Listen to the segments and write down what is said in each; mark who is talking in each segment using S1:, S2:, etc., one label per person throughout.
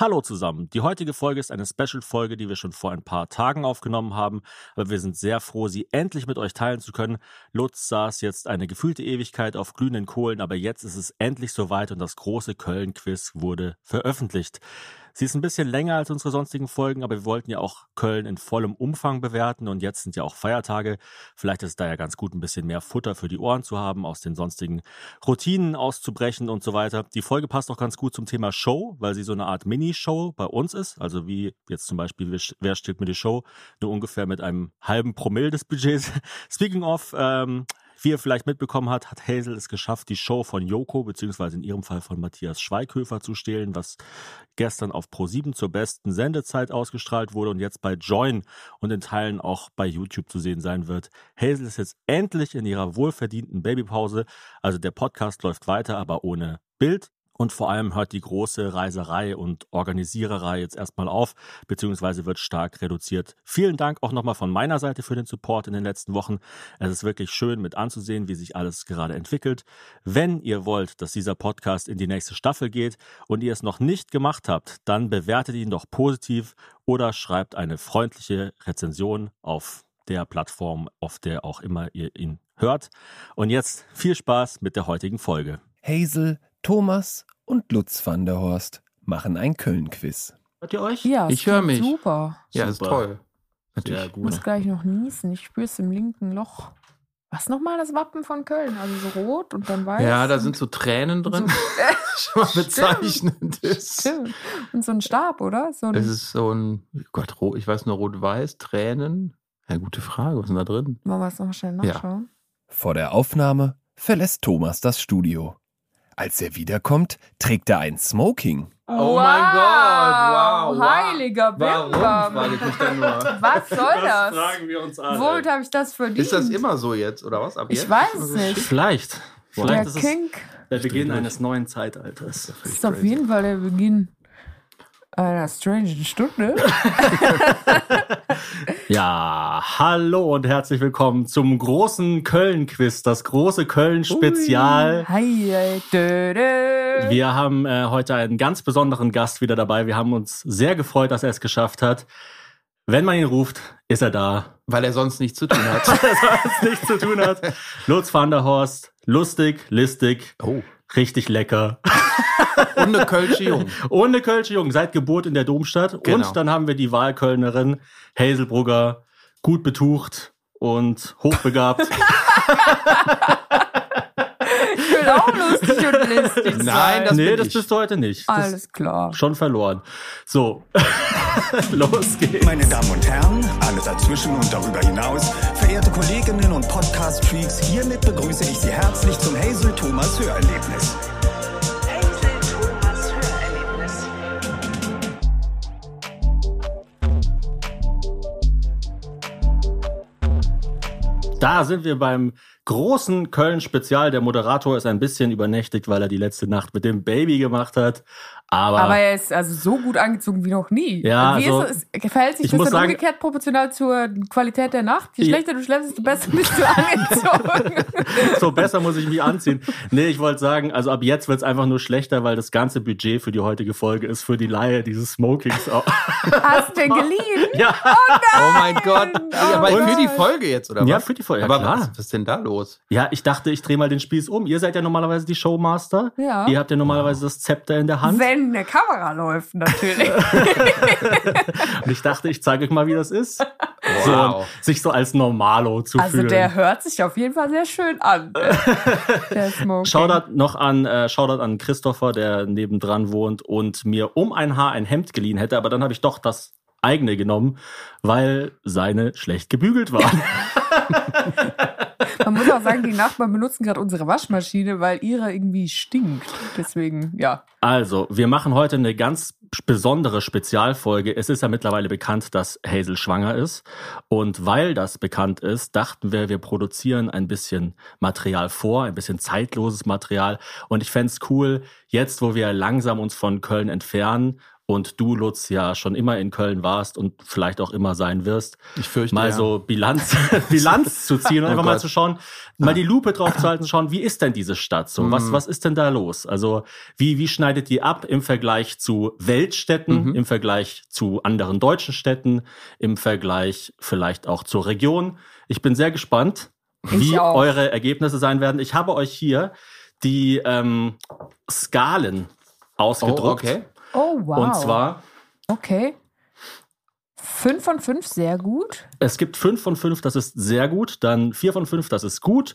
S1: Hallo zusammen. Die heutige Folge ist eine Special-Folge, die wir schon vor ein paar Tagen aufgenommen haben, aber wir sind sehr froh, sie endlich mit euch teilen zu können. Lutz saß jetzt eine gefühlte Ewigkeit auf glühenden Kohlen, aber jetzt ist es endlich soweit und das große Köln-Quiz wurde veröffentlicht. Sie ist ein bisschen länger als unsere sonstigen Folgen, aber wir wollten ja auch Köln in vollem Umfang bewerten und jetzt sind ja auch Feiertage. Vielleicht ist es da ja ganz gut, ein bisschen mehr Futter für die Ohren zu haben, aus den sonstigen Routinen auszubrechen und so weiter. Die Folge passt auch ganz gut zum Thema Show, weil sie so eine Art Mini-Show bei uns ist. Also wie jetzt zum Beispiel Wer steht mir die Show? Nur ungefähr mit einem halben Promille des Budgets. Speaking of, ähm, wie ihr vielleicht mitbekommen habt, hat Hazel es geschafft, die Show von Joko, beziehungsweise in ihrem Fall von Matthias Schweighöfer zu stehlen, was gestern auf Pro7 zur besten Sendezeit ausgestrahlt wurde und jetzt bei Join und in Teilen auch bei YouTube zu sehen sein wird. Hazel ist jetzt endlich in ihrer wohlverdienten Babypause. Also der Podcast läuft weiter, aber ohne Bild. Und vor allem hört die große Reiserei und Organisiererei jetzt erstmal auf, beziehungsweise wird stark reduziert. Vielen Dank auch nochmal von meiner Seite für den Support in den letzten Wochen. Es ist wirklich schön mit anzusehen, wie sich alles gerade entwickelt. Wenn ihr wollt, dass dieser Podcast in die nächste Staffel geht und ihr es noch nicht gemacht habt, dann bewertet ihn doch positiv oder schreibt eine freundliche Rezension auf der Plattform, auf der auch immer ihr ihn hört. Und jetzt viel Spaß mit der heutigen Folge.
S2: Hazel, Thomas und Lutz van der Horst machen ein Köln-Quiz.
S1: Hört ihr euch?
S3: Ja, es
S4: Ich hör
S3: klingt
S4: mich.
S3: Super.
S4: Ja, ist
S1: Super.
S4: toll.
S1: Sehr
S4: Natürlich.
S3: Ich muss
S1: gut.
S3: gleich noch niesen. Ich spüre es im linken Loch. Was nochmal das Wappen von Köln? Also so rot und dann weiß.
S4: Ja, da
S3: und-
S4: sind so Tränen drin.
S3: So-
S4: Schon mal bezeichnend ist.
S3: Stimmt. Und so ein Stab, oder? So ein,
S4: Es ist so ein, Gott, ro- ich weiß nur rot-weiß, Tränen. Ja, gute Frage, was ist denn da drin?
S3: Wollen wir es noch schnell
S4: Ja.
S3: nachschauen?
S2: Vor der Aufnahme verlässt Thomas das Studio. Als er wiederkommt, trägt er ein Smoking.
S4: Oh mein Gott, wow, wow.
S3: Heiliger Bimbam.
S4: mich dann nur.
S3: Was soll
S1: Was
S3: das?
S1: fragen wir uns alle?
S3: Womit habe ich das verdient?
S4: Ist das immer so jetzt, oder was? Ab
S3: Ich
S4: jetzt?
S3: weiß
S4: Ist das
S3: nicht.
S4: so?
S1: Vielleicht.
S3: der
S1: Vielleicht ist es
S3: Kink?
S1: der Beginn eines neuen Zeitalters.
S3: Das ist auf jeden Fall der Beginn einer strangen Stunde.
S1: Ja, hallo und herzlich willkommen zum großen Köln-Quiz, das große Köln-Spezial.
S3: Hi, hey, dö, dö.
S1: Wir haben äh, heute einen ganz besonderen Gast wieder dabei. Wir haben uns sehr gefreut, dass er es geschafft hat. Wenn man ihn ruft, ist er da.
S4: Weil er sonst nichts zu tun hat.
S1: Das was nichts zu tun hat. Lutz van der Horst, lustig, listig,
S4: oh.
S1: richtig lecker.
S4: Und eine Kölsche Jung.
S1: Ohne Kölsche Jung, seit Geburt in der Domstadt.
S4: Genau.
S1: Und dann haben wir die Wahlkölnerin Hazelbrugger, gut betucht und hochbegabt.
S3: Ich bin auch lustig und listig. sein.
S4: Nein, das
S1: nee,
S4: bin
S1: das
S4: ich.
S1: bist du heute nicht. Das
S3: Alles klar.
S1: ist schon verloren. So, los geht's.
S5: Meine Damen und Herren, alle dazwischen und darüber hinaus, verehrte Kolleginnen und Podcast-Freaks, hiermit begrüße ich Sie herzlich zum Hazel Thomas Hörerlebnis.
S6: Hazel Thomas Hörerlebnis.
S1: Da sind wir beim großen Köln-Spezial. Der Moderator ist ein bisschen übernächtigt, weil er die letzte Nacht mit dem Baby gemacht hat. Aber,
S3: Aber er ist also so gut angezogen wie noch nie.
S1: Ah. Ja,
S3: wie
S1: also,
S3: ist es, verhält sich
S1: ich
S3: das
S1: muss
S3: dann
S1: sagen-
S3: umgekehrt proportional zur Qualität der Nacht? Je
S1: Ja.
S3: schlechter du schläfst, desto besser bist du angezogen.
S1: so besser muss ich mich anziehen. Nee, ich wollte sagen, also ab jetzt wird's einfach nur schlechter, weil das ganze Budget für die heutige Folge ist für die Laie dieses Smokings. auch.
S3: Hast du geliehen?
S1: ja,
S4: Oh mein Gott.
S3: Oh
S4: Aber
S3: mein
S4: für die
S3: Gott.
S4: Folge jetzt, oder was?
S1: Ja, für die Folge, ja,
S4: Aber
S1: klar.
S4: was, was ist denn da los?
S1: ja, ich dachte, ich drehe mal den Spieß um. Ihr seid ja normalerweise die Showmaster.
S3: Ja.
S1: Ihr habt ja normalerweise das Zepter in der Hand.
S3: Wenn eine Kamera läuft, natürlich.
S1: Und ich dachte, ich zeige euch mal, wie das ist.
S4: Wow.
S1: So, sich so als Normalo zu
S3: Also
S1: fühlen.
S3: der hört sich auf jeden Fall sehr schön an. der Smoking.
S1: Shoutout noch an, äh, Shoutout an Christopher, der nebendran wohnt und mir um ein Haar ein Hemd geliehen hätte, aber dann habe ich doch das eigene genommen, weil seine schlecht gebügelt war.
S3: Man muss auch sagen, die Nachbarn benutzen gerade unsere Waschmaschine, weil ihre irgendwie stinkt. Deswegen, ja.
S1: Also, wir machen heute eine ganz besondere Spezialfolge. Es ist ja mittlerweile bekannt, dass Hazel schwanger ist. Und weil das bekannt ist, dachten wir, wir produzieren ein bisschen Material vor, ein bisschen zeitloses Material. Und ich fänd's cool, jetzt, wo wir langsam uns von Köln entfernen
S7: und du, Lutz, ja schon immer in Köln warst und vielleicht auch immer sein wirst,
S4: Ich fürchte,
S7: mal
S4: ja.
S7: so Bilanz, Bilanz zu ziehen und
S4: Oh
S7: einfach mal
S4: Gott. Ah.
S7: zu schauen, mal die Lupe drauf zu halten, schauen, wie ist denn diese Stadt so? Was,
S4: Mhm.
S7: was ist denn da los? Also, wie, wie schneidet die ab im Vergleich zu Weltstädten,
S4: Mhm.
S7: im Vergleich zu anderen deutschen Städten, im Vergleich vielleicht auch zur Region? Ich bin sehr gespannt, wie
S3: auch.
S7: eure Ergebnisse sein werden. Ich habe euch hier die ähm, Skalen
S4: Oh,
S7: ausgedruckt.
S4: okay.
S3: Oh, wow.
S7: Und zwar,
S3: Okay. Fünf von fünf, sehr gut.
S7: es gibt 5 von 5, das ist sehr gut, dann 4 von 5, das ist gut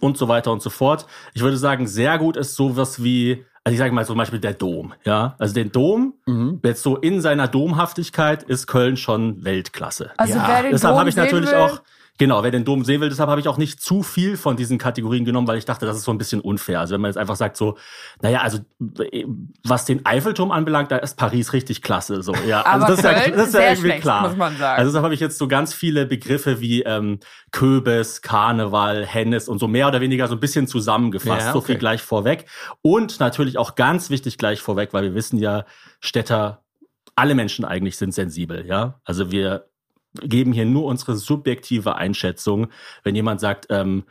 S7: und so weiter und so fort. Ich würde sagen, sehr gut ist sowas wie, also ich sage mal zum Beispiel der Dom, ja. Also den Dom,
S4: Mhm.
S7: jetzt so in seiner Domhaftigkeit ist Köln schon Weltklasse.
S3: Also
S4: Ja,
S3: wer den
S7: deshalb
S3: Dom
S7: habe ich
S3: sehen
S7: natürlich
S3: will,
S7: auch, genau, wer den Dom sehen will, deshalb habe ich auch nicht zu viel von diesen Kategorien genommen, weil ich dachte, das ist so ein bisschen unfair. Also wenn man jetzt einfach sagt so, naja, also äh, was den Eiffelturm anbelangt, da ist Paris richtig klasse. So, ja,
S3: Aber
S7: also das
S3: Köln
S7: ist ja, das ist ja
S3: sehr
S7: irgendwie
S3: schlecht,
S7: klar.
S3: muss man sagen.
S7: Also deshalb habe ich jetzt so ganz viele Begriffe wie ähm, Köbes, Karneval, Hennes und so mehr oder weniger so ein bisschen zusammengefasst.
S4: Ja,
S7: So viel
S4: okay.
S7: gleich vorweg. Und natürlich auch ganz wichtig gleich vorweg, weil wir wissen ja, Städter, alle Menschen eigentlich sind sensibel, ja. Also wir geben hier nur unsere subjektive Einschätzung. Wenn jemand sagt, ähm,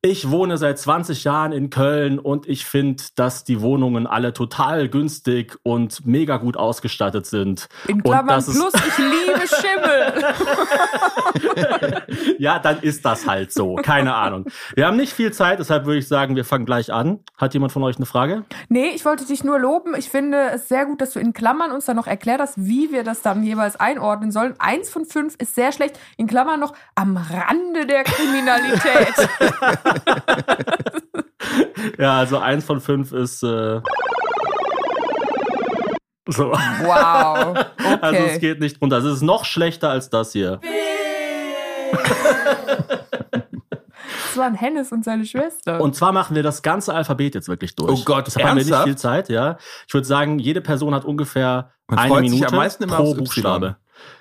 S7: ich wohne seit 20 Jahren in Köln und ich finde, dass die Wohnungen alle total günstig und mega gut ausgestattet sind.
S3: in
S7: und
S3: Klammern
S7: das ist-
S3: plus, ich liebe Schimmel.
S7: ja, dann ist das halt so. Keine Ahnung. Wir haben nicht viel Zeit, deshalb würde ich sagen, wir fangen gleich an. Hat jemand von euch eine Frage?
S3: nee, ich wollte dich nur loben. Ich finde es sehr gut, dass du in Klammern uns dann noch erklärt hast, wie wir das dann jeweils einordnen sollen. Eins von fünf ist sehr schlecht. In Klammern noch am Rande der Kriminalität.
S7: Ja, also eins von fünf ist. Äh so.
S3: wow. Okay.
S7: Also es geht nicht runter. Es ist noch schlechter als das hier.
S3: das waren Hennes und seine Schwester.
S7: Und zwar machen wir das ganze Alphabet jetzt wirklich durch.
S4: Oh Gott,
S7: das haben wir nicht
S4: ernsthaft?
S7: viel Zeit, ja. Ich würde sagen, jede Person hat ungefähr
S4: Man
S7: eine
S4: freut sich
S7: Minute
S4: am meisten immer
S7: pro
S4: aufs Y.
S7: Buchstabe.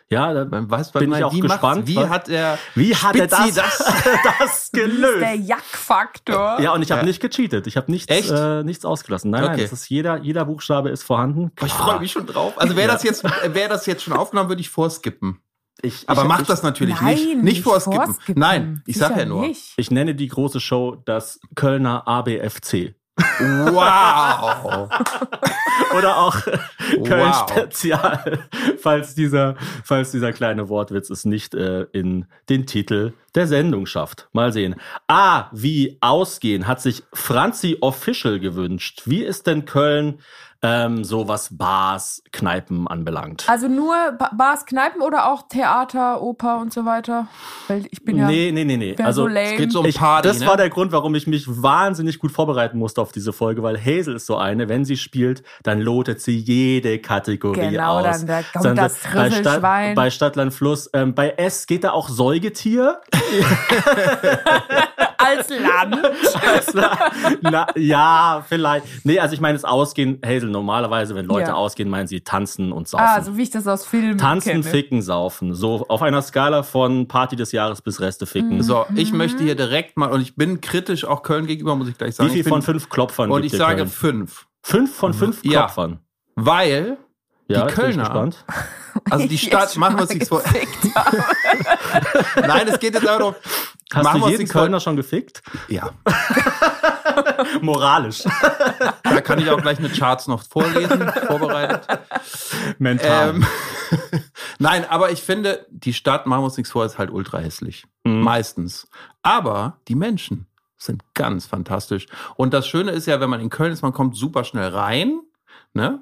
S7: Ja, da,
S4: Man weiß,
S7: Bin
S4: man-
S7: ich auch
S4: wie macht's-
S7: gespannt,
S4: Wie
S7: was-
S4: hat er
S7: wie hat er das,
S4: Spitzi
S7: das, gelöst?
S3: der Jack-Faktor.
S7: Ja, und ich habe
S4: Ja.
S7: nicht gecheatet. Ich habe nichts,
S4: Echt?
S7: äh, nichts ausgelassen. Nein, nein,
S4: Okay.
S7: das ist jeder, jeder Buchstabe ist vorhanden.
S4: Oh, ich freue mich schon drauf. Also wäre das jetzt, wäre das jetzt schon aufgenommen, würde ich vorskippen.
S7: Ich,
S4: Aber
S7: ich,
S4: macht
S7: ich,
S4: das natürlich
S3: Nein,
S4: nicht. Nicht vorskippen. Nein, ich
S3: Sicher
S4: sag ja nur.
S3: Nicht.
S7: Ich nenne die große Show das Kölner ABFC.
S4: Wow.
S7: Oder auch Köln
S4: Wow.
S7: Spezial, falls dieser, falls dieser kleine Wortwitz es nicht äh, in den Titel der Sendung schafft. Mal sehen. A, wie ausgehen, hat sich Franzi Official gewünscht. Wie ist denn Köln ähm, so was Bars, Kneipen anbelangt?
S3: Also nur Ba- Bars, Kneipen oder auch Theater, Oper und so weiter? Weil ich bin ja,
S7: Nee, nee, nee, Also
S3: bin ja so
S7: nee.
S3: lame.
S4: Es geht so um
S7: Ich,
S4: Party.
S7: das
S4: ne?
S7: war der Grund, warum ich mich wahnsinnig gut vorbereiten musste auf diese Folge, weil Hazel ist so eine, wenn sie spielt, dann lotet sie jede Kategorie
S3: Genau,
S7: aus.
S3: dann- da kommt
S7: Dann-
S3: das
S7: bei,
S3: Rüsselschwein.
S7: Stadt, bei Stadtland Fluss, ähm, bei S geht da auch Säugetier.
S3: als Land.
S7: Na, ja, vielleicht. Nee, also ich meine das Ausgehen, Hazel, normalerweise, wenn Leute
S3: Ja.
S7: ausgehen, meinen sie tanzen und saufen.
S3: ah, so wie ich das aus Filmen
S7: Tanzen,
S3: kenne.
S7: ficken, saufen. So auf einer Skala von Party des Jahres bis Reste ficken.
S4: So, ich
S7: Mhm.
S4: möchte hier direkt mal, und ich bin kritisch auch Köln gegenüber, muss ich gleich sagen.
S7: Wie viel
S4: ich bin,
S7: von fünf Klopfern
S4: Und
S7: gibt
S4: ich
S7: dir
S4: sage
S7: Köln?
S4: fünf.
S7: fünf von fünf
S4: Ja.
S7: Klopfern.
S4: Weil,
S7: Ja, jetzt bin ich
S4: Kölner.
S7: gespannt.
S4: also die
S3: Ich
S4: Stadt,
S3: schon
S4: machen wir
S3: mal
S4: uns nichts vor.
S3: gefickt habe.
S4: Nein, es geht jetzt darum,
S7: Hast
S4: machen wir
S7: du
S4: uns
S7: jeden
S4: nichts vor.
S7: Kölner schon gefickt?
S4: Ja,
S7: Moralisch.
S4: da kann ich auch gleich mit Charts noch vorlesen, vorbereitet.
S7: Mental.
S4: Ähm, Nein, aber ich finde, die Stadt, machen wir uns nichts vor, ist halt ultra hässlich. Meistens. Aber die Menschen sind ganz fantastisch. Und das Schöne ist ja, wenn man in Köln ist, man kommt super schnell rein. Ne?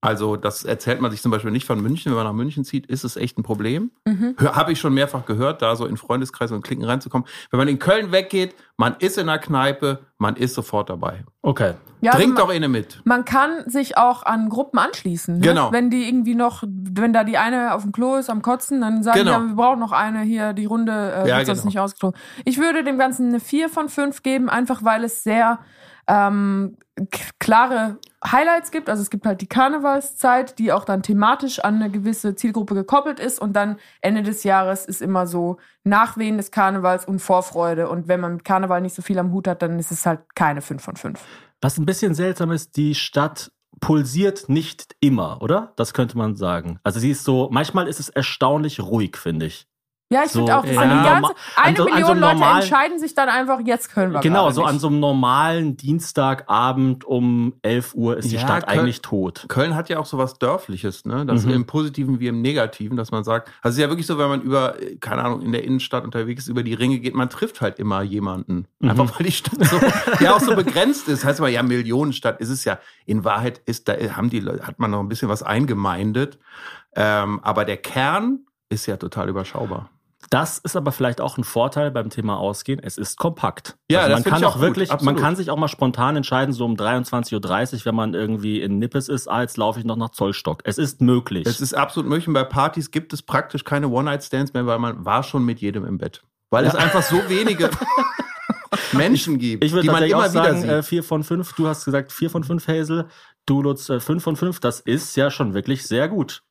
S4: Also, das erzählt man sich zum Beispiel nicht von München. Wenn man nach München zieht, ist es echt ein Problem.
S3: Mhm.
S4: Habe ich schon mehrfach gehört, da so in Freundeskreise und Klicken reinzukommen. Wenn man in Köln weggeht, man ist in einer Kneipe, man ist sofort dabei.
S7: Okay.
S3: Ja, also
S4: Trinkt
S3: man,
S4: auch eine mit.
S3: man kann sich auch an Gruppen anschließen. Ne?
S4: Genau.
S3: Wenn die irgendwie noch, wenn da die eine auf dem Klo ist am Kotzen, dann sagen
S4: Genau.
S3: die, ja, wir brauchen noch eine hier, die Runde äh,
S4: Ja,
S3: wird sonst
S4: genau.
S3: nicht ausgetrunken. Ich würde dem Ganzen eine 4 von 5 geben, einfach weil es sehr ähm, k- klare Highlights gibt. Also es gibt halt die Karnevalszeit, die auch dann thematisch an eine gewisse Zielgruppe gekoppelt ist und dann Ende des Jahres ist immer so Nachwehen des Karnevals und Vorfreude. Und wenn man mit Karneval nicht so viel am Hut hat, dann ist es halt keine 5 von 5.
S7: Was ein bisschen seltsam ist, die Stadt
S1: pulsiert nicht immer, oder? Das könnte man sagen. Also sie ist so, manchmal ist es erstaunlich ruhig, finde ich.
S3: Ja, ich
S1: So,
S3: finde auch, das
S1: ja.
S3: sind die ganze,
S1: Norma- also an so- an so
S3: eine Million
S1: einem
S3: Leute
S1: normalen-
S3: entscheiden sich dann einfach, jetzt können wir
S1: Genau,
S3: gerade
S1: so an
S3: nicht.
S1: so einem normalen Dienstagabend um 11 Uhr ist die
S4: Ja,
S1: Stadt
S4: Köln-
S1: eigentlich tot.
S4: Köln hat ja auch sowas Dörfliches, ne? Das
S1: Mhm.
S4: im Positiven wie im Negativen, dass man sagt, also es ist ja wirklich so, wenn man über, äh, keine Ahnung, in der Innenstadt unterwegs ist, über die Ringe geht, man trifft halt immer jemanden.
S1: Mhm.
S4: Einfach weil die Stadt so, ja auch so begrenzt ist. Heißt immer, ja, Millionenstadt ist es ja. In Wahrheit ist, da haben die Leute, hat man noch ein bisschen was eingemeindet. Ähm, aber der Kern ist ja total überschaubar.
S1: Das ist aber vielleicht auch ein Vorteil beim Thema Ausgehen. Es ist kompakt. Also
S4: Ja, das
S1: man
S4: finde
S1: kann
S4: ich auch gut,
S1: wirklich, man
S4: absolut.
S1: kann sich auch mal spontan entscheiden, so um 23.30 Uhr, wenn man irgendwie in Nippes ist, ah, jetzt laufe ich noch nach Zollstock. Es ist möglich.
S4: Es ist absolut möglich. Und Bei Partys gibt es praktisch keine One-Night-Stands mehr, weil man war schon mit jedem im Bett. Weil es einfach so wenige Menschen gibt,
S1: ich würde
S4: die man
S1: tatsächlich
S4: immer
S1: auch
S4: wieder
S1: sagen,
S4: sieht.
S1: äh, vier von fünf. Du hast gesagt vier von fünf, Hazel. Du, Lutz, äh, fünf von fünf. Das ist ja schon wirklich sehr gut.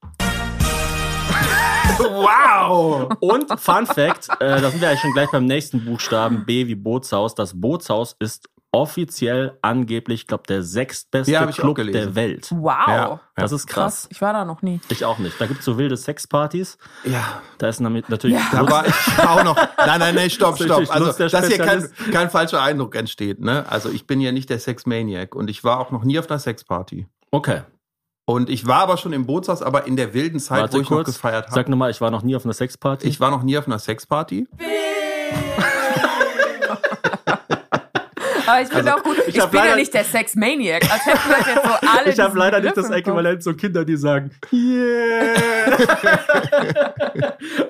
S4: wow!
S1: Und Fun Fact, äh, da sind wir eigentlich schon gleich beim nächsten Buchstaben, B wie Bootshaus. Das Bootshaus ist offiziell angeblich, ich glaube, der sechstbeste
S4: Ja, hab ich auch
S1: Club
S4: gelesen.
S1: der Welt.
S3: Wow.
S4: Ja.
S1: Das ist
S3: Krass.
S1: krass.
S3: Ich war da noch nie.
S1: Ich auch nicht. Da gibt es so wilde Sexpartys.
S4: Ja,
S1: Da ist damit natürlich.
S4: da war ich auch noch. Nein, nein, nein, stopp,
S1: Das ist
S4: stopp.
S1: richtig,
S4: Also,
S1: Lutz, der
S4: dass hier kein,
S1: Spezialist.
S4: kein falscher Eindruck entsteht. Ne? Also, ich bin ja nicht der Sexmaniac und ich war auch noch nie auf einer Sexparty.
S1: Okay,
S4: Und ich war aber schon im Bootshaus, aber in der wilden Zeit,
S1: warte
S4: wo ich noch
S1: kurz.
S4: gefeiert
S1: Sag
S4: habe.
S1: nochmal, ich war noch nie auf einer Sexparty.
S4: Ich war noch nie auf einer Sexparty.
S3: Aber ich finde auch gut, ich,
S1: Also, hab
S3: bin ja
S1: leider-
S3: nicht der Sex-Maniac. Als hätten wir jetzt so alle
S1: Ich hab
S3: diesen Begriff im Kopf.
S1: zu Kindern, die sagen, yeah.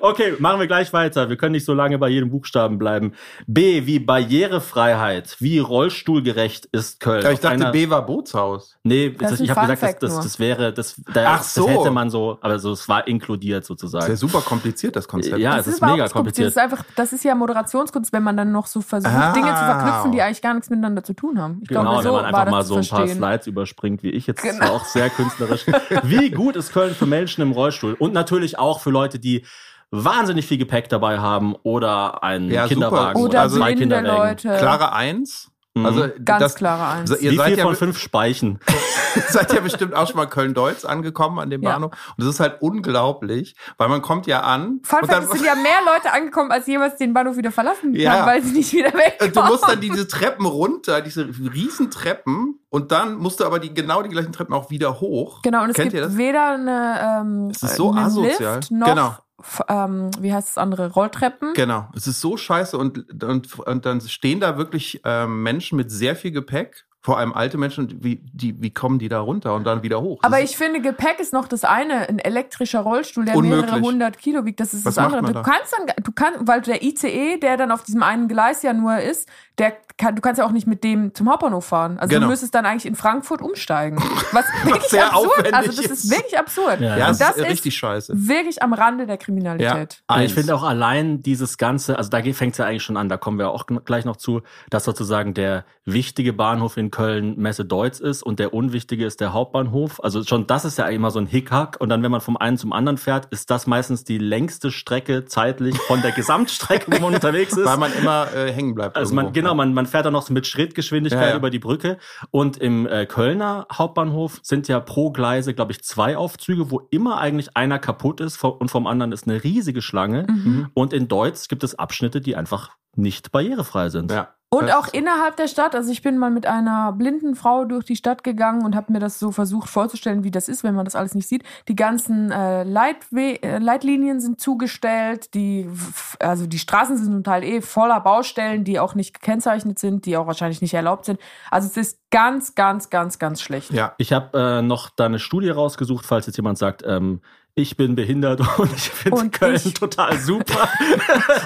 S1: okay, machen wir gleich weiter. Wir können nicht so lange bei jedem Buchstaben bleiben. B wie Barrierefreiheit, wie rollstuhlgerecht ist Köln.
S4: Ja, ich
S1: Auf
S4: dachte,
S1: einer-
S4: B war Bootshaus.
S1: Nee,
S3: Das
S1: das,
S3: ist
S1: ich
S3: ein
S1: habe
S3: Fun
S1: gesagt, das,
S3: Fact nur.
S1: das, das wäre, das, da,
S4: Ach so.
S1: das hätte man so, aber so, es war inkludiert sozusagen.
S4: Das ist ja super kompliziert, das Konzept.
S1: Ja,
S3: Das,
S1: es
S3: ist,
S1: ist
S3: überhaupt
S1: mega
S3: nicht kompliziert.
S1: kompliziert.
S3: Das ist einfach, das ist ja Moderationskunst, wenn man dann noch so versucht,
S4: Ah.
S3: Dinge zu verknüpfen, die eigentlich gar nichts miteinander zu tun haben. Ich
S1: Genau,
S3: glaube, so
S1: wenn man
S3: war
S1: einfach
S3: das
S1: mal
S3: zu
S1: so ein paar
S3: verstehen.
S1: Slides überspringt, wie ich jetzt, das war
S3: Genau.
S1: auch sehr künstlerisch. Wie gut ist Köln für Menschen im Rollstuhl? Und natürlich auch für Leute, die wahnsinnig viel Gepäck dabei haben oder einen
S4: Ja, super.
S1: Kinderwagen
S4: Oder
S1: oder
S4: also
S1: zwei
S3: blinde
S1: Kinderwägen.
S3: Leute.
S4: Klare Eins.
S1: Mhm.
S4: Also
S3: Ganz
S4: das,
S3: klare Eins.
S4: So,
S1: Wie
S4: Ihr seid
S1: viel
S4: ja,
S1: von
S4: be-
S1: fünf Speichen?
S4: seid ja bestimmt auch schon mal Köln-Deutz angekommen an dem
S3: Ja.
S4: Bahnhof. Und das ist halt unglaublich, weil man kommt ja an
S3: Fun
S4: und
S3: Fact,
S4: dann,
S3: es sind ja mehr Leute angekommen, als jemals den Bahnhof wieder verlassen
S4: Ja.
S3: haben, weil sie nicht wieder
S1: Äh,
S3: wegkommen.
S4: Äh, du musst dann diese Treppen runter, diese riesen Treppen und dann musst du aber die genau die gleichen Treppen auch wieder hoch.
S3: Genau, und es
S4: Kennt
S3: gibt
S4: ihr das?
S3: weder eine, ähm,
S4: Es ist so
S3: einen
S4: asozial.
S3: Lift noch,
S4: Genau.
S3: f- ähm, wie heißt das andere, Rolltreppen.
S4: Genau, es ist so scheiße und, und, und dann stehen da wirklich ähm, Menschen mit sehr viel Gepäck, vor allem alte Menschen, und wie, die, wie kommen die da runter und dann wieder hoch? Das
S3: Aber
S4: ist-
S3: ich finde, Gepäck ist noch das eine. Ein elektrischer Rollstuhl, der mehrere
S4: Unmöglich.
S3: hundert Kilo wiegt, das ist
S4: Was
S3: das
S4: macht
S3: andere.
S4: man
S3: Du
S4: da?
S3: kannst dann, du kannst, weil der ICE, der dann auf diesem einen Gleis ja nur ist, der kann, du kannst ja auch nicht mit dem zum Hauptbahnhof fahren. Also
S4: Genau.
S3: du müsstest dann eigentlich in Frankfurt umsteigen. Was wirklich
S4: sehr
S3: absurd.
S4: aufwendig
S3: Also das ist
S4: ist.
S3: wirklich absurd.
S1: Ja,
S4: ja,
S3: Und
S4: es
S3: das
S4: ist
S3: ist halt.
S4: richtig scheiße.
S3: wirklich am Rande der Kriminalität.
S1: Ja, Also ich
S4: eins.
S1: finde auch allein dieses Ganze, also da fängt es ja eigentlich schon an, da kommen wir auch gn- gleich noch zu, dass sozusagen der wichtige Bahnhof in Köln Messe Deutz ist und der unwichtige ist der Hauptbahnhof. Also schon das ist ja immer so ein Hickhack. Und dann, wenn man vom einen zum anderen fährt, ist das meistens die längste Strecke zeitlich von der Gesamtstrecke, wo man unterwegs ist.
S4: Weil man immer äh, hängen bleibt.
S1: Also man,
S4: irgendwo.
S1: genau, man, man fährt dann noch so mit Schrittgeschwindigkeit
S4: Ja, ja.
S1: über die Brücke. Und im äh, Kölner Hauptbahnhof sind ja pro Gleise, glaube ich, zwei Aufzüge, wo immer eigentlich einer kaputt ist vo- und vom anderen ist eine riesige Schlange.
S4: Mhm.
S3: Mhm.
S1: Und in Deutsch gibt es Abschnitte, die einfach nicht barrierefrei sind.
S4: Ja.
S3: Und
S4: Das-
S3: auch innerhalb der Stadt, also ich bin mal mit einer blinden Frau durch die Stadt gegangen und habe mir das so versucht vorzustellen, wie das ist, wenn man das alles nicht sieht. Die ganzen äh, Leitwe äh, Leitlinien sind zugestellt, die, f- also die Straßen sind zum Teil eh voller Baustellen, die auch nicht gekennzeichnet sind, die auch wahrscheinlich nicht erlaubt sind. Also es ist ganz, ganz, ganz, ganz schlecht.
S4: Ja.
S1: Ich habe äh, noch da eine Studie rausgesucht, falls jetzt jemand sagt, ähm, ich bin behindert und ich finde
S3: Und
S1: Köln
S3: ich-
S1: total super.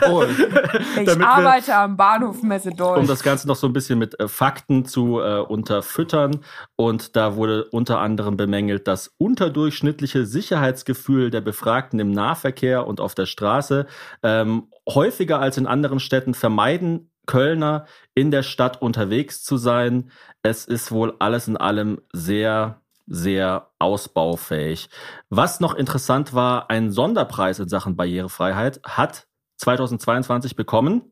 S4: Oh,
S3: Ich
S1: Damit wir-
S3: arbeite am Bahnhof Messe Deutsch.
S1: um das Ganze noch so ein bisschen mit äh, Fakten zu äh, unterfüttern. Und da wurde unter anderem bemängelt, das unterdurchschnittliche Sicherheitsgefühl der Befragten im Nahverkehr und auf der Straße ähm, häufiger als in anderen Städten vermeiden. Kölner in der Stadt unterwegs zu sein. Es ist wohl alles in allem sehr, sehr ausbaufähig. Was noch interessant war, ein Sonderpreis in Sachen Barrierefreiheit hat 2022 bekommen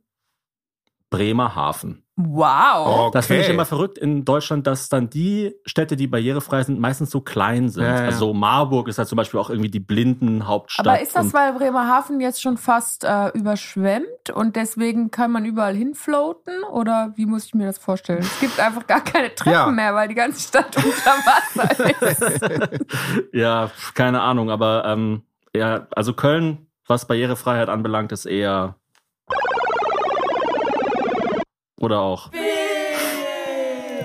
S1: Bremerhaven. Oh.
S3: Wow.
S7: Das finde ich immer verrückt in Deutschland, dass dann die Städte, die barrierefrei sind, meistens so klein sind.
S4: Ja, ja.
S7: Also Marburg ist halt zum Beispiel auch irgendwie die Blindenhauptstadt.
S3: Aber ist das,
S7: und-
S3: weil Bremerhaven jetzt schon fast äh, überschwemmt und deswegen kann man überall hinfloaten? Oder wie muss ich mir das vorstellen? Es gibt einfach gar keine Treppen
S4: Ja.
S3: mehr, weil die ganze Stadt unter Wasser ist.
S7: Ja, pf, keine Ahnung, aber ähm, ja, also Köln, was Barrierefreiheit anbelangt, ist eher. Oder auch.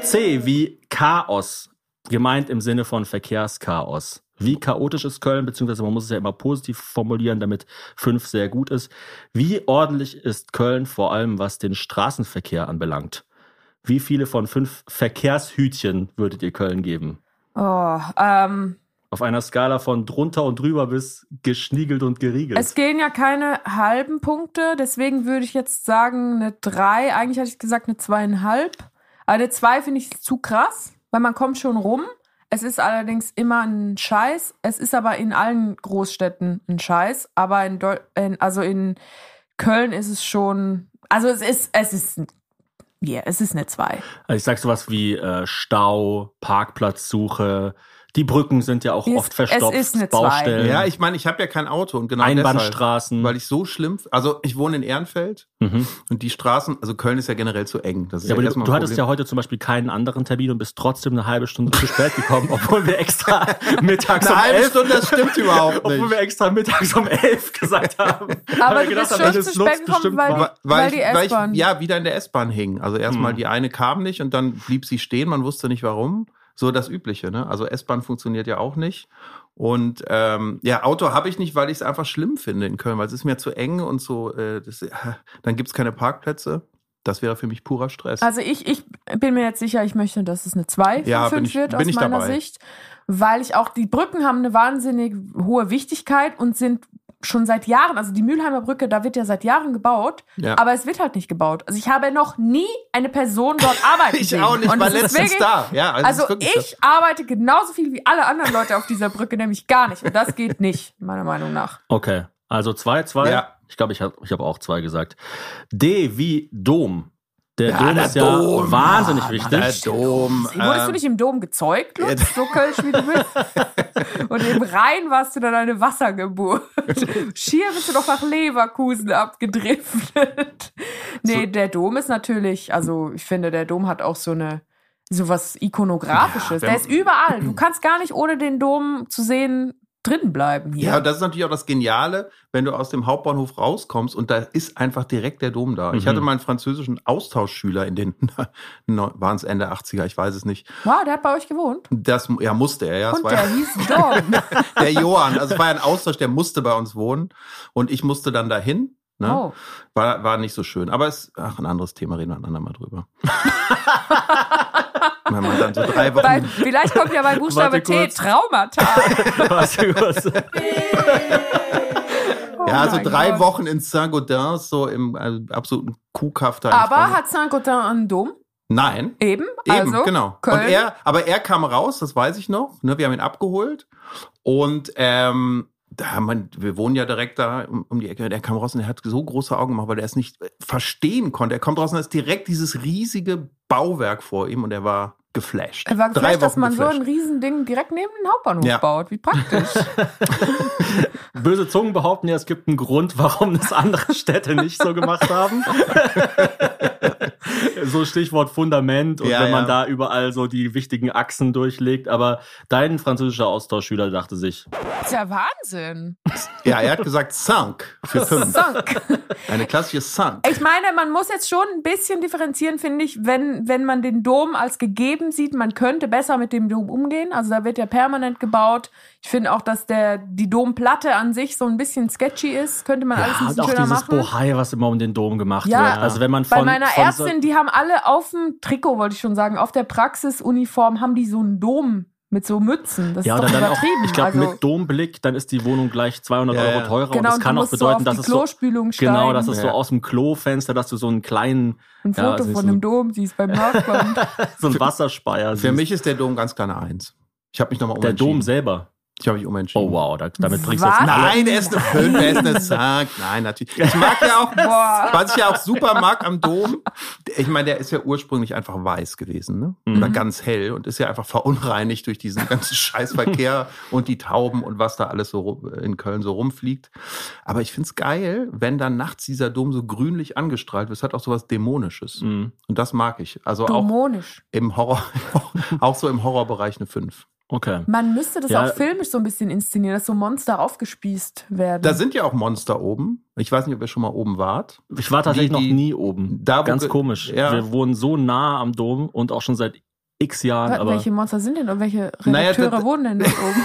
S7: C wie Chaos. Gemeint im Sinne von Verkehrschaos. Wie chaotisch ist Köln, beziehungsweise man muss es ja immer positiv formulieren, damit 5 sehr gut ist. Wie ordentlich ist Köln, vor allem was den Straßenverkehr anbelangt? Wie viele von fünf Verkehrshütchen würdet ihr Köln geben?
S3: Oh, ähm,
S7: Auf einer Skala von drunter und drüber bis geschniegelt und geriegelt.
S3: es gehen ja keine halben Punkte, deswegen würde ich jetzt sagen eine 3. Eigentlich hatte ich gesagt eine zweieinhalb. Aber eine 2 finde ich zu krass, weil man kommt schon rum. Es ist allerdings immer ein Scheiß. Es ist aber in allen Großstädten ein Scheiß. Aber in, Deu in also in Köln ist es schon. Also es ist, es ist, yeah, es ist eine 2.
S7: also ich sag sowas wie äh, Stau, Parkplatzsuche. Die Brücken sind ja auch
S3: Es-
S7: oft verstopft,
S3: es ist eine Zwei.
S7: Baustellen,
S4: Ja, ich meine, ich habe ja kein Auto und genau deshalb,
S7: Einbahnstraßen.
S4: weil ich so schlimm, also ich wohne in Ehrenfeld
S7: mhm.
S4: und die Straßen, also Köln ist ja generell zu eng. Das ist
S7: ja, aber du,
S4: erstmal ein
S7: du hattest ja
S4: Problem.
S7: heute zum Beispiel keinen anderen Termin und bist trotzdem eine halbe Stunde zu spät gekommen, obwohl wir extra mittags
S4: eine
S7: um
S4: halbe
S7: elf,
S4: Stunde, das stimmt überhaupt
S7: obwohl wir
S4: nicht.
S7: extra mittags um elf gesagt haben.
S3: Aber
S7: Weil wir
S3: du bist
S7: gedacht haben,
S3: schon
S7: das
S3: zu
S7: nutzt
S3: spät gekommen,
S7: bestimmt
S3: weil
S7: was.
S3: die- weil die
S4: weil
S3: S-Bahn-
S4: ich ja wieder in der S-Bahn hing. Also erstmal
S7: Mhm.
S4: die eine kam nicht und dann blieb sie stehen, man wusste nicht warum. So das Übliche, ne? Also S-Bahn funktioniert ja auch nicht. Und ähm, ja, Auto habe ich nicht, weil ich es einfach schlimm finde in Köln, weil es ist mir zu eng und so, äh, das, dann gibt's keine Parkplätze. Das wäre für mich purer Stress.
S3: Also ich, ich bin mir jetzt sicher, ich möchte, dass es eine 2 von
S4: Ja, bin
S3: 5
S4: ich-
S3: wird
S4: bin
S3: aus
S4: ich
S3: meiner
S4: dabei.
S3: Sicht. Weil ich auch, die Brücken haben eine wahnsinnig hohe Wichtigkeit und sind schon seit Jahren, also die Mülheimer Brücke, da wird ja seit Jahren gebaut,
S4: Ja.
S3: aber es wird halt nicht gebaut. Also ich habe noch nie eine Person dort arbeiten
S4: Ich
S3: sehen.
S4: auch nicht,
S3: Und
S4: war
S3: es ist
S4: letztens da. Ja, also es
S3: also
S4: ist wirklich
S3: ich arbeite genauso viel wie alle anderen Leute auf dieser Brücke, nämlich gar nicht. Und das geht nicht, meiner Meinung nach.
S7: Okay, also zwei, zwei.
S4: Ja.
S7: Ich glaube, ich habe ich hab auch zwei gesagt. D wie Dom. Der
S4: Ja,
S7: Dom
S4: der
S7: ist ja
S4: Dom,
S7: wahnsinnig
S4: Mann,
S7: wichtig.
S4: der Dom.
S3: Wurdest du
S4: ähm,
S3: nicht im Dom gezeugt, Lutz? So kölsch wie du bist. Und im Rhein warst du dann eine Wassergeburt. Schier bist du doch nach Leverkusen abgedriftet. Nee, der Dom ist natürlich, also ich finde, der Dom hat auch so eine sowas ikonografisches.
S4: Ja, wenn-
S3: der ist überall. Du kannst gar nicht ohne den Dom zu sehen drin bleiben hier.
S4: Ja, das ist natürlich auch das Geniale, wenn du aus dem Hauptbahnhof rauskommst und da ist einfach direkt der Dom da. Ich
S7: Mhm.
S4: hatte mal einen französischen Austauschschüler in den, waren es Ende 80er, ich weiß es nicht.
S3: wow, der hat bei euch gewohnt.
S4: Das, ja, musste er, ja. Ne? Es
S3: Und
S4: war
S3: der
S4: ja
S3: hieß Dom.
S4: der Johann, also es war ja ein Austausch, der musste bei uns wohnen und ich musste dann dahin. Ne?
S3: Oh.
S4: War, war nicht so schön. Aber es, ach, ein anderes Thema, reden wir ein andermal drüber. Wenn man dann so drei Wochen
S3: Bei, vielleicht kommt ja bei Buchstabe
S7: Warte
S3: T
S7: kurz.
S3: Traumata.
S7: Warte kurz.
S3: Oh
S4: Ja, also
S3: mein
S4: drei
S3: Gott.
S4: Wochen in Saint-Gaudin, so im also, absoluten Kuhkaff da. in
S3: Aber
S4: Frankreich.
S3: hat Saint-Gotin einen Dom?
S4: Nein.
S3: Eben,
S4: Eben,
S3: also
S4: genau.
S3: Köln.
S4: Und er, aber er kam raus, das weiß ich noch. Ne, wir haben ihn abgeholt. Und ähm, da haben wir, wir wohnen ja direkt da um, um die Ecke. Und er kam raus und er hat so große Augen gemacht, weil er es nicht äh, verstehen konnte. Er kommt raus und da ist direkt dieses riesige Bauwerk vor ihm und er war geflasht.
S3: Er war geflasht,
S4: Drei Wochen
S3: dass man so ein
S4: geflasht.
S3: Riesending direkt neben den Hauptbahnhof
S4: Ja.
S3: baut. Wie praktisch.
S7: Böse Zungen behaupten ja, es gibt einen Grund, warum das andere Städte nicht so gemacht haben. so Stichwort Fundament und
S4: Ja,
S7: wenn man
S4: ja.
S7: da überall so die wichtigen Achsen durchlegt. Aber dein französischer Austauschschüler dachte sich,
S3: Das ist ja Wahnsinn.
S4: ja, er hat gesagt Sank für fünf.
S3: Sunk.
S4: Eine klassische Sank.
S3: Ich meine, man muss jetzt schon ein bisschen differenzieren, finde ich, wenn, wenn man den Dom als gegeben sieht, man könnte besser mit dem Dom umgehen. Also da wird ja permanent gebaut. Ich finde auch, dass der, die Domplatte an sich so ein bisschen sketchy ist. Könnte man alles ein
S7: ja, und
S3: bisschen
S7: auch
S3: schöner
S7: dieses
S3: machen.
S7: Bohai, was immer um den Dom gemacht
S3: Ja,
S7: wird. Also wenn man von,
S3: Bei meiner
S7: von so-
S3: Ärztin, die haben alle auf dem Trikot, wollte ich schon sagen, auf der Praxisuniform haben die so einen Dom mit so Mützen. Das
S7: Ja,
S3: ist
S7: oder
S3: doch
S7: dann auch,
S3: übertrieben.
S7: ich glaube,
S3: also,
S7: mit Domblick, dann ist die Wohnung gleich 200
S4: Ja, ja.
S7: Euro teurer. und
S3: genau,
S7: das
S3: und
S7: kann
S3: du
S7: auch
S3: musst so
S7: bedeuten,
S3: auf
S7: dass
S3: die
S7: es so,
S3: Klospülung
S7: genau,
S3: steigen.
S7: dass es so
S4: Ja.
S7: aus dem Klofenster, dass du so einen kleinen,
S3: ein
S7: ja,
S3: Foto
S7: also
S3: von
S7: so-
S3: dem Dom siehst beim Nachbarn.
S7: so einen Wasserspeier
S4: Für
S7: siehst.
S4: mich ist der Dom ganz kleine Eins. Ich habe mich nochmal
S7: Also Der
S4: umentschieden.
S7: Dom selber.
S4: Ich Ich habe mich umentschieden.
S1: Oh wow, da, damit bringst du
S3: Was?
S1: jetzt einen alle.
S4: Nein, er ist eine Fünf, er ist eine Zack. Nein, natürlich. Ich mag ja auch, was ich ja auch super mag am Dom. Ich meine, der ist ja ursprünglich einfach weiß gewesen, ne? Oder ganz hell und ist ja einfach verunreinigt durch diesen ganzen Scheißverkehr und die Tauben und was da alles so rum- in Köln so rumfliegt. Aber ich find's geil, wenn dann nachts dieser Dom so grünlich angestrahlt wird. Es hat auch sowas Dämonisches. Und das mag ich. Also auch
S3: Dämonisch.
S4: im Horror, auch so im Horrorbereich eine Fünf.
S1: Okay.
S3: Man müsste das
S1: Ja.
S3: auch filmisch so ein bisschen inszenieren, dass so Monster aufgespießt werden.
S4: Da sind ja auch Monster oben. Ich weiß nicht, ob ihr schon mal oben wart.
S1: Ich war tatsächlich
S4: Die- die-
S1: noch nie oben.
S4: da, wo
S1: Ganz
S4: ge-
S1: komisch.
S4: ja.
S1: Wir wohnen so nah am Dom und auch schon seit x Jahren,
S3: Warte,
S1: aber
S3: welche Monster sind denn und welche
S4: Naja,
S3: Redakteure
S4: das-
S3: wohnen denn dort oben?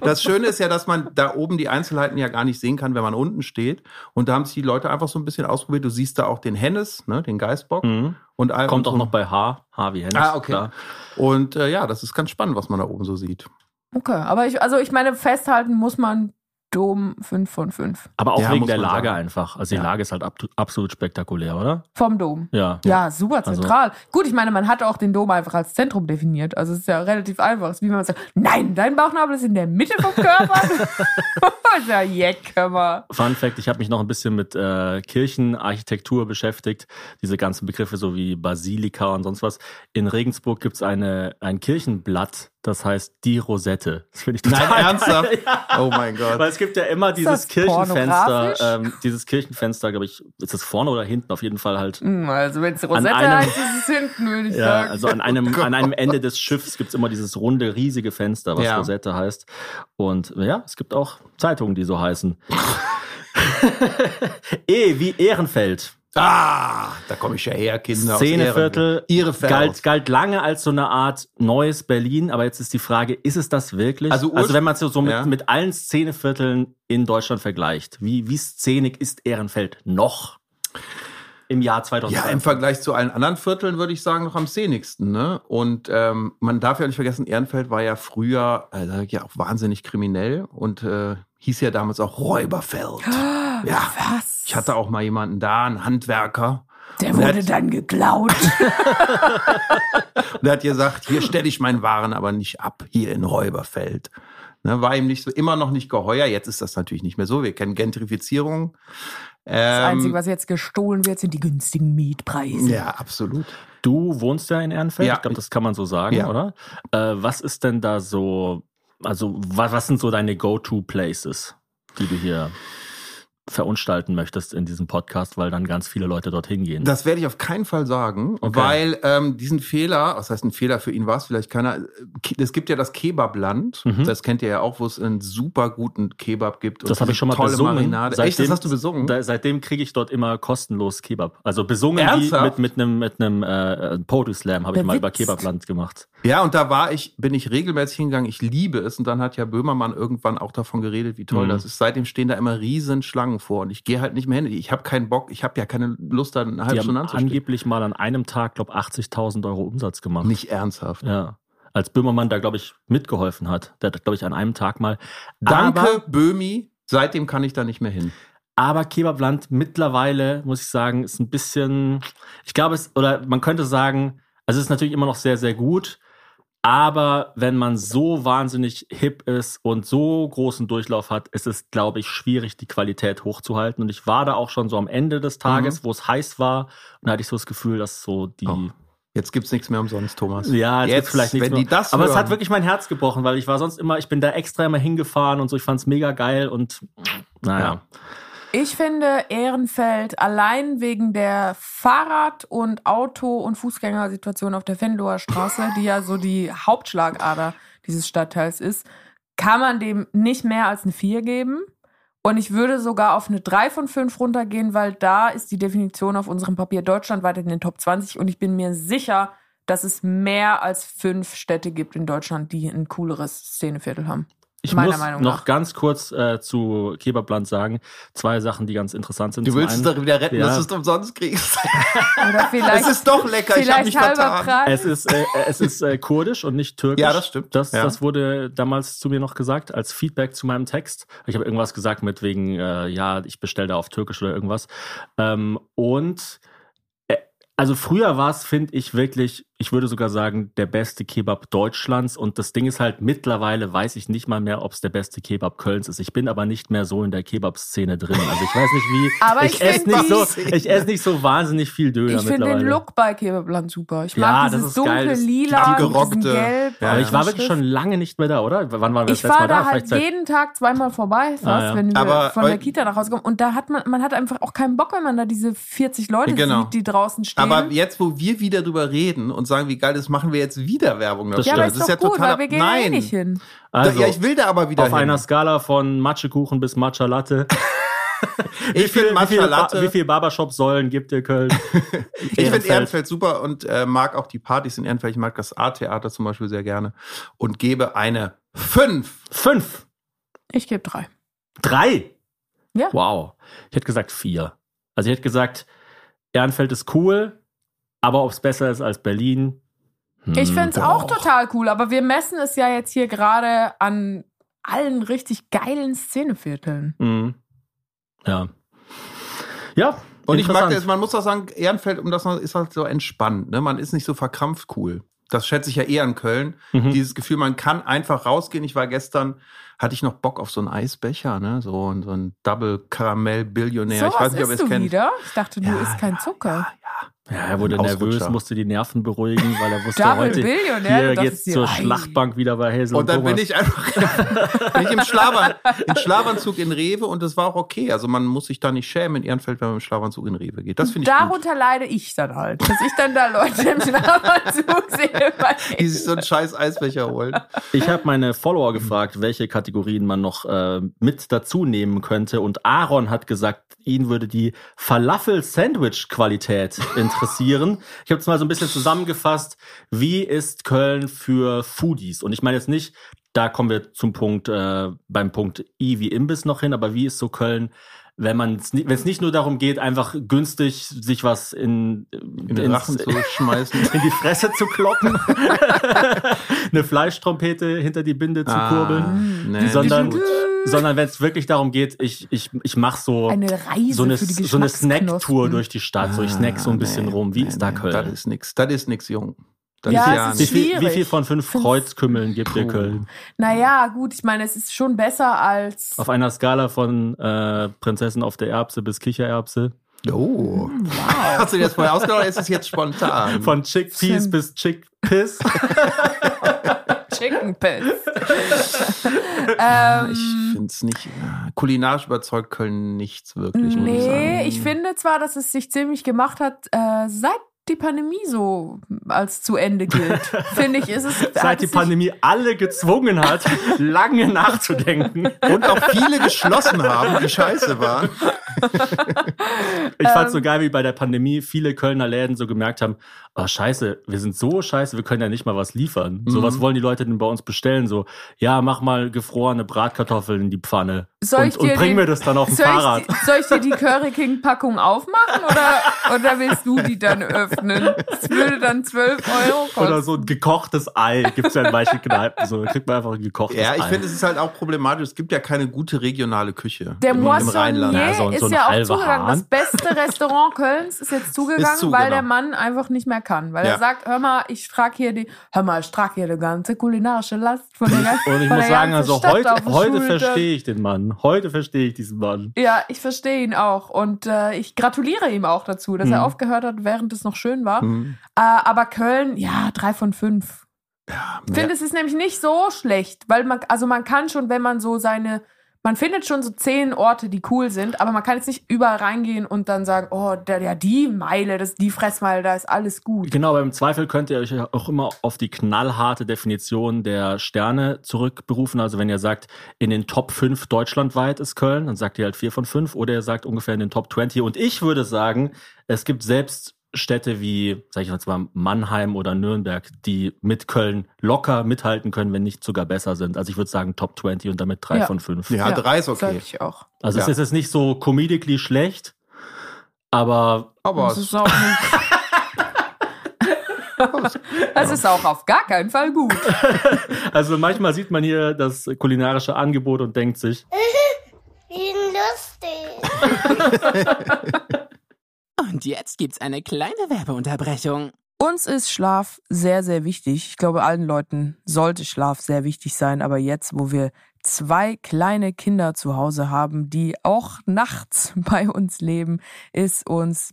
S4: Das Schöne ist ja, dass man da oben die Einzelheiten ja gar nicht sehen kann, wenn man unten steht. Und da haben es die Leute einfach so ein bisschen ausprobiert. Du siehst da auch den Hennes, ne, den Geißbock.
S1: Mhm.
S4: Und all-
S1: kommt
S4: und
S1: auch noch bei H, H wie Hennes.
S4: Ah, okay.
S1: klar.
S4: Und äh, ja, das ist ganz spannend, was man da oben so sieht.
S3: Okay, aber ich, also ich meine, festhalten muss man Dom 5 von 5.
S1: Aber auch
S4: Ja,
S1: wegen
S4: muss
S1: der
S4: man
S1: Lage
S4: sagen.
S1: einfach. Also die
S4: Ja.
S1: Lage ist halt abtu- absolut spektakulär, oder?
S3: Vom Dom.
S1: Ja.
S3: Ja, super
S1: Also-
S3: zentral. Gut, ich meine, man hat auch den Dom einfach als Zentrum definiert. Also es ist ja relativ einfach. Es ist wie wenn man sagt, nein, dein Bauchnabel ist in der Mitte vom Körper. ist ja jeck, hör mal.
S1: Fun Fact, ich habe mich noch ein bisschen mit äh, Kirchenarchitektur beschäftigt, diese ganzen Begriffe so wie Basilika und sonst was. In Regensburg gibt's eine ein Kirchenblatt, das heißt die Rosette. Das finde ich total
S4: Nein,
S1: geil.
S4: ernsthaft?
S1: Ja.
S4: Oh mein
S1: Weil
S4: Gott.
S1: es gibt ja immer
S3: das
S1: dieses Kirchenfenster,
S3: pornografisch?
S1: ähm, dieses Kirchenfenster, glaube ich, ist das vorne oder hinten auf jeden Fall halt.
S3: Hm, Also wenn es Rosette
S1: einem-
S3: heißt, ist es hinten, würde ich Oh
S1: Ja,
S3: sagen.
S1: also an einem, an einem Ende des Schiffs gibt's immer dieses runde, riesige Fenster, was
S4: Ja.
S1: Rosette heißt. Und ja, es gibt auch Zeitungen, die so heißen. e wie Ehrenfeld.
S4: Ah, da komme ich ja her, Kinder. aus
S1: Szeneviertel
S4: Ehrenfeld. Ehrenfeld.
S1: galt, galt lange als so eine Art neues Berlin, aber jetzt ist die Frage, ist es das wirklich?
S4: Also ursch-
S1: wenn man es so mit,
S4: Ja.
S1: mit allen Szenevierteln in Deutschland vergleicht, wie, wie szenig ist Ehrenfeld noch im Jahr
S4: Ja,
S1: 2020?
S4: im Vergleich zu allen anderen Vierteln würde ich sagen, noch am szenigsten. Ne? Und ähm, man darf ja nicht vergessen, Ehrenfeld war ja früher äh, ja auch wahnsinnig kriminell und äh, hieß ja damals auch Räuberfeld. Ja,
S3: Was?
S4: ich hatte auch mal jemanden da, einen Handwerker.
S3: der
S4: und
S3: wurde
S4: hat-
S3: dann geklaut.
S4: Und der hat gesagt, hier stelle ich meinen Waren aber nicht ab, hier in Räuberfeld. Ne, war ihm nicht so, immer noch nicht geheuer. Jetzt ist das natürlich nicht mehr so. Wir kennen Gentrifizierung.
S3: Das Einzige,
S4: Ähm,
S3: was jetzt gestohlen wird, sind die günstigen Mietpreise.
S4: ja, absolut.
S1: Du wohnst ja in Ehrenfeld,
S4: Ja.
S1: ich glaube, das kann man so sagen,
S4: Ja.
S1: oder? Äh, was ist denn da so, also was, was sind so deine Go-To-Places, die du hier verunstalten möchtest in diesem Podcast, weil dann ganz viele Leute dorthin gehen?
S4: Das werde ich auf keinen Fall sagen,
S1: Okay.
S4: weil ähm, diesen Fehler, was heißt ein Fehler für ihn war es vielleicht keiner, äh, Ke- es gibt ja das Kebabland,
S1: Mhm.
S4: das kennt ihr ja auch, wo es einen super guten Kebab gibt.
S1: Das habe
S4: diese
S1: ich schon mal
S4: tolle
S1: besungen.
S4: Marinade. Echt, das hast du besungen?
S1: Da, seitdem kriege ich dort immer kostenlos Kebab. Also besungen wie mit,
S4: Ernsthaft?
S1: mit einem mit einem äh, Poetry Slam habe ich mal über
S3: Bewitzt.
S1: Kebabland gemacht.
S4: Ja, und da war ich, bin ich regelmäßig hingegangen. Ich liebe es. Und dann hat ja Böhmermann irgendwann auch davon geredet, wie toll
S1: Mhm.
S4: das ist. Seitdem stehen da immer riesen Schlangen vor und ich gehe halt nicht mehr hin. Ich habe keinen Bock, ich habe ja keine Lust, da eine
S1: Die
S4: halbe
S1: haben
S4: Stunde anzustehen.
S1: angeblich mal an einem Tag glaube 80.000 Euro Umsatz gemacht.
S4: Nicht ernsthaft.
S1: Ja. Als Böhmermann da, glaube ich, mitgeholfen hat. Der hat, glaube ich, an einem Tag mal.
S4: Danke,
S1: Aber,
S4: Böhmi. Seitdem kann ich da nicht mehr hin.
S1: aber Kebabland mittlerweile, muss ich sagen, ist ein bisschen. Ich glaube, es, oder man könnte sagen, also es ist natürlich immer noch sehr, sehr gut. Aber wenn man so wahnsinnig hip ist und so großen Durchlauf hat, ist es, glaube ich, schwierig, die Qualität hochzuhalten. Und ich war da auch schon so am Ende des Tages, wo es heiß war. Und da hatte ich so das Gefühl, dass so die.
S4: Oh. Jetzt gibt's nichts mehr umsonst, Thomas.
S1: Mhm. Ja, jetzt, gibt's vielleicht nichts
S4: wenn
S1: mehr.
S4: die das
S1: Aber
S4: hören,
S1: es hat wirklich mein Herz gebrochen, weil ich war sonst immer, ich bin da extra immer hingefahren und so, ich fand's mega geil und naja.
S3: Ich finde Ehrenfeld allein wegen der Fahrrad- und Auto- und Fußgängersituation auf der Venloer Straße, die ja so die Hauptschlagader dieses Stadtteils ist, kann man dem nicht mehr als eine 4 geben. Und ich würde sogar auf eine 3 von 5 runtergehen, weil da ist die Definition auf unserem Papier Deutschland weiter in den Top 20 und ich bin mir sicher, dass es mehr als fünf Städte gibt in Deutschland, die ein cooleres Szeneviertel haben.
S1: Ich
S3: Meiner
S1: muss
S3: Meinung
S1: noch
S3: nach.
S1: ganz kurz äh, zu Kebabland sagen, zwei Sachen, die ganz interessant sind.
S4: Du
S1: Zum
S4: willst es
S1: einen-
S4: doch wieder retten,
S1: Ja.
S4: dass du es umsonst kriegst.
S3: Oder vielleicht,
S4: Es ist doch lecker, ich habe
S3: vielleicht
S4: mich
S3: halber
S4: vertan.
S3: Preis.
S1: Es ist, äh, es ist äh, kurdisch und nicht türkisch.
S4: Ja, das stimmt.
S1: Das,
S4: Ja.
S1: das wurde damals zu mir noch gesagt, als Feedback zu meinem Text. Ich habe irgendwas gesagt mit wegen, äh, ja, ich bestelle da auf türkisch oder irgendwas. Ähm, und äh, Also früher war es, finde ich, wirklich, ich würde sogar sagen, der beste Kebab Deutschlands. Und das Ding ist halt, mittlerweile weiß ich nicht mal mehr, ob es der beste Kebab Kölns ist. Ich bin aber nicht mehr so in der Kebab-Szene drin. Also ich weiß nicht wie.
S3: Aber ich
S1: esse
S3: find
S1: nicht, so,
S3: die-
S1: ich ess nicht so wahnsinnig viel Döner
S3: ich finde
S1: mittlerweile.
S3: den Look bei Kebabland super. Ich
S1: Ja,
S3: mag
S1: das
S3: dieses
S1: ist geil,
S3: dunkle
S1: das-
S3: Lila,
S4: die
S3: und diesen
S4: gerockte-
S3: Gelb.
S4: Ja,
S1: aber
S4: ja.
S1: ich war wirklich schon lange nicht mehr da, oder? Wann waren wir das
S3: Ich
S1: letzte
S3: war
S1: Mal da?
S3: da halt
S1: seit-
S3: jeden Tag zweimal vorbei, fast,
S1: Ah, ja.
S3: wenn wir
S4: Aber-
S3: von der
S4: aber-
S3: Kita nach Hause kommen. Und da hat man, man hat einfach auch keinen Bock, wenn man da diese 40 Leute
S4: Genau.
S3: sieht, die draußen stehen.
S4: Aber jetzt, wo wir wieder drüber reden und sagen, wie geil das ist, machen wir jetzt wieder Werbung dafür.
S3: ja, aber
S1: stimmt.
S3: ist doch gut,
S4: totaler-
S3: weil wir gehen ja eh
S4: Nein.
S3: nicht hin.
S1: also,
S4: ja, ich will da aber wieder
S1: auf
S4: hin.
S1: einer Skala von Matschekuchen bis Matcha Latte.
S4: ich finde
S1: wie,
S4: Matcha
S1: viele Ba- wie
S4: Latte.
S1: viel Barbershop sollen gibt dir Köln?
S4: Ich finde Ehrenfeld super und äh, mag auch die Partys in Ehrenfeld. Ich mag das A-Theater zum Beispiel sehr gerne und gebe eine 5.
S1: Fünf.
S3: Ich gebe drei.
S1: Drei?
S3: Ja.
S1: Wow. Ich hätte gesagt vier. Also ich hätte gesagt, Ehrenfeld ist cool, aber ob es besser ist als Berlin. hm,
S3: Ich finde es auch
S1: boah.
S3: total cool, aber wir messen es ja jetzt hier gerade an allen richtig geilen Szenevierteln.
S1: Mhm. Ja. Ja.
S4: Und ich mag
S1: interessant.
S4: das, man muss auch sagen, Ehrenfeld, um das noch- ist halt so entspannt. Ne? Man ist nicht so verkrampft cool. Das schätze ich ja eher in Köln.
S1: Mhm.
S4: Dieses Gefühl, man kann einfach rausgehen. Ich war gestern, hatte ich noch Bock auf so einen Eisbecher, ne? So, und so ein Double Karamell Billionär.
S3: Sowas
S4: ich weiß nicht, ob ihr
S3: isst
S4: es
S3: du
S4: kennt.
S3: wieder? Ich dachte, du
S4: Ja,
S3: isst kein Zucker.
S1: Ja, er wurde
S4: Ein
S1: nervös,
S4: Ausrutscher.
S1: musste die Nerven beruhigen, weil er wusste
S3: Double
S1: heute.
S3: Billionär,
S1: Hier
S3: du dachtest
S1: geht's
S3: dir,
S1: zur
S3: ei.
S1: Schlachtbank wieder bei Hazel und,
S4: Und dann bin
S1: Thomas.
S4: ich einfach bin ich im, Schlabern, im Schlafanzug in Rewe und das war auch okay. Also man muss sich da nicht schämen in Ehrenfeld, wenn man im Schlafanzug in Rewe geht. Das finde ich gut.
S3: Darunter leide ich dann halt, dass ich dann da Leute im Schlafanzug sehe. weil
S4: Die sich so einen scheiß Eisbecher holen.
S1: Ich habe meine Follower gefragt, welche Kategorien man noch äh, mit dazu nehmen könnte. Und Aaron hat gesagt, ihn würde die Falafel-Sandwich-Qualität interessieren. ich habe es mal so ein bisschen zusammengefasst. Wie ist Köln für Foodies? Und ich meine jetzt nicht, da kommen wir zum Punkt, äh, beim Punkt I wie Imbiss noch hin, aber wie ist so Köln, wenn man es nicht nur darum geht, einfach günstig sich was in,
S4: In den Rachen zu schmeißen.
S1: in die Fresse zu kloppen, eine Fleischtrompete hinter die Binde zu
S3: Ah.
S1: kurbeln,
S4: Ah, nee,
S1: sondern,
S4: nicht gut.
S1: sondern wenn es wirklich darum geht, ich, ich, ich mache so
S3: Eine Reise
S1: so eine,
S3: für die
S1: so eine Snack-Tour
S3: Geschmacksknospen. Ah,
S1: durch die Stadt, so ich snack so ein bisschen
S4: Nee,
S1: rum. Wie
S4: nee,
S1: ist da
S4: nee,
S1: Köln?
S4: Das ist nix. Das ist nix, Jung. Das
S3: Ja,
S4: ist
S3: es
S4: ja
S3: ist
S1: wie,
S4: nix.
S1: viel, wie
S3: schwierig.
S1: viel von fünf
S3: Fünf.
S1: Kreuzkümmeln gibt dir
S4: Puh.
S1: Köln?
S3: Naja, gut, ich meine, es ist schon besser als.
S1: Auf einer Skala von äh, Prinzessin auf der Erbse bis Kichererbse.
S4: Oh. Hast du dir das vorher ausgedacht oder ist es jetzt spontan?
S1: Von Chickpeas
S3: Stimmt.
S1: bis Chickpiss.
S3: Chicken Pills.
S4: ich
S3: ähm,
S4: finde es nicht. ja, Kulinarisch überzeugt Köln nichts wirklich, muss ich sagen.
S3: nee, ich finde zwar, dass es sich ziemlich gemacht hat, äh, seit die Pandemie so als zu Ende gilt. finde ich, ist es. hat
S1: Seit die
S3: es sich-
S1: Pandemie alle gezwungen hat, lange nachzudenken.
S4: Und auch viele geschlossen haben, die scheiße waren.
S1: Ich fand's
S3: Ähm.
S1: so geil, wie bei der Pandemie viele Kölner Läden so gemerkt haben, oh scheiße, wir sind so scheiße, wir können ja nicht mal was liefern.
S3: Mhm.
S1: So,
S7: Mhm.
S1: was wollen die Leute denn bei uns bestellen? So, ja, mach mal gefrorene Bratkartoffeln in die Pfanne
S3: Soll ich
S1: und,
S3: dir
S1: und bring
S3: den-
S1: mir das dann auf dem
S3: Soll
S1: Fahrrad.
S3: ich, die- soll ich dir die Curry King Packung aufmachen oder, oder willst du die dann öffnen? Das würde dann 12 Euro kosten.
S1: Oder so ein gekochtes Ei gibt's ja in manchen Kneipen. So, da kriegt man einfach ein gekochtes
S4: Ja,
S1: Ei.
S4: ich finde, es ist halt auch problematisch. Es gibt ja keine gute regionale Küche
S3: Der
S4: im, im Rheinland.
S3: Moissonnier
S1: Ja, Also, so- so
S3: ist
S1: ein
S3: ja auch
S1: halber
S3: zugegangen. Das
S1: Hahn.
S3: beste Restaurant Kölns ist jetzt zugegangen,
S4: Ist zu,
S3: weil
S4: genau.
S3: der Mann einfach nicht mehr kann. Weil
S4: Ja.
S3: er sagt, hör mal, ich trag hier die, hör mal, ich trag hier die ganze kulinarische Last von der ganzen
S1: und ich
S3: von
S1: muss
S3: der
S1: sagen,
S3: ganzen
S1: also
S3: Stadt
S1: heute,
S3: auf den
S1: heute
S3: Schultern.
S1: verstehe ich den Mann. Heute verstehe ich diesen Mann.
S3: Ja, ich verstehe ihn auch. Und äh, ich gratuliere ihm auch dazu, dass
S1: Mhm.
S3: er aufgehört hat, während es noch schön war.
S4: Hm.
S3: Äh, aber Köln, ja, drei von fünf. Ich finde, es ist nämlich nicht so schlecht, weil man, also man kann schon, wenn man so seine, man findet schon so zehn Orte, die cool sind, aber man kann jetzt nicht überall reingehen und dann sagen, oh, da, ja, die Meile, das, die Fressmeile, da ist alles gut.
S1: Genau, beim Zweifel könnt ihr euch ja auch immer auf die knallharte Definition der Sterne zurückberufen. Also wenn ihr sagt, in den Top 5 deutschlandweit ist Köln, dann sagt ihr halt 4 von 5 oder ihr sagt ungefähr in den Top 20. Und ich würde sagen, es gibt selbst Städte wie, sag ich jetzt mal, Mannheim oder Nürnberg, die mit Köln locker mithalten können, wenn nicht sogar besser sind. Also ich würde sagen Top 20 und damit 3
S3: Ja.
S1: von 5.
S4: Ja,
S3: Ja,
S4: drei ist
S3: Sag
S4: okay.
S3: ich auch.
S1: Also es
S4: Ja.
S1: ist jetzt nicht so comedically schlecht, aber
S4: Aber
S3: Das ist auch, nicht, das ist auch auf gar keinen Fall gut.
S1: also manchmal sieht man hier das kulinarische Angebot und denkt sich,
S8: Wie lustig. Und jetzt gibt's eine kleine Werbeunterbrechung.
S3: Uns ist Schlaf sehr, sehr wichtig. Ich glaube, allen Leuten sollte Schlaf sehr wichtig sein. Aber jetzt, wo wir zwei kleine Kinder zu Hause haben, die auch nachts bei uns leben, ist uns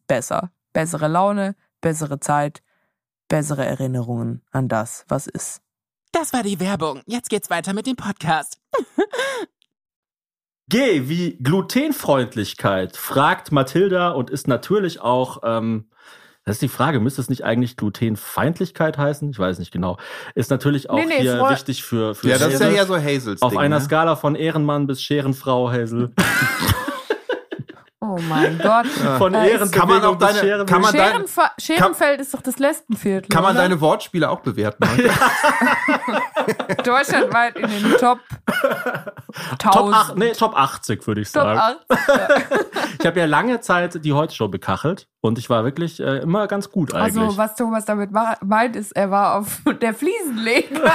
S3: besser. Bessere Laune, bessere Zeit, bessere Erinnerungen an das, was ist.
S8: Das war die Werbung. Jetzt geht's weiter mit dem Podcast.
S7: G wie Glutenfreundlichkeit, fragt Mathilda und ist natürlich auch, ähm, das ist die Frage, müsste es nicht eigentlich Glutenfeindlichkeit heißen? Ich weiß nicht genau. Ist natürlich auch
S3: Nee, nee,
S7: hier
S3: Freu-
S7: wichtig für, für
S4: Ja, das ist ja
S7: Schere.
S4: eher so Hazels
S7: Auf
S4: Ding,
S7: einer
S4: ne?
S7: Skala von Ehrenmann bis Scherenfrau, Hazel.
S3: Oh mein Gott.
S7: Von
S3: Äh,
S7: Ehrenbewegung
S4: kann man auch
S7: bis
S4: deine-
S7: Scherenbewegung.
S4: kann man-
S3: Scherenfa Scherenfeld ist doch das Lesbenviertel.
S4: Kann man
S3: oder?
S4: deine Wortspiele auch bewerten? Heute?
S3: Deutschlandweit in den Top 1000.
S7: Top, acht- nee, Top 80, würde ich
S3: Top
S7: sagen.
S3: 8.
S7: Ich habe ja lange Zeit die Heute-Show bekachelt und ich war wirklich äh, immer ganz gut eigentlich.
S3: Also, was Thomas damit ma- meint, ist, er war auf der Fliesenleger.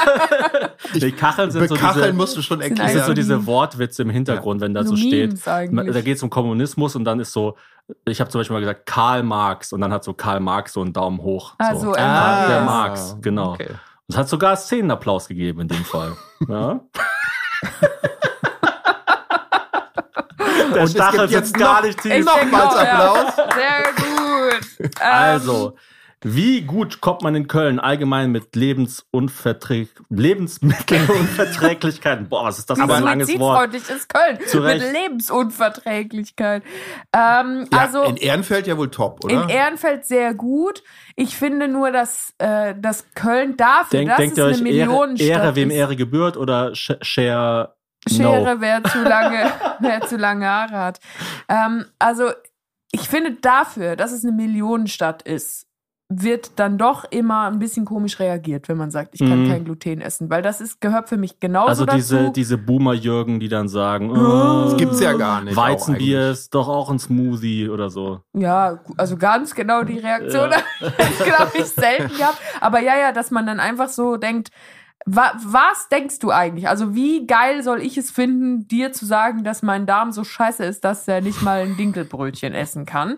S7: die Kacheln sind so diese,
S4: Bekacheln musst du schon
S7: das
S4: erklären.
S7: sind so diese Wortwitze im Hintergrund, wenn da so
S3: So
S7: steht.
S3: Memes eigentlich.
S7: Da geht es um Kommunismus und dann ist so, ich habe zum Beispiel mal gesagt, Karl Marx und dann hat so Karl Marx so einen Daumen hoch.
S3: Also,
S7: so.
S3: er
S7: Ah,
S3: mag
S7: der
S3: es.
S7: Marx, genau.
S4: Okay.
S7: Es hat sogar Szenenapplaus gegeben in dem Fall.
S3: Ähm,
S7: Ja? Der
S4: Und es
S7: Stachel
S4: Oh, gibt
S7: sitzt
S4: jetzt
S7: gar
S4: noch-
S7: nicht tief.
S3: Ich denke
S4: Nochmals
S3: auch, ja.
S4: Applaus.
S3: Sehr gut. Ähm,
S7: Also, wie gut kommt man in Köln allgemein mit Lebensunverträg Lebensmittelunverträglichkeiten? Boah, was ist das für
S3: Aber
S7: ein langes Wort?
S3: suizidfreundlich ist Köln.
S7: Zurecht.
S3: Mit Lebensunverträglichkeit. Ähm,
S4: Ja,
S3: also
S4: in Ehrenfeld ja wohl top, oder?
S3: in Ehrenfeld sehr gut. Ich finde nur, dass, äh, dass Köln dafür,
S7: Denk,
S3: dass
S7: denkt
S3: es
S7: ihr
S3: eine
S7: euch, Ehre,
S3: Millionenstadt
S7: Ehre wem
S3: ist.
S7: Ehre gebührt oder Sch- Share?
S3: Schere,
S7: No.
S3: wer zu lange, wer zu lange Haare hat. Ähm, also ich finde dafür, dass es eine Millionenstadt ist, wird dann doch immer ein bisschen komisch reagiert, wenn man sagt, ich kann
S7: Mhm.
S3: kein Gluten essen, weil das ist gehört für mich genauso
S7: Also diese,
S3: dazu.
S7: diese Boomer-Jürgen, die dann sagen,
S4: Das
S7: äh,
S4: gibt's ja gar nicht. auch
S7: Weizenbier
S4: eigentlich.
S7: ist doch auch ein Smoothie oder so.
S3: ja, also ganz genau die Reaktion,
S7: Ja.
S3: glaube ich, selten gehabt. Aber ja, ja, dass man dann einfach so denkt, wa was denkst du eigentlich? Also wie geil soll ich es finden, dir zu sagen, dass mein Darm so scheiße ist, dass er nicht mal ein Dinkelbrötchen essen kann?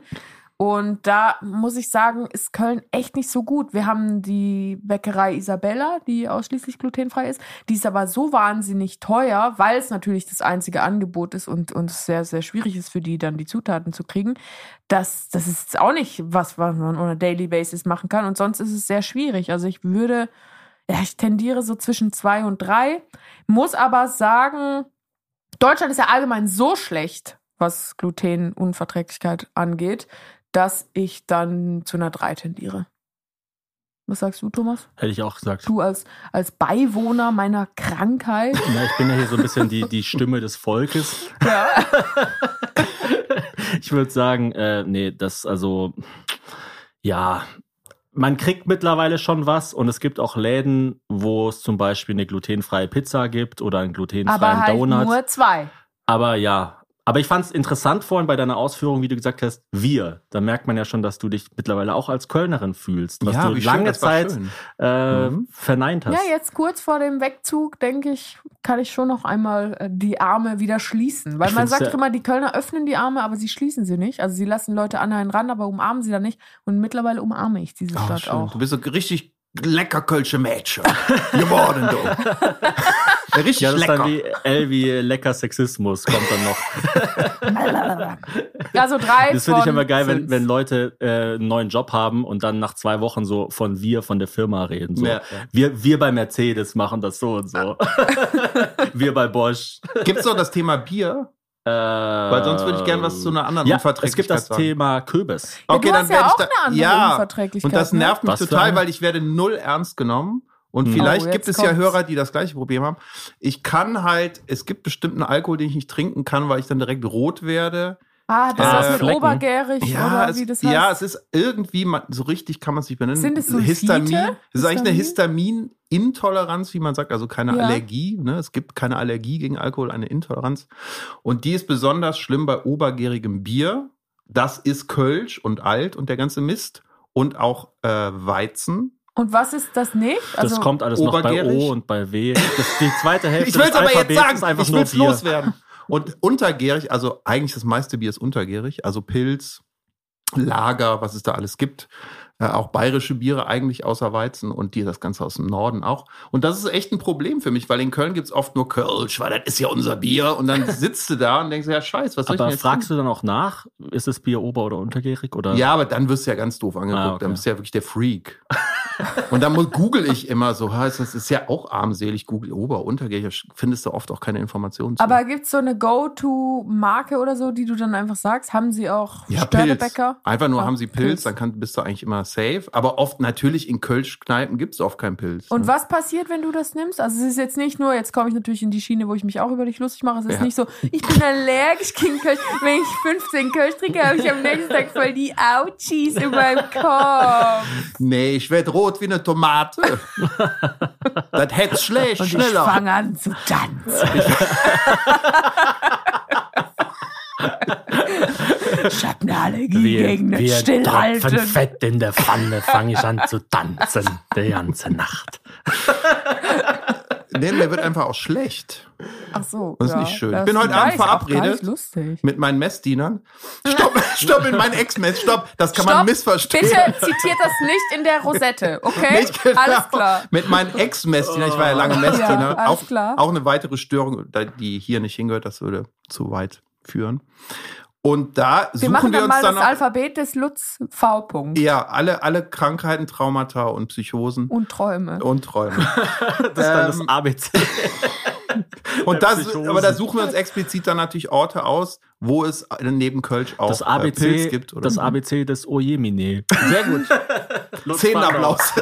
S3: Und da muss ich sagen, ist Köln echt nicht so gut. Wir haben die Bäckerei Isabella, die ausschließlich glutenfrei ist. Die ist aber so wahnsinnig teuer, weil es natürlich das einzige Angebot ist und, und es sehr, sehr schwierig ist für die, dann die Zutaten zu kriegen. Das, das ist jetzt auch nicht was, was man on a daily basis machen kann. Und sonst ist es sehr schwierig. Also ich würde, ja, ich tendiere so zwischen zwei und drei, muss aber sagen, Deutschland ist ja allgemein so schlecht, was Glutenunverträglichkeit angeht, dass ich dann zu einer 3 tendiere. Was sagst du, Thomas?
S1: Hätte ich auch gesagt.
S3: Du als, als Beiwohner meiner Krankheit.
S7: Na, ich bin ja hier so ein bisschen die, die Stimme des Volkes.
S3: Ja.
S7: Ich würde sagen, äh, nee, das also, ja, man kriegt mittlerweile schon was und es gibt auch Läden, wo es zum Beispiel eine glutenfreie Pizza gibt oder einen glutenfreien
S3: Aber halt
S7: Donut.
S3: nur zwei.
S7: Aber ja, aber ich fand es interessant vorhin bei deiner Ausführung, wie du gesagt hast, wir. Da merkt man ja schon, dass du dich mittlerweile auch als Kölnerin fühlst, was du
S4: wie schön,
S7: lange
S4: das war
S7: Zeit
S4: schön.
S7: äh,
S4: Mhm.
S7: verneint hast.
S3: Ja, jetzt kurz vor dem Wegzug, denke ich, kann ich schon noch einmal äh, die Arme wieder schließen. Weil
S7: Ich
S3: man
S7: find's
S3: sagt
S7: ja-
S3: immer, die Kölner öffnen die Arme, aber sie schließen sie nicht. Also sie lassen Leute an einen ran, aber umarmen sie dann nicht. Und mittlerweile umarme ich diese
S4: Ah,
S3: Stadt
S4: schön.
S3: auch.
S4: Du bist so richtig lecker kölsche Mädchen geworden, du. Richtig
S7: Ja, das ist
S4: lecker.
S7: dann wie Elvi lecker Sexismus kommt dann noch.
S3: Ja, so drei.
S7: Das finde ich
S3: von
S7: immer geil, wenn,
S3: fünf.
S7: wenn Leute äh, einen neuen Job haben und dann nach zwei Wochen so von wir, von der Firma reden. So.
S4: Ja, ja.
S7: Wir, wir bei Mercedes machen das so und so. wir bei Bosch.
S4: Gibt's noch das Thema Bier? Weil sonst würde ich gerne was zu einer anderen
S7: Ähm, Äh, ja, es gibt
S4: Unverträglichkeit
S7: das
S4: sagen.
S7: Thema Kürbis.
S3: Ja, du hast ja
S4: werd
S3: auch eine andere
S4: ja,
S3: Unverträglichkeit,
S4: Und das
S3: ne?
S4: nervt mich
S7: Was für
S4: total,
S7: eine?
S4: weil ich werde null ernst genommen. Und
S7: Mhm.
S4: vielleicht
S3: Oh, jetzt
S4: gibt es ja
S3: kommt's.
S4: Hörer, die das gleiche Problem haben. Ich kann halt, es gibt bestimmten Alkohol, den ich nicht trinken kann, weil ich dann direkt rot werde.
S3: Ah, das
S7: Ah,
S3: ist mit
S7: Flecken.
S3: obergärig oder wie das
S4: es,
S3: heißt.
S4: ja, es ist irgendwie, man, so richtig kann man es nicht benennen.
S3: Sind es Sulfite?
S4: Histamin? Es ist eigentlich eine
S3: Histamin?
S4: Histaminintoleranz, wie man sagt, also keine
S3: Ja.
S4: Allergie. Ne? Es gibt keine Allergie gegen Alkohol, eine Intoleranz. Und die ist besonders schlimm bei obergärigem Bier. Das ist Kölsch und alt und der ganze Mist. Und auch äh, Weizen.
S3: Und was ist das nicht? Also,
S7: Das kommt alles noch bei
S4: Also obergärig.
S7: O und bei W. Das, die zweite Hälfte
S4: ich will es
S7: des
S4: aber jetzt
S7: Alphabets ist
S4: sagen,
S7: einfach
S4: ich
S7: nur
S4: will es
S7: Bier.
S4: loswerden. Und untergärig, also eigentlich das meiste Bier ist untergärig, also Pilz, Lager, was es da alles gibt. Äh, auch bayerische Biere eigentlich außer Weizen und die das Ganze aus dem Norden auch. Und das ist echt ein Problem für mich, weil in Köln gibt's oft nur Kölsch, weil das ist ja unser Bier. Und dann sitzt du da und denkst, ja, scheiß, was soll ich
S7: Aber
S4: denn jetzt
S7: fragst du dann auch nach, ist das Bier ober- oder untergärig? Oder?
S4: ja, aber dann wirst du ja ganz doof angeguckt.
S7: Ah, okay.
S4: Dann bist du ja wirklich der Freak. und dann muss- google ich immer so, ha, das ist ja auch armselig, google Ober, Untergärig, findest du oft auch keine Informationen zu.
S3: Aber gibt es so eine Go-To-Marke oder so, die du dann einfach sagst? Haben sie auch
S4: ja, Pilz.
S3: Störtebecker?
S4: Einfach nur
S3: Ah,
S4: haben sie Pilz,
S3: Pilz.
S4: dann kann, bist du eigentlich immer safe. Aber oft natürlich in Kölsch-Kneipen gibt's oft keinen Pilz.
S3: Und was passiert, wenn du das nimmst? Also es ist jetzt nicht nur, jetzt komme ich natürlich in die Schiene, wo ich mich auch über dich lustig mache. Es ist
S4: Ja.
S3: nicht so, ich bin allergisch gegen Kölsch. Wenn ich 15 Kölsch trinke, habe ich am nächsten Tag voll die Ouchies in meinem Kopf.
S4: Nee, ich werd rot wie eine Tomate. das hätt's schlecht,
S3: Und ich
S4: schneller.
S3: fange an zu tanzen. Ich habe eine Allergie gegen den Stillhalten.
S7: Fett in der Pfanne fange ich an zu tanzen die ganze Nacht.
S4: Nee, der wird einfach auch schlecht.
S3: Ach so,
S4: Das ist
S3: ja.
S4: nicht schön.
S3: Das
S4: Ich bin heute Abend
S3: war auch gar
S4: verabredet.
S3: nicht lustig.
S4: Mit meinen Messdienern. Stopp, stopp, in meinen Ex-Mess, stopp. Das kann man
S3: Stopp,
S4: missverstehen.
S3: Bitte zitiert das nicht in der Rosette, okay?
S4: Nicht genau.
S3: Alles klar.
S4: Mit meinen Ex-Messdiener, ich war ja lange Messdiener.
S3: Oh. Ja, alles
S4: auch,
S3: klar.
S4: auch eine weitere Störung, da- die hier nicht hingehört, das würde zu weit führen. Und da
S3: Wir
S4: suchen
S3: machen
S4: wir
S3: dann
S4: uns
S3: mal
S4: dann
S3: das
S4: noch,
S3: Alphabet des Lutz V. -Punkt
S4: ja, alle, alle Krankheiten, Traumata und Psychosen
S3: und Träume.
S7: Oh,
S4: und Träume.
S7: Das ist dann das
S4: Ähm,
S7: ABC.
S4: Und das,
S7: Psychosen.
S4: aber da suchen wir uns explizit dann natürlich Orte aus, wo es neben Kölsch auch
S7: Das
S4: äh,
S7: ABC,
S4: Pilz gibt. Oder
S7: das ABC des Ojemine.
S4: Sehr gut. Zehn Applaus.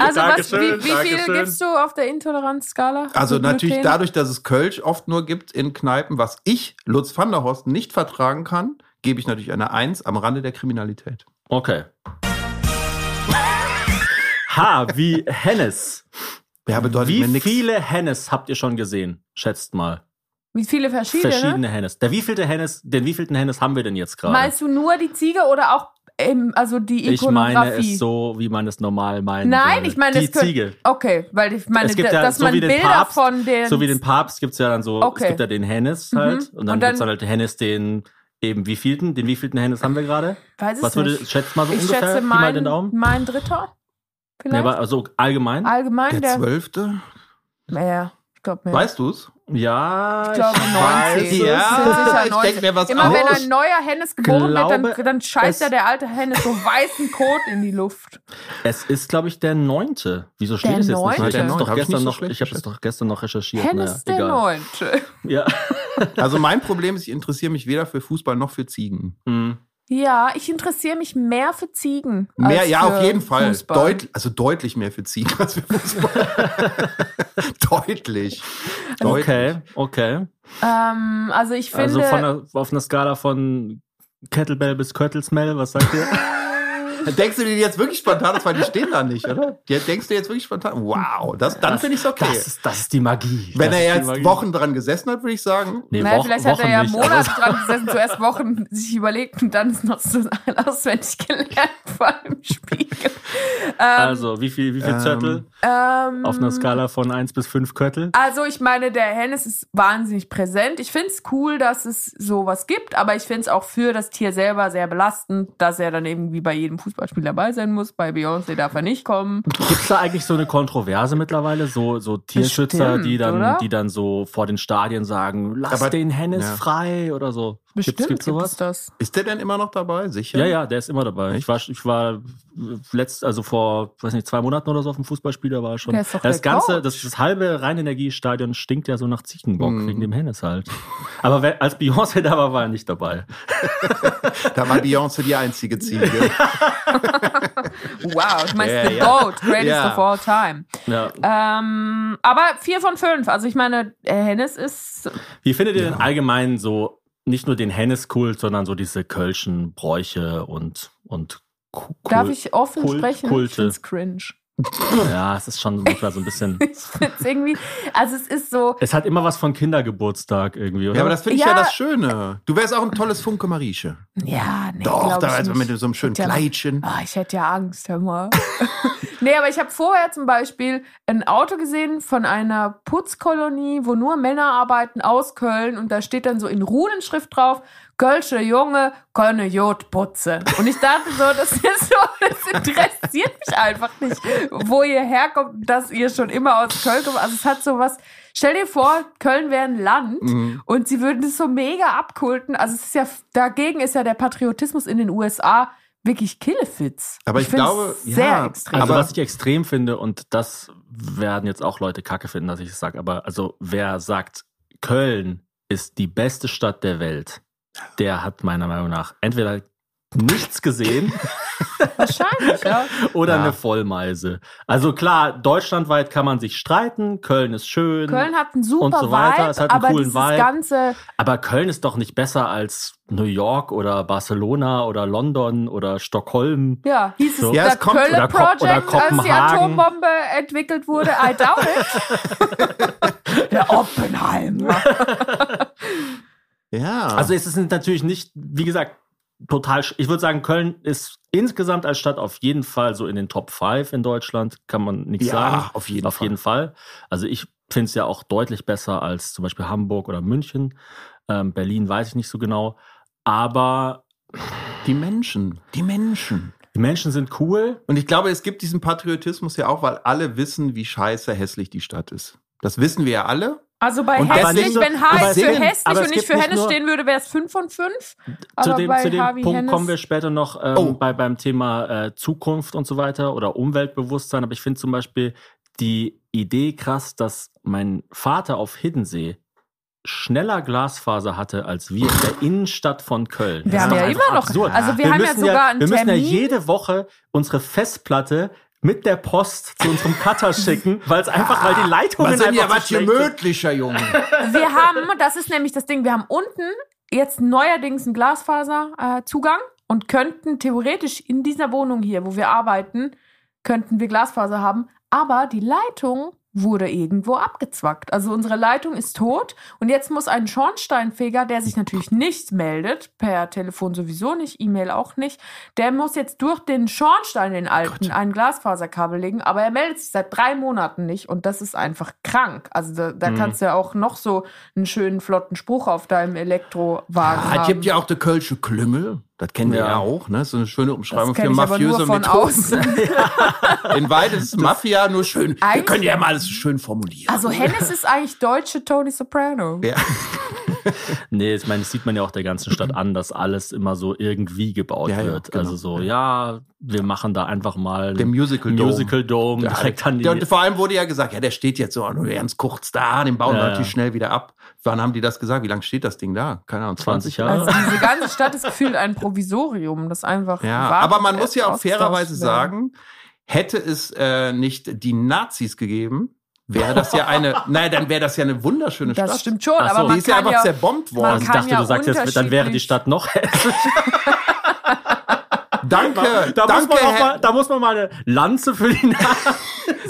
S3: Also was,
S7: Dankeschön,
S3: wie, wie viel
S7: Dankeschön.
S3: gibst du auf der Intoleranzskala?
S4: Also
S3: Mit Gluten?
S4: natürlich dadurch, dass es Kölsch oft nur gibt in Kneipen, was ich, Lutz van der Horst, nicht vertragen kann, gebe ich natürlich eine Eins am Rande der Kriminalität.
S7: Okay. H wie Hennes.
S4: Ja, bedeutet
S7: Wie
S4: mir nichts.
S7: viele Hennes habt ihr schon gesehen? Schätzt mal.
S3: Wie viele ne? verschiedene?
S7: Verschiedene Hennes. Der wievielte Hennes, den wievielten Hennes haben wir denn jetzt gerade?
S3: Meinst du nur die Ziege oder auch ähm, also die
S7: Ich meine
S3: Ikonografie?
S7: es so, wie man es normal meint.
S3: Nein, ich meine,
S7: die
S3: es könnte-
S7: Ziege.
S3: Okay, weil ich meine,
S7: es gibt ja
S3: dass
S7: so
S3: man
S7: wie den
S3: Bilder
S7: Papst,
S3: von den
S7: so wie den Papst gibt's ja dann so,
S3: Okay.
S7: es gibt ja den Hennes
S3: Mhm.
S7: halt und dann,
S3: Und dann-
S7: gibt's dann halt Hennes den eben wievielten, den wievielten Hennes haben wir gerade?
S3: weiß es
S7: Was würde
S3: nicht.
S7: schätzt mal so
S3: Ich
S7: ungefähr
S3: schätze
S7: Pi mal
S3: mein,
S7: den Daumen?
S3: mein Dritter
S7: Nee,
S3: vielleicht
S7: aber also allgemein?
S3: allgemein
S4: Der
S3: der,
S4: Zwölfte?
S3: mehr. Ich glaube mehr.
S4: Weißt du's?
S1: Ja,
S3: ich glaube
S7: Also,
S1: weiß
S3: 90.
S1: es.
S4: Ja,
S3: Sind sicher
S4: ich
S3: 90.
S4: denk mir was
S3: Immer wenn
S4: aus.
S3: ein neuer Hennes geboren wird,
S1: glaube,
S3: dann, dann
S1: es-
S3: scheißt ja der alte Hennes so weißen Kot in die Luft.
S1: Es ist, glaube ich, der neunte. Wieso steht
S3: Der
S1: es jetzt nicht?
S3: Neunte?
S1: Ich
S3: Der
S1: habe es
S4: Neunte,
S1: doch
S4: hab ich
S1: gestern
S4: nicht so
S1: noch,
S4: schlecht
S1: ich habe es doch gestern noch recherchiert.
S3: Hennes
S1: naja,
S3: der
S1: egal.
S3: Neunte.
S1: Ja.
S4: Also mein Problem ist, ich interessiere mich weder für Fußball noch für Ziegen.
S1: Hm.
S3: Ja, ich interessiere mich mehr für Ziegen.
S4: Mehr,
S3: als
S4: ja,
S3: für
S4: auf jeden Fall.
S3: Fußball.
S4: Deut, also deutlich mehr für Ziegen als für Fußball. deutlich. Deutlich.
S1: Okay, okay.
S3: Ähm, also ich finde.
S1: Also von der, auf einer Skala von Kettlebell bis Köttelsmell, was sagt ihr?
S4: Denkst du dir jetzt wirklich spontan, das war, die stehen da nicht, oder? Die denkst du jetzt wirklich spontan, wow, das, dann finde ich es okay.
S1: Das ist, das ist die Magie.
S4: Wenn
S1: das
S4: er
S1: ist die
S4: jetzt
S1: Magie.
S4: Wochen dran gesessen hat, würde ich sagen,
S1: Nee,
S3: naja,
S1: Wo-
S3: vielleicht hat er
S1: Wochen
S3: ja
S1: nicht, Also- aber
S3: Monate dran gesessen, zuerst Wochen sich überlegt und dann ist noch so auswendig gelernt vor dem Spiegel. Ähm,
S1: Also, wie viel, wie viel
S4: Ähm,
S1: Zöttel
S3: ähm,
S1: auf einer Skala von 1 bis 5 Köttel?
S3: Also ich meine, der Hennes ist wahnsinnig präsent. Ich finde es cool, dass es sowas gibt, aber ich finde es auch für das Tier selber sehr belastend, dass er dann irgendwie bei jedem Fußballspiel dabei sein muss. Bei Beyoncé darf er nicht kommen.
S1: Gibt es da eigentlich so eine Kontroverse mittlerweile? So, so Tierschützer, die,
S3: Bestimmt, oder?
S1: dann, die dann so vor den Stadien sagen, lass
S4: Aber-
S1: den Hennes
S4: ja.
S1: frei oder so.
S3: Bestimmt
S1: gibt's, gibt's
S3: gibt
S1: sowas?
S3: es das.
S4: ist der denn immer noch dabei? Sicher?
S1: Ja, ja, der ist immer dabei. Ich war, ich war letzt, also vor, weiß nicht, zwei Monaten oder so auf dem Fußballspiel, da war er schon.
S3: Der ist doch
S1: das
S3: der
S1: ganze,
S3: Coach.
S1: das, das halbe Rheinenergiestadion stinkt ja so nach Ziegenbock
S3: Hm.
S1: wegen dem Hennes halt. Aber wer, als Beyoncé da war, war er nicht dabei.
S4: Da war Beyoncé die einzige Ziege.
S3: Wow, ich meine,
S4: Ja,
S3: the
S4: ja.
S3: GOAT, greatest
S4: Ja.
S3: of all time.
S1: Ja.
S3: Ähm, aber vier von fünf. Also ich meine, der Hennes ist
S1: Wie findet ihr denn allgemein so nicht nur den Hennes-Kult, sondern so diese kölschen Bräuche und, und Ku-
S3: Darf
S1: Kult-
S3: ich offen
S1: Kult-
S3: sprechen? Ich
S1: Kulte.
S3: find's cringe.
S1: Ja, es ist schon manchmal so ein bisschen.
S3: Ich find's irgendwie, also es ist so,
S1: Es hat immer was von Kindergeburtstag irgendwie, oder?
S4: Ja, aber das finde ich ja.
S3: Ja.
S4: das Schöne. Du wärst auch ein tolles Funke Marieche.
S3: ja, nee,
S4: Doch,
S3: glaub
S4: da
S3: ich
S4: wärst du
S3: nicht.
S4: mit so einem schönen
S3: Ja.
S4: Kleidchen.
S3: Ah, ich hätte ja Angst, hör mal. nee, aber ich habe vorher zum Beispiel ein Auto gesehen von einer Putzkolonie, wo nur Männer arbeiten aus Köln und da steht dann so in Runenschrift drauf, Kölsche Junge können Jod putzen. Und ich dachte so, das ist so, das interessiert mich einfach nicht, wo ihr herkommt, dass ihr schon immer aus Köln kommt. Also es hat so was, stell dir vor, Köln wäre ein Land
S4: Mhm.
S3: und sie würden es so mega abkulten. Also es ist ja, dagegen ist ja der Patriotismus in den USA wirklich Killefitz.
S4: Aber ich
S3: find's
S4: glaube,
S3: sehr
S4: ja,
S3: extrem.
S1: Also
S4: Aber-
S1: was ich extrem finde, und das werden jetzt auch Leute kacke finden, dass ich es sage, aber also wer sagt, Köln ist die beste Stadt der Welt, der hat meiner Meinung nach entweder nichts gesehen
S3: Wahrscheinlich, ja.
S1: oder
S4: Ja.
S1: eine Vollmeise. Also klar, deutschlandweit kann man sich streiten, Köln ist schön,
S3: Köln hat einen super
S1: Und so weiter,
S3: Vibe,
S1: es hat einen
S3: aber
S1: coolen
S3: dieses
S1: Vibe.
S3: ganze,
S1: aber Köln ist doch nicht besser als New York oder Barcelona oder London oder Stockholm.
S3: ja, hieß es
S1: So.
S4: Ja,
S3: das
S4: es kommt-
S1: oder
S3: Kölner
S1: Ko- oder
S3: Project, als die
S1: Kopenhagen.
S3: Atombombe entwickelt wurde. I doubt it. Der Oppenheimer.
S4: Ja.
S1: Also es ist natürlich nicht, wie gesagt, total. sch- Ich würde sagen, Köln ist insgesamt als Stadt auf jeden Fall so in den Top 5 in Deutschland, kann man nichts
S4: Ja,
S1: sagen.
S4: auf jeden
S1: auf
S4: Fall.
S1: jeden Fall. Also ich finde es ja auch deutlich besser als zum Beispiel Hamburg oder München. Ähm, Berlin weiß ich nicht so genau. Aber
S4: die Menschen. Die Menschen.
S1: die Menschen sind cool.
S4: Und ich glaube, es gibt diesen Patriotismus ja auch, weil alle wissen, wie scheiße hässlich die Stadt ist. Das wissen wir ja alle.
S3: Also bei
S4: Und
S1: aber
S3: hässlich,
S1: nicht nur-
S3: wenn H
S1: aber
S3: jetzt
S1: es
S3: für
S1: gibt-
S3: hässlich
S1: aber es
S3: und nicht
S1: gibt
S3: für
S1: nicht
S3: Hennes
S1: nur-
S3: stehen würde, wäre es 5 von 5. Aber
S1: zu dem,
S3: bei
S1: zu dem
S3: Harvey
S1: Punkt
S3: Hennes
S1: kommen wir später noch ähm,
S4: Oh.
S1: bei, beim Thema äh, Zukunft und so weiter oder Umweltbewusstsein. Aber ich finde zum Beispiel die Idee krass, dass mein Vater auf Hiddensee schneller Glasfaser hatte als wir in der Innenstadt von Köln.
S3: Wir
S1: Das
S3: haben
S1: ist
S3: ja
S1: doch einfach
S3: immer noch-
S1: absurd.
S3: also wir haben ja
S1: müssen
S3: sogar einen
S1: Wir müssen ja
S3: Termin.
S1: jede Woche unsere Festplatte mit der Post zu unserem Cutter schicken, weil es einfach, weil die Leitungen einfach so schlecht sind.
S4: gemütlicher Junge.
S3: Wir haben, das ist nämlich das Ding, wir haben unten jetzt neuerdings einen Glasfaserzugang äh, Zugang und könnten theoretisch in dieser Wohnung hier, wo wir arbeiten, könnten wir Glasfaser haben. Aber die Leitung wurde irgendwo abgezwackt. Also unsere Leitung ist tot und jetzt muss ein Schornsteinfeger, der sich natürlich nicht meldet, per Telefon sowieso nicht, E-Mail auch nicht, der muss jetzt durch den Schornstein, den alten, ein Glasfaserkabel legen, aber er meldet sich seit drei Monaten nicht und das ist einfach krank. Also da, da kannst du ja auch noch so einen schönen, flotten Spruch auf deinem Elektrowagen
S4: Ah, es
S3: haben.
S4: gibt ja auch die Kölsche Klüngel. Das kennen wir
S7: Ja.
S4: ja auch, ne? So eine schöne Umschreibung
S3: Das
S4: für
S3: kenne ich aber
S4: mafiöse
S3: nur von
S4: Methoden.
S3: außen.
S4: In Weiden ist Mafia nur schön. Wir
S3: Eigentlich-
S4: können ja mal alles schön formulieren.
S3: Also Hennes ist eigentlich deutsche Tony Soprano.
S4: ja.
S7: Nee, ich meine, das sieht man ja auch der ganzen Stadt an, dass alles immer so irgendwie gebaut
S4: Ja, ja,
S7: wird.
S4: genau.
S7: Also so, ja, wir machen da einfach mal
S4: Der Musical Dome.
S7: Musical Dome direkt an die.
S4: Ja, und vor allem wurde ja gesagt, ja, der steht jetzt so nur ganz kurz da, den bauen
S7: Ja,
S4: wir
S7: ja.
S4: natürlich schnell wieder ab. Wann haben die das gesagt? Wie lange steht das Ding da? Keine Ahnung,
S7: 20
S4: 20 Jahre.
S3: Also
S7: Jahre.
S3: diese ganze Stadt ist gefühlt ein Provisorium, das einfach.
S4: Ja,
S3: wartet,
S4: aber man muss ja auch
S3: ausgetauscht
S4: fairerweise
S3: werden.
S4: sagen, hätte es äh, nicht die Nazis gegeben, wäre das ja eine, naja, dann wäre das ja eine wunderschöne Stadt.
S3: Das stimmt schon,
S7: Ach so,
S3: aber
S4: Die
S3: man
S4: ist ja
S3: kann
S4: einfach
S3: ja,
S4: zerbombt
S3: man
S7: Also
S4: worden.
S7: ich
S3: kann
S7: dachte,
S3: ja
S7: du sagst jetzt, dann wäre die
S3: unterschiedlich-
S7: Stadt noch hässlich.
S4: Danke,
S7: Da,
S4: danke,
S7: muss man auch
S4: Herr,
S7: mal, da muss man mal eine Lanze für die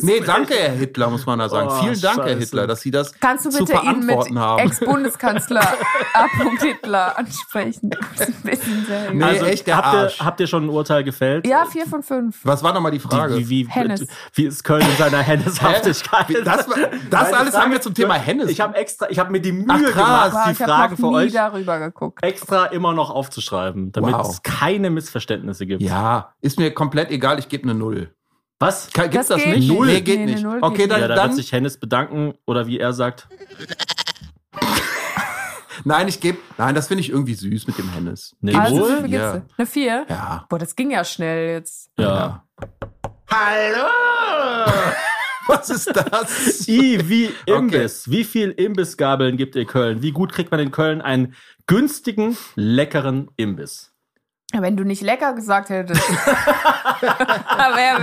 S4: nee, danke, Herr Hitler, muss man da sagen.
S7: Oh,
S4: Vielen Dank, Herr
S7: Scheiße.
S4: Hitler, dass Sie das
S3: Kannst du
S4: zu
S3: bitte ihn mit
S4: verantworten haben.
S3: Ex-Bundeskanzler A. Hitler ansprechen? Das ist ein bisschen seriös. Also,
S4: Nee, echt der
S7: habt, ihr,
S4: Arsch.
S7: habt ihr schon ein Urteil gefällt?
S3: Ja, vier von fünf.
S4: Was war nochmal die Frage?
S7: Wie, wie,
S3: Hennes.
S7: wie, wie ist Köln in seiner Henneshaftigkeit?
S4: Hä? Wie- das war- das
S7: Meine
S4: alles haben wir zum Thema Hennes.
S7: Ich habe extra, ich habe mir die Mühe
S4: Ach, krass.
S3: Wow,
S7: gemacht, die
S3: ich habe
S7: Fragen für
S3: noch nie
S7: euch
S3: darüber geguckt.
S7: extra immer noch aufzuschreiben, damit
S4: Wow.
S7: es keine Missverständnisse gibt.
S4: Ja, ist mir komplett egal, ich gebe eine Null.
S7: Was?
S4: Ka- Gibt's
S3: Das
S4: das,
S3: geht
S4: nicht?
S3: nicht.
S4: Nee, geht
S3: Nee, eine
S4: nicht.
S3: Null
S4: okay,
S3: geht
S4: dann,
S7: ja, da wird
S4: dann
S7: sich Hennes bedanken oder wie er sagt,
S4: nein, ich gebe, nein, das finde ich irgendwie süß mit dem Hennes.
S7: Nee,
S4: Gib-
S3: Also, wie
S7: Null?
S3: viel gibt's?
S4: Ja.
S3: denn? Eine vier?
S4: Ja.
S3: Boah, das ging ja schnell jetzt.
S7: ja.
S4: Hallo! Was ist das?
S7: I wie Imbiss. Wie viel Imbissgabeln gibt ihr Köln? Wie gut kriegt man in Köln einen günstigen, leckeren Imbiss?
S3: Wenn du nicht lecker gesagt hättest, wäre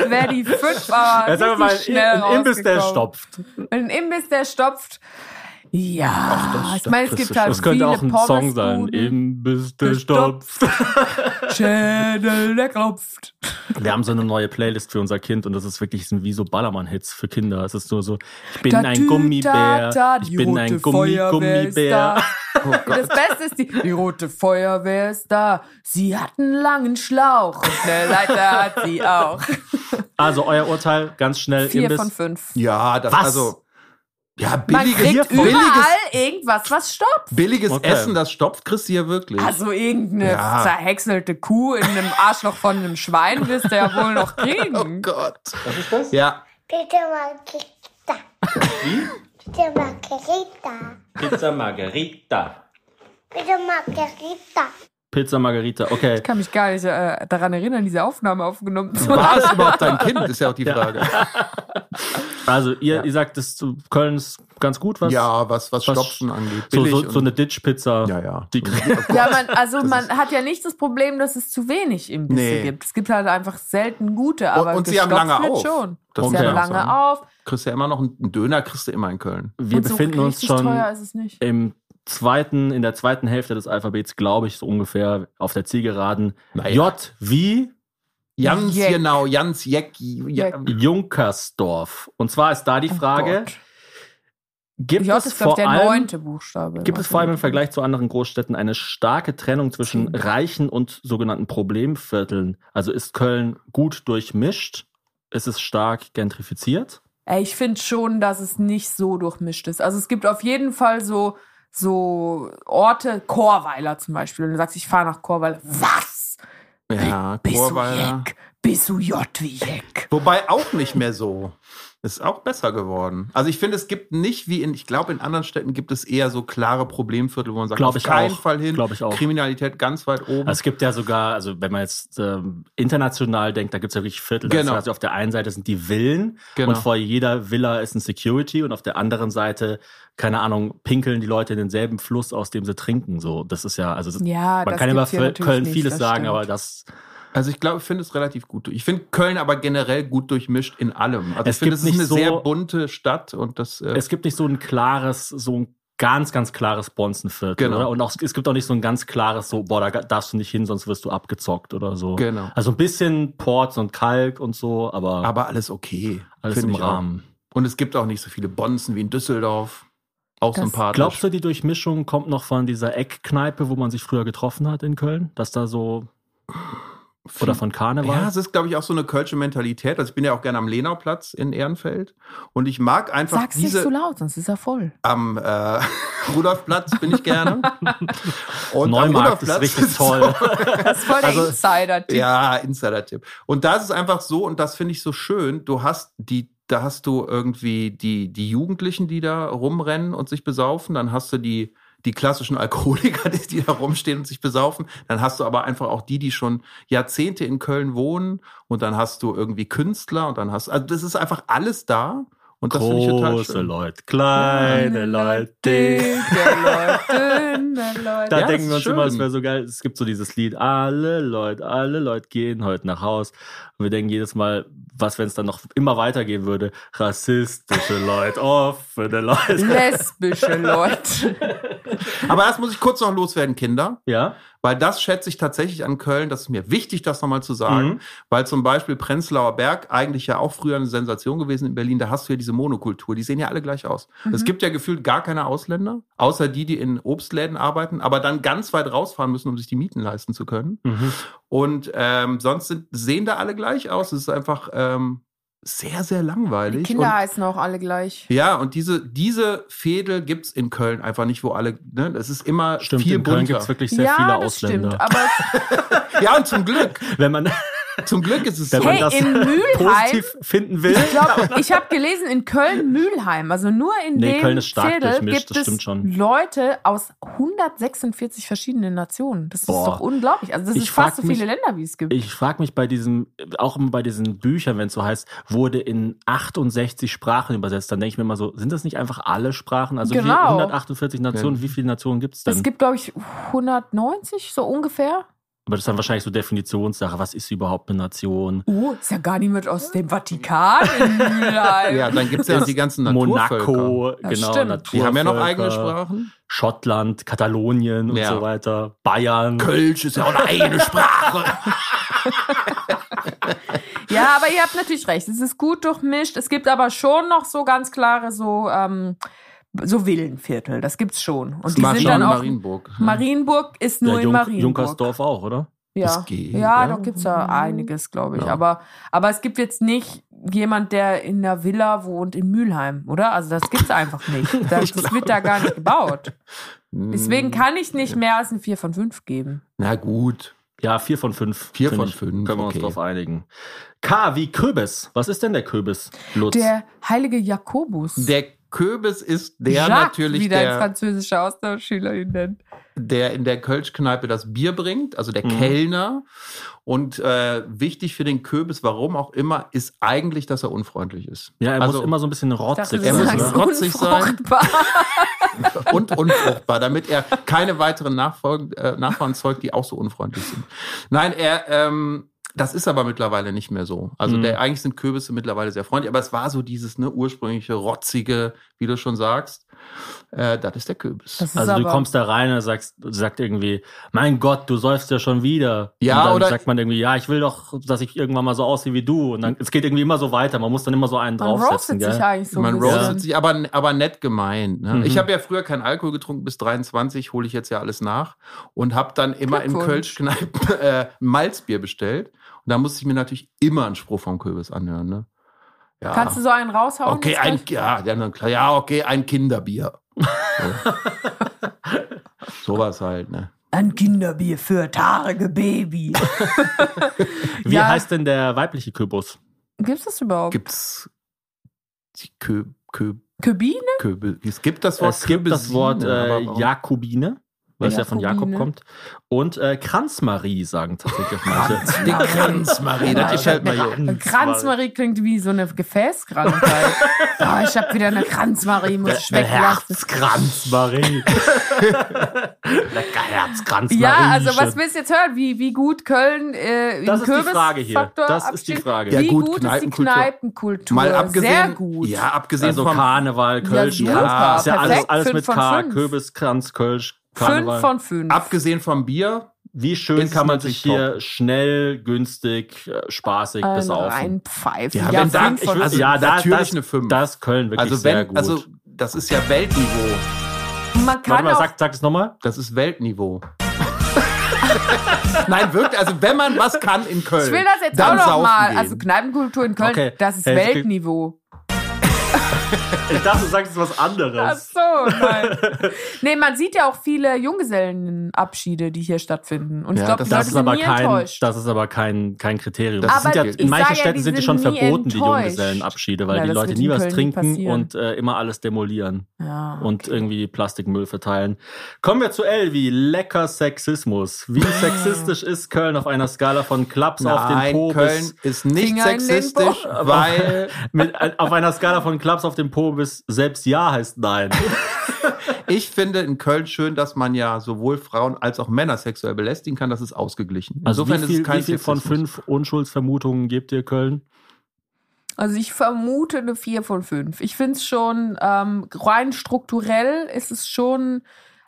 S3: wär, wär die fünf aber
S7: Jetzt
S3: richtig
S7: Äh, sagen wir mal,
S3: schnell
S7: ein ein Imbiss, der
S3: rausgekommen.
S7: stopft.
S3: Ein Imbiss, der stopft. Ja, ich meine, es gibt halt
S7: Das könnte
S3: viele
S7: auch ein
S3: Pommes
S7: Song sein. Imbiss, der stopft.
S3: Schädel, der klopft.
S7: Wir haben so eine neue Playlist für unser Kind und das ist wirklich sind wie so Ballermann-Hits für Kinder. Es ist nur so, ich bin
S3: Da,
S7: ein
S3: dü,
S7: Gummibär,
S3: da, da,
S7: ich
S3: die
S7: bin
S3: rote
S7: ein Gummi
S3: Feuerwehr ist
S7: Gummibär. Oh
S3: da. das Beste ist, die, die rote Feuerwehr ist da. Sie hat einen langen Schlauch und eine Leiter hat sie auch.
S7: Also euer Urteil, ganz schnell
S3: Vier
S7: Imbiss.
S3: von fünf.
S4: Ja, das
S7: Was?
S4: also ja
S3: Man
S4: billiges
S3: kriegt
S4: billiges,
S3: überall irgendwas, was stoppt.
S4: billiges
S7: Okay.
S4: Essen, das stopft Christi ja wirklich.
S3: Also irgendeine
S4: Ja.
S3: zerhäckselte Kuh in einem Arschloch von einem Schwein wirst du ja wohl noch
S7: Oh
S3: kriegen.
S4: Gott. Was ist das? Ja.
S9: Bitte Margarita. Bitte Margarita.
S7: Pizza Margherita.
S9: Bitte Margarita.
S7: Pizza Margherita, okay.
S3: Ich kann mich gar nicht äh, daran erinnern, diese Aufnahme aufgenommen
S7: Oh
S3: zu haben.
S4: War es überhaupt dein Kind, ist ja auch die Frage.
S7: Also ihr, ihr sagt, das zu- Köln ist ganz gut, was?
S4: Ja, was, was,
S7: was-
S4: Stopfen angeht.
S7: So,
S4: Billig
S7: so, so
S4: und-
S7: eine Ditch-Pizza.
S4: ja, ja.
S7: Die
S3: Ja, man, also man hat ja nicht das Problem, dass es zu wenig im
S4: Nee.
S3: gibt. Es gibt halt einfach selten gute, aber
S4: und sie haben lange
S3: gestopft
S4: auf.
S3: wird schon.
S4: Das
S3: sie
S7: muss
S3: haben
S7: man
S4: auch
S3: lange
S4: sagen.
S3: auf.
S4: Kriegst ja immer noch einen einen Döner, kriegst du immer in Köln.
S7: Wir
S3: und so
S7: befinden uns
S3: richtig teuer
S7: schon
S3: ist es nicht.
S7: im zweiten, in der zweiten Hälfte des Alphabets, glaube ich, so ungefähr auf der Zielgeraden.
S4: Naja.
S7: J wie
S4: Jans
S3: Jeck.
S4: genau, Jans Jeck. Ja,
S7: Junkersdorf. Und zwar ist da die
S3: Oh
S7: Frage,
S3: Gott.
S7: gibt
S3: J
S7: es
S3: ist, glaube ich,
S7: vor
S3: der
S7: allem
S3: neunte Buchstabe.
S7: Gibt es vor allem im Vergleich zu anderen Großstädten eine starke Trennung zwischen reichen und sogenannten Problemvierteln? Also ist Köln gut durchmischt? Ist es stark gentrifiziert?
S3: Ey, ich finde schon, dass es nicht so durchmischt ist. Also es gibt auf jeden Fall so, so Orte, Chorweiler zum Beispiel. Und du sagst, ich fahre nach Chorweiler. Was?
S4: ja
S3: Bist
S4: Chorweiler.
S3: du Jeck? Bist du J wie Jeck?
S4: Wobei auch nicht mehr so. Ist auch besser geworden. Also ich finde, es gibt nicht wie in, ich glaube, in anderen Städten gibt es eher so klare Problemviertel, wo man sagt,
S7: Glaub
S4: auf
S7: ich
S4: keinen
S7: auch.
S4: Fall hin.
S7: Glaub ich auch.
S4: Kriminalität ganz weit oben.
S7: Es gibt ja sogar, also wenn man jetzt ähm, international denkt, da gibt es ja wirklich Viertel. Das
S4: Genau.
S7: ist quasi auf der einen Seite sind die Villen
S4: Genau.
S7: und vor jeder Villa ist ein Security und auf der anderen Seite, keine Ahnung, pinkeln die Leute in denselben Fluss, aus dem sie trinken. So, das ist ja, also das-
S3: Ja,
S7: man
S3: das
S7: kann über
S3: gibt's hier
S7: Föl-
S3: natürlich
S7: Köln
S3: nicht,
S7: vieles
S3: das
S7: sagen,
S3: stimmt.
S7: aber das
S4: also ich glaube, ich finde es relativ gut. durch. Ich finde Köln aber generell gut durchmischt in allem. Also
S7: Es
S4: ich finde,
S7: gibt
S4: es ist
S7: nicht
S4: eine
S7: so-
S4: sehr bunte Stadt und das. Äh,
S7: es gibt nicht so ein klares, so ein ganz, ganz klares Bonzenviertel.
S4: Genau.
S7: Oder? Und auch, es gibt auch nicht so ein ganz klares, so, boah, da ga- darfst du nicht hin, sonst wirst du abgezockt oder so.
S4: Genau.
S7: Also ein bisschen Ports und Kalk und so, aber
S4: aber alles okay.
S7: alles
S4: finde
S7: im
S4: ich auch.
S7: Rahmen.
S4: Und es gibt auch nicht so viele Bonzen wie in Düsseldorf. Auch
S3: Das-
S4: sympathisch.
S7: Glaubst du, die Durchmischung kommt noch von dieser Eckkneipe, wo man sich früher getroffen hat in Köln? Dass da so
S1: oder von Karneval.
S4: Ja, es ist, glaube ich, auch so eine kölsche Mentalität. Also ich bin ja auch gerne am Lenauplatz in Ehrenfeld. Und ich mag einfach
S3: Sag's nicht
S4: diese...
S3: so laut, sonst ist er voll.
S4: am äh, Rudolfplatz bin ich gerne. Und
S1: Neumarkt ist richtig toll.
S3: Das ist voll der
S4: Also-
S3: Insider-Tipp.
S4: Ja, Insider-Tipp. Und das ist einfach so, und das finde ich so schön, du hast die, da hast du irgendwie die, die Jugendlichen, die da rumrennen und sich besaufen, dann hast du die, die klassischen Alkoholiker, die, die da rumstehen und sich besaufen, dann hast du aber einfach auch die, die schon Jahrzehnte in Köln wohnen und dann hast du irgendwie Künstler und dann hast, also das ist einfach alles da und das finde ich total
S1: Große
S4: schön.
S1: Leute, kleine Leute.
S3: Dicke Leute, dünne Leute.
S1: Da
S4: Ja,
S1: denken wir uns
S4: das ist
S1: immer,
S4: schön.
S1: es wäre so geil. Es gibt so dieses Lied, alle Leute, alle Leute gehen heute nach Haus. Und wir denken jedes Mal, was, wenn es dann noch immer weitergehen würde? Rassistische Leute, offene Leute.
S3: Lesbische Leute.
S4: Aber das muss ich kurz noch loswerden, Kinder.
S1: Ja,
S4: Weil das schätze ich tatsächlich an Köln. Das ist mir wichtig, das nochmal zu sagen.
S1: Mhm.
S4: Weil zum Beispiel Prenzlauer Berg eigentlich ja auch früher eine Sensation gewesen in Berlin. Da hast du ja diese Monokultur. Die sehen ja alle gleich aus. Also
S1: Mhm.
S4: Es gibt ja gefühlt gar keine Ausländer, außer die, die in Obstläden arbeiten, aber dann ganz weit rausfahren müssen, um sich die Mieten leisten zu können.
S1: Mhm.
S4: Und ähm, sonst sind, sehen da alle gleich aus. Es ist einfach ähm, sehr, sehr langweilig.
S3: Kinder
S4: Und-
S1: halt.
S3: heißen auch alle gleich.
S4: ja, und diese, diese Fädel gibt's in Köln einfach nicht, wo alle, ne, es ist immer
S1: stimmt.
S4: viel
S1: in Köln
S4: bunter.
S1: gibt es wirklich sehr
S3: ja,
S1: viele
S3: das
S1: Ausländer.
S3: stimmt. Aber
S4: ja, und zum Glück,
S1: Wenn man,
S4: zum Glück ist es
S1: wenn
S4: so.
S1: man
S3: Hey,
S1: das
S3: in Mülheim-
S1: positiv finden will.
S3: ich glaube, ich habe gelesen, in Köln-Mühlheim, also nur in
S1: Nee,
S3: dem
S1: Köln ist stark
S3: Viertel
S1: durchmischt,
S3: gibt
S1: das stimmt
S3: es
S1: schon.
S3: Leute aus 146 verschiedenen Nationen. Das
S1: Boah.
S3: ist doch unglaublich. Also das
S1: Ich
S3: ist fast so
S1: frag mich-
S3: viele Länder, wie es gibt.
S1: Ich frage mich bei diesem, auch immer bei diesen Büchern, wenn es so heißt, wurde in 68 Sprachen übersetzt. Dann denke ich mir immer so, sind das nicht einfach alle Sprachen? Also wie
S3: Genau.
S1: 148 Nationen, wie viele Nationen gibt's denn?
S3: es gibt, glaube ich, 190 so ungefähr.
S1: Aber das ist dann wahrscheinlich so Definitionssache. Was ist überhaupt eine Nation?
S3: Oh, ist ja gar niemand aus dem Vatikan in Mühlheim.
S4: Ja, dann gibt's ja noch die ganzen Naturvölker.
S1: Monaco,
S3: Das
S1: genau.
S3: stimmt.
S4: Die haben ja noch
S1: Naturvölker,
S4: eigene Sprachen.
S1: Schottland, Katalonien
S4: Ja.
S1: und so weiter. Bayern.
S4: Kölsch ist ja auch eine eigene Sprache.
S3: Ja, aber ihr habt natürlich recht. Es ist gut durchmischt. Es gibt aber schon noch so ganz klare so, ähm, so Villenviertel. Das gibt's schon. Und die sind dann auch.
S4: Marienburg.
S3: Marienburg ist nur
S1: ne? Ja,
S3: in
S1: Junk-
S3: Marienburg.
S1: Junkersdorf auch, oder?
S3: Ja,
S4: Das geht,
S3: ja,
S4: ja. Mhm.
S3: da gibt's ja einiges, glaube ich. Aber, aber es gibt jetzt nicht jemand, der in einer Villa wohnt in Mülheim, oder? Also das gibt's einfach nicht. Das, das wird da gar nicht gebaut.
S4: Mhm.
S3: Deswegen kann ich nicht mehr als ein 4 von 5 geben.
S4: Na gut.
S1: Ja, vier von fünf.
S4: Vier
S1: find
S4: von
S1: ich.
S4: fünf,
S1: Können wir
S4: okay.
S1: uns drauf einigen. K wie Köbis. Was ist denn der Köbis, Lutz?
S3: Der heilige Jakobus.
S4: Der Köbis ist der
S3: Jacques,
S4: natürlich,
S3: wie dein
S4: der,
S3: französischer Austauschschüler ihn nennt.
S4: der in der Kölschkneipe das Bier bringt, also der Kellner. Und äh, wichtig für den Köbis, warum auch immer, ist eigentlich, dass er unfreundlich ist.
S1: ja, er
S4: also,
S1: muss immer so ein bisschen rotzig
S4: er
S3: du
S4: muss
S1: sein.
S3: sagst
S1: Ne?
S4: rotzig sein.
S3: unfruchtbar.
S4: und unfruchtbar, damit er keine weiteren Nachfolgen, äh, Nachfahren zeugt, die auch so unfreundlich sind. Nein, er, ähm, das ist aber mittlerweile nicht mehr so. Also der, eigentlich sind Kürbisse mittlerweile sehr freundlich, aber es war so dieses ne, ursprüngliche, rotzige, wie du schon sagst. Äh, das ist der Kürbis.
S3: Das ist
S1: Also du
S3: aber-
S1: kommst da rein und sagst, sagt irgendwie, mein Gott, du säufst ja schon wieder.
S4: Ja,
S1: und dann
S4: oder-
S1: sagt man irgendwie, ja, ich will doch, dass ich irgendwann mal so aussehe wie du. Und dann, es geht irgendwie immer so weiter. Man muss dann immer so einen
S3: Man
S1: draufsetzen.
S3: roastet
S1: Gell?
S3: sich halt. eigentlich so.
S4: Man
S3: ein bisschen.
S4: roastet sich, aber, aber nett gemeint. Ne?
S1: Mhm.
S4: Ich habe ja früher keinen Alkohol getrunken, bis 23 hole ich jetzt ja alles nach und habe dann immer in
S3: Glückwunsch.
S4: Kölsch-Kneipen äh, Malzbier bestellt. Und da musste ich mir natürlich immer einen Spruch vom Kürbis anhören. Ne? Ja.
S3: Kannst du so einen raushauen?
S4: Okay,
S3: jetzt
S4: ein,
S3: gleich?
S4: ja, der andere, klar, ja, okay, ein Kinderbier. so. Sowas halt, ne?
S3: ein Kinderbier für tarige Baby.
S1: Wie
S3: Ja.
S1: heißt denn der weibliche Köbus?
S3: Gibt's das überhaupt?
S4: Gibt's die Kö, Kö,
S3: Köbine?
S4: Köbel, es gibt das Wort
S1: Es gibt das
S4: Köbelsine,
S1: Wort äh,
S4: aber warum-
S1: Jakobine, weil es ja von Jakob
S3: Jakobine.
S1: kommt. Und äh, Kranzmarie sagen tatsächlich manche. halt
S4: Die Kranzmarie, das gefällt mir jo.
S3: Kranzmarie klingt wie so eine Gefäßkrankheit. oh, ich habe wieder eine Kranzmarie, muss ich weglassen.
S1: Herzkranzmarie. Lecker Herzkranzmarie.
S3: Ja, also was willst du jetzt hören? Wie, wie gut Köln äh,
S1: Das ist
S3: im
S1: die
S3: Kürbis
S1: Frage hier.
S3: Faktor
S1: Das ist die
S3: abschickt?
S1: Frage.
S4: Ja,
S3: wie
S4: gut,
S3: gut, ist die
S4: Kneipenkultur.
S3: Kneipenkultur?
S4: Mal abgesehen,
S3: Sehr gut.
S4: Ja, abgesehen
S1: Also
S4: vom
S1: Karneval, Kölsch,
S3: super,
S1: ja, ist ja alles,
S3: perfekt.
S1: alles
S3: Fünf
S1: mit
S3: von
S1: K,
S3: fünf.
S1: Köbis, Kranz, Kölsch, Karneval.
S3: fünf von fünf.
S4: abgesehen vom Bier,
S1: Wie schön
S4: Ist
S1: kann man sich
S4: natürlich
S1: hier schnell, günstig, äh, spaßig
S3: ein
S1: besaufen.
S3: Reinpfeifen.
S4: Ja,
S3: Ja,
S4: wenn da-
S3: fünf
S4: ich
S3: von
S4: will-
S3: fünf.
S4: also natürlich
S1: das,
S4: eine Fünf.
S1: Das ist Köln wirklich
S4: also
S1: sehr
S4: wenn,
S1: gut.
S4: also das ist ja Weltniveau.
S1: also,
S3: Man
S1: Warte
S3: kann
S1: mal,
S3: auch
S1: sag, sag das nochmal.
S4: Das ist Weltniveau. Nein, wirklich, also wenn man was kann in Köln.
S3: Ich will das jetzt
S4: dann
S3: auch noch
S4: saufen
S3: mal.
S4: gehen.
S3: Also Kneipenkultur in Köln,
S7: Okay.
S3: das ist
S1: Äh,
S7: Hey, es gibt-
S3: Weltniveau.
S7: Ich dachte, du sagst jetzt was
S3: Ach
S7: anderes.
S3: so, nein. nee, man sieht ja auch viele Junggesellenabschiede, die hier stattfinden. Und ich
S4: Ja,
S3: glaube,
S4: das-
S3: die
S7: Das
S3: Leute
S7: ist
S3: sind
S7: aber
S3: nie
S7: kein,
S3: enttäuscht.
S7: das ist aber kein, kein Kriterium.
S4: Das
S7: Das
S4: sind
S3: aber
S4: ja-
S3: ich
S7: in manchen
S3: sag ja,
S7: Städten
S3: die
S7: sind die schon
S3: nie
S7: verboten, die
S3: enttäuscht.
S7: Junggesellenabschiede, weil
S3: Ja,
S7: die
S3: das
S7: Leute
S3: wird
S7: nie
S3: in
S7: was
S3: Köln nicht
S7: trinken
S3: passieren.
S7: und äh, immer alles demolieren
S3: Ja.
S7: und irgendwie Plastikmüll verteilen. Kommen wir zu L wie lecker Sexismus. Wie sexistisch ist Köln auf einer Skala von Klaps auf den
S4: Nein,
S7: Po
S4: Köln
S7: bis
S4: ist nicht
S3: Finger in den
S4: sexistisch, weil
S7: mit, äh, auf einer Skala von Klaps auf den Po bis selbst ja heißt nein.
S4: ich finde in Köln schön, dass man ja sowohl Frauen als auch Männer sexuell belästigen kann. Das ist ausgeglichen.
S7: Also wie
S4: ist
S7: viel, wie viel von
S4: Sexismus.
S7: fünf Unschuldsvermutungen gebt ihr Köln?
S3: Also ich vermute eine 4 von 5. Ich finde es schon, ähm, rein strukturell ist es schon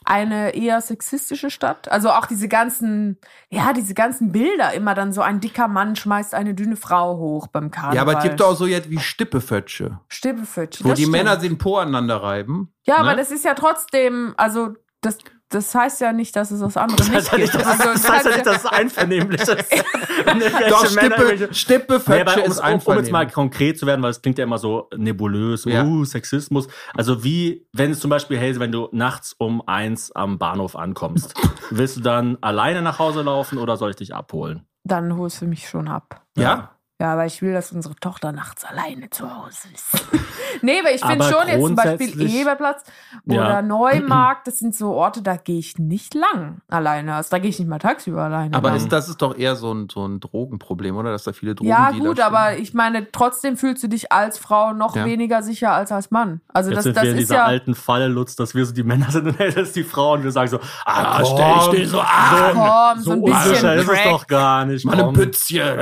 S3: eine eher sexistische Stadt. Also auch diese ganzen, ja, diese ganzen Bilder immer dann so ein dicker Mann schmeißt eine dünne Frau hoch beim Karneval.
S4: Ja, aber es gibt auch so jetzt wie Stippefötsche,
S3: Stippefötchen.
S4: wo
S3: das
S4: die
S3: stimmt.
S4: Männer den Po aneinander reiben.
S3: Ja, aber
S4: ne?
S3: das ist ja trotzdem, also das, das heißt ja nicht, dass es was anderes nicht gibt. also,
S7: Das
S3: es
S7: heißt ja
S3: hat-
S7: nicht, dass es einvernehmlich ist. Irgendwelche
S4: Doch,
S7: Männer-
S4: Stippe,
S7: Nee,
S4: Stippefötsche
S7: aber um,
S4: ist
S7: um, um jetzt mal
S4: einvernehmlich.
S7: konkret zu werden, weil es klingt ja immer so nebulös,
S4: Ja.
S7: uh, Sexismus. Also wie, wenn es zum Beispiel, hey, wenn du nachts um eins am Bahnhof ankommst, willst du dann alleine nach Hause laufen oder soll ich dich abholen?
S3: dann holst du mich schon ab.
S4: Ja?
S3: Ja, aber ich will, dass unsere Tochter nachts alleine zu Hause ist. nee, aber ich finde
S7: Aber
S3: schon jetzt zum Beispiel
S7: grundsätzlich-
S3: Eberplatz oder
S7: Ja.
S3: Neumarkt, das sind so Orte, da gehe ich nicht lang alleine. Also, da gehe ich nicht mal tagsüber alleine.
S4: Aber
S3: lang.
S7: genau.
S4: ist, das ist doch eher so ein, so ein Drogenproblem, oder? Dass da viele Drogen
S3: ja,
S4: Dealer
S3: gut,
S4: stehen.
S3: aber ich meine, trotzdem fühlst du dich als Frau noch
S4: Ja.
S3: weniger sicher als als Mann. Also
S7: Jetzt
S3: das,
S7: sind
S3: das
S7: wir in
S3: ist
S7: dieser
S3: ja
S7: alten Falle, Lutz, dass wir so die Männer sind und hey, das ist die Frau und wir sagen so, ah,
S4: komm,
S7: stell, ich stehe so, ah,
S3: komm, so ein bisschen
S7: unsicher ist es
S3: Crack.
S7: doch gar nicht.
S4: Mal eine
S7: komm.
S4: Pützchen.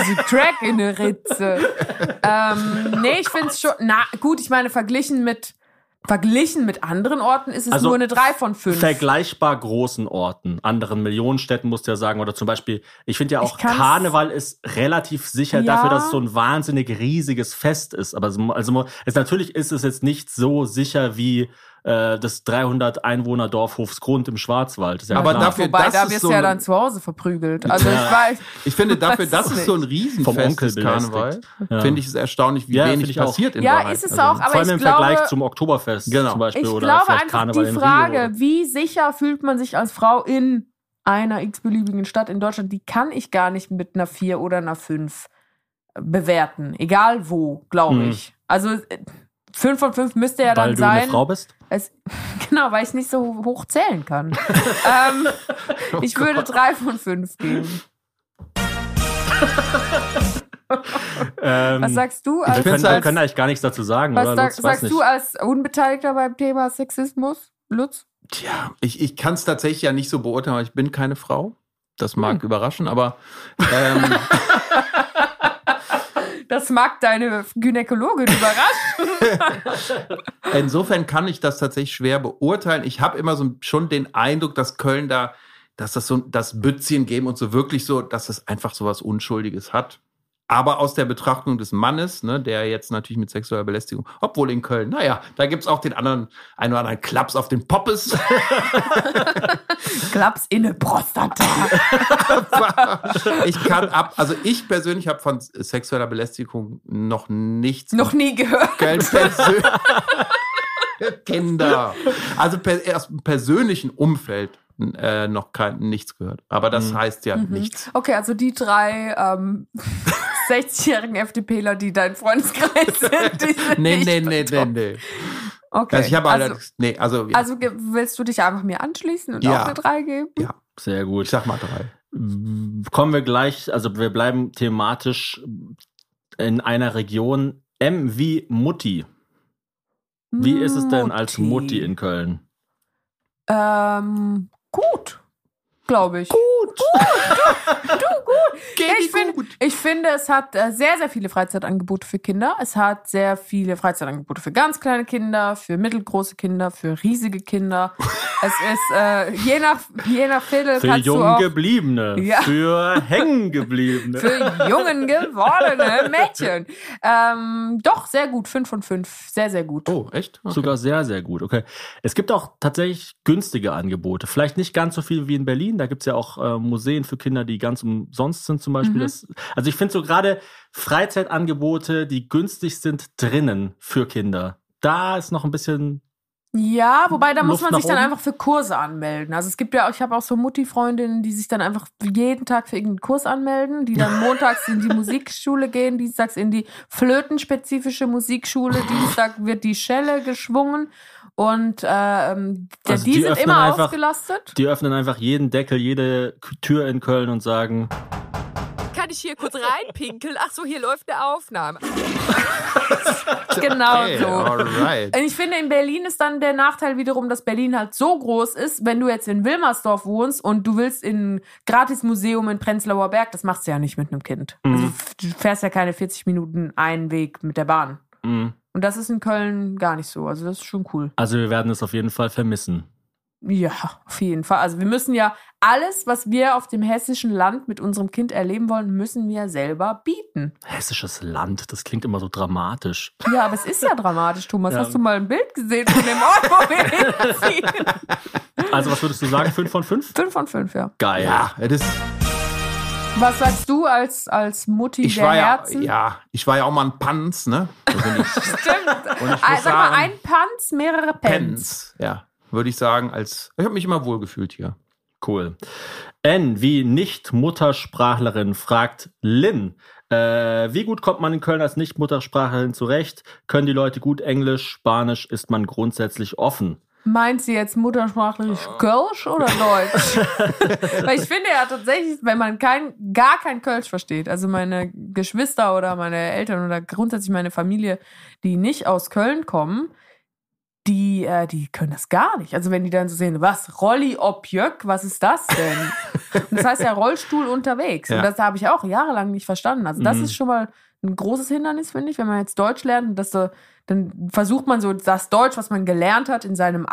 S3: Diese Crack in der Ritze. ähm, nee, ich finde es schon. Na gut, ich meine, verglichen mit verglichen mit anderen Orten ist es
S7: Also,
S3: nur eine 3 von 5.
S7: vergleichbar großen Orten, anderen Millionenstädten, musst du ja sagen, oder zum Beispiel, ich finde ja auch,
S3: Ich kann's-
S7: Karneval ist relativ sicher
S3: Ja.
S7: dafür, dass es so ein wahnsinnig riesiges Fest ist. Aber so- also, es, natürlich ist es jetzt nicht so sicher wie äh, das 300 Einwohner Dorf Hofsgrund im Schwarzwald. Ist ja
S4: Aber
S7: klar.
S4: dafür-
S3: Wobei,
S4: das
S3: da
S4: ist
S3: wirst
S4: so
S3: du ja
S4: eine-
S3: dann zu Hause verprügelt. Also ich weiß.
S4: Ich finde dafür,
S3: Weiß
S4: das ist
S3: nicht.
S4: so ein
S7: Vom
S4: Riesenfest
S7: Onkel
S4: des Karneval.
S7: belästigt. Ja.
S4: Finde ich es erstaunlich, wie
S7: Ja, finde
S4: wenig
S7: ich auch.
S4: passiert in
S3: Ja,
S4: Wahrheit.
S3: ist es
S4: Also-
S3: auch, aber
S7: vor allem
S3: ich
S7: im
S3: glaube,
S7: Vergleich zum Oktoberfest
S4: Genau.
S7: zum Beispiel
S3: ich
S7: oder
S3: glaube
S7: vielleicht
S3: einfach
S7: Karneval
S3: die
S7: in
S3: Frage,
S7: Rio.
S3: wie sicher fühlt man sich als Frau in einer x-beliebigen Stadt in Deutschland, die kann ich gar nicht mit einer 4 oder einer 5 bewerten. Egal wo, glaube
S7: Hm.
S3: ich. Also 5 von 5 müsste ja
S7: Weil
S3: dann
S7: du
S3: sein.
S7: eine Frau bist?
S3: Es, genau, weil ich nicht so hoch zählen kann. ähm,
S7: Oh
S3: ich würde drei von fünf
S7: Hm.
S3: geben. Was sagst du als,
S7: Ähm, Wir können,
S4: als-
S7: wir können eigentlich gar nichts dazu sagen,
S3: was
S7: oder?
S3: sag,
S7: Lutz, Weiß
S3: sagst
S7: nicht.
S3: du als Unbeteiligter beim Thema Sexismus, Lutz?
S4: Tja, ich, ich kann es tatsächlich ja nicht so beurteilen, weil ich bin keine Frau. Das
S3: Hm.
S4: mag überraschen, aber ähm,
S3: Das mag deine Gynäkologin überraschen.
S4: insofern kann ich das tatsächlich schwer beurteilen. Ich habe immer so schon den Eindruck, dass Köln da, dass das so das Bützchen geben und so wirklich so, dass es einfach so was Unschuldiges hat. Aber aus der Betrachtung des Mannes, ne, der jetzt natürlich mit sexueller Belästigung, obwohl in Köln, naja, da gibt's auch den anderen, einen oder anderen Klaps auf den Poppes.
S3: Klaps in eine Prostata.
S4: ich kann ab, also ich persönlich habe von sexueller Belästigung noch nichts
S3: Noch nie gehört.
S4: Geld persönlich. Kinder. Also per, aus dem persönlichen Umfeld äh, noch kein, nichts gehört. Aber das heißt ja nichts.
S3: Okay, also die drei ähm, 60-jährigen FDPler, die dein Freundeskreis sind, die sind
S4: Nee,
S3: nicht
S4: nee, nee, nee,
S3: betroffen.
S4: nee.
S3: Okay.
S4: Also ich habe
S3: also,
S4: allerdings, nee, also, ja,
S3: Also ge- willst du dich einfach mir anschließen und
S4: Ja.
S3: auch eine 3 geben?
S4: Ja.
S7: Sehr gut.
S4: ich sag mal drei.
S7: kommen wir gleich, also wir bleiben thematisch in einer Region. M wie Mutti. Wie ist es denn als Mutti in Köln?
S3: Ähm, gut, glaube ich. Gut.
S4: gut.
S3: Ja, ich, find, ich finde, es hat äh, sehr, sehr viele Freizeitangebote für Kinder. Es hat sehr viele Freizeitangebote für ganz kleine Kinder, für mittelgroße Kinder, für riesige Kinder. es ist äh, je nach je nach Viertel
S7: Für
S3: kannst du auch
S7: Junggebliebene,
S3: Ja.
S7: für Hängengebliebene.
S3: für jungen gewordene Mädchen. Ähm, doch, sehr gut. Fünf von fünf. Sehr, sehr gut.
S4: Oh, echt? Okay.
S7: Sogar sehr, sehr gut. Okay. Es gibt auch tatsächlich günstige Angebote. Vielleicht nicht ganz so viel wie in Berlin. Da gibt's ja auch äh, Museen für Kinder, die ganz umsonst sind zum Beispiel. Das, also ich finde so gerade Freizeitangebote, die günstig sind, drinnen für Kinder. Da ist noch ein bisschen.
S3: Ja, wobei da muss
S7: Luft
S3: man sich
S7: nach
S3: dann
S7: oben?
S3: einfach für Kurse anmelden. Also es gibt ja, auch, ich habe auch so Mutti-Freundinnen, die sich dann einfach jeden Tag für irgendeinen Kurs anmelden, die dann montags in die Musikschule gehen, dienstags in die flötenspezifische Musikschule, Dienstag wird die Schelle geschwungen und äh, ähm, der-
S7: Also
S3: die,
S7: die
S3: sind
S7: öffnen
S3: immer
S7: einfach-
S3: ausgelastet.
S7: Die öffnen einfach jeden Deckel, jede K- Tür in Köln und sagen,
S10: Kann ich hier kurz reinpinkeln? Ach so, hier läuft eine Aufnahme.
S3: Genau
S4: Hey,
S3: so.
S4: alright.
S3: Und ich finde, in Berlin ist dann der Nachteil wiederum, dass Berlin halt so groß ist, wenn du jetzt in Wilmersdorf wohnst und du willst in ein Gratismuseum in Prenzlauer Berg, das machst du ja nicht mit einem Kind. Also f- du fährst ja keine 40 Minuten einen Weg mit der Bahn.
S7: "Mm,
S3: Und das ist in Köln gar nicht so. Also das ist schon cool.
S7: also wir werden es auf jeden Fall vermissen.
S3: Ja, auf jeden Fall. Also wir müssen ja alles, was wir auf dem hessischen Land mit unserem Kind erleben wollen, müssen wir selber bieten.
S7: Hessisches Land, das klingt immer so dramatisch.
S3: Ja, aber es ist ja dramatisch, Thomas.
S7: Ja.
S3: Hast du mal ein Bild gesehen von dem Ort, wo wir hinziehen?
S7: Also was würdest du sagen? Fünf von fünf?
S3: Fünf von fünf, ja.
S7: Geil.
S4: Ja, das,
S3: Was sagst du als, als Mutti
S4: ich
S3: der
S4: war ja,
S3: Herzen?
S4: ja, ich war ja auch mal ein Panz, ne? Da bin ich
S3: Stimmt.
S4: Und ich
S3: Ah,
S4: muss
S3: Sag mal,
S4: sagen,
S3: ein Panz, mehrere Pens.
S4: Pens. Ja, würde ich sagen, als ich habe mich immer wohl gefühlt hier.
S7: Cool. N wie Nicht-Muttersprachlerin fragt Lynn. Äh, wie gut kommt man in Köln als Nicht-Muttersprachlerin zurecht? Können die Leute gut Englisch, Spanisch? Ist man grundsätzlich offen?
S3: Meint sie jetzt muttersprachlich Kölsch oder Deutsch? Weil ich finde ja tatsächlich, wenn man kein, gar kein Kölsch versteht, also meine Geschwister oder meine Eltern oder grundsätzlich meine Familie, die nicht aus Köln kommen, die, äh, die können das gar nicht. Also wenn die dann so sehen, was, Rolli Opjök, was ist das denn? Und das heißt ja Rollstuhl unterwegs.
S4: Ja.
S3: Und das habe ich auch jahrelang nicht verstanden. Also das
S7: Mhm.
S3: ist schon mal ein großes Hindernis, finde ich, wenn man jetzt Deutsch lernt und das so, dann versucht man so das Deutsch, was man gelernt hat, in seinem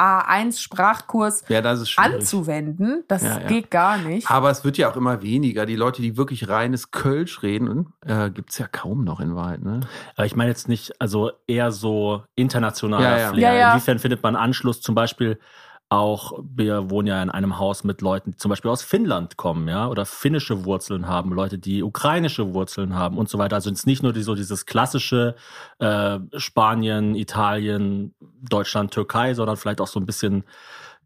S3: A1-Sprachkurs
S4: Ja, das ist schwierig.
S3: anzuwenden. Das
S4: Ja, ja.
S3: geht gar nicht.
S4: Aber es wird ja auch immer weniger. Die Leute, die wirklich reines Kölsch reden, äh, gibt es ja kaum noch in Wahrheit. Ne?
S7: Aber Äh, ich meine jetzt nicht, also eher so internationaler
S4: Ja, ja.
S7: Flair.
S3: Ja, ja.
S7: Inwiefern findet man Anschluss zum Beispiel auch, wir wohnen ja in einem Haus mit Leuten, die zum Beispiel aus Finnland kommen, ja, oder finnische Wurzeln haben, Leute, die ukrainische Wurzeln haben und so weiter. Also es ist nicht nur die, so dieses klassische äh, Spanien, Italien, Deutschland, Türkei, sondern vielleicht auch so ein bisschen,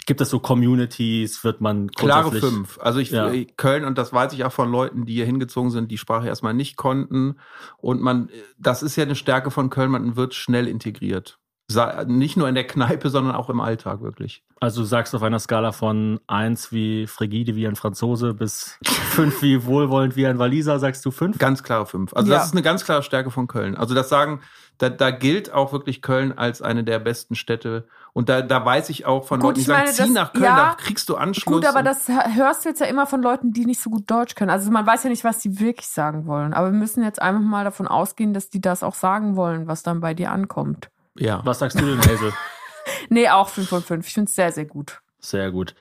S7: gibt es so Communities, wird man
S4: Klare
S7: grundsätzlich-
S4: fünf. Also ich
S7: Ja.
S4: Köln und das weiß ich auch von Leuten, die hier hingezogen sind, die Sprache erstmal nicht konnten. Und man, äh, das ist ja eine Stärke von Köln, man wird schnell integriert. Sa nicht nur in der Kneipe, sondern auch im Alltag wirklich.
S7: Also du sagst auf einer Skala von 1 wie frigide wie ein Franzose bis 5 wie wohlwollend wie ein Waliser, sagst du 5?
S4: Ganz klare fünf. Also
S3: Ja.
S4: das ist eine ganz klare Stärke von Köln. Also das sagen, da, da gilt auch wirklich Köln als eine der besten Städte. Und da, da weiß ich auch von
S3: Gut,
S4: Leuten, die
S3: ich
S4: sagen,
S3: meine,
S4: zieh
S3: das-
S4: nach Köln,
S3: ja.
S4: da kriegst du Anschluss.
S3: Gut, aber
S4: und-
S3: das hörst du jetzt ja immer von Leuten, die nicht so gut Deutsch können. Also man weiß ja nicht, was die wirklich sagen wollen. Aber wir müssen jetzt einfach mal davon ausgehen, dass die das auch sagen wollen, was dann bei dir ankommt.
S4: ja.
S7: Was sagst du denn, Hazel?
S3: Nee, auch 5 von 5. Ich finde es sehr, sehr gut.
S7: Sehr gut.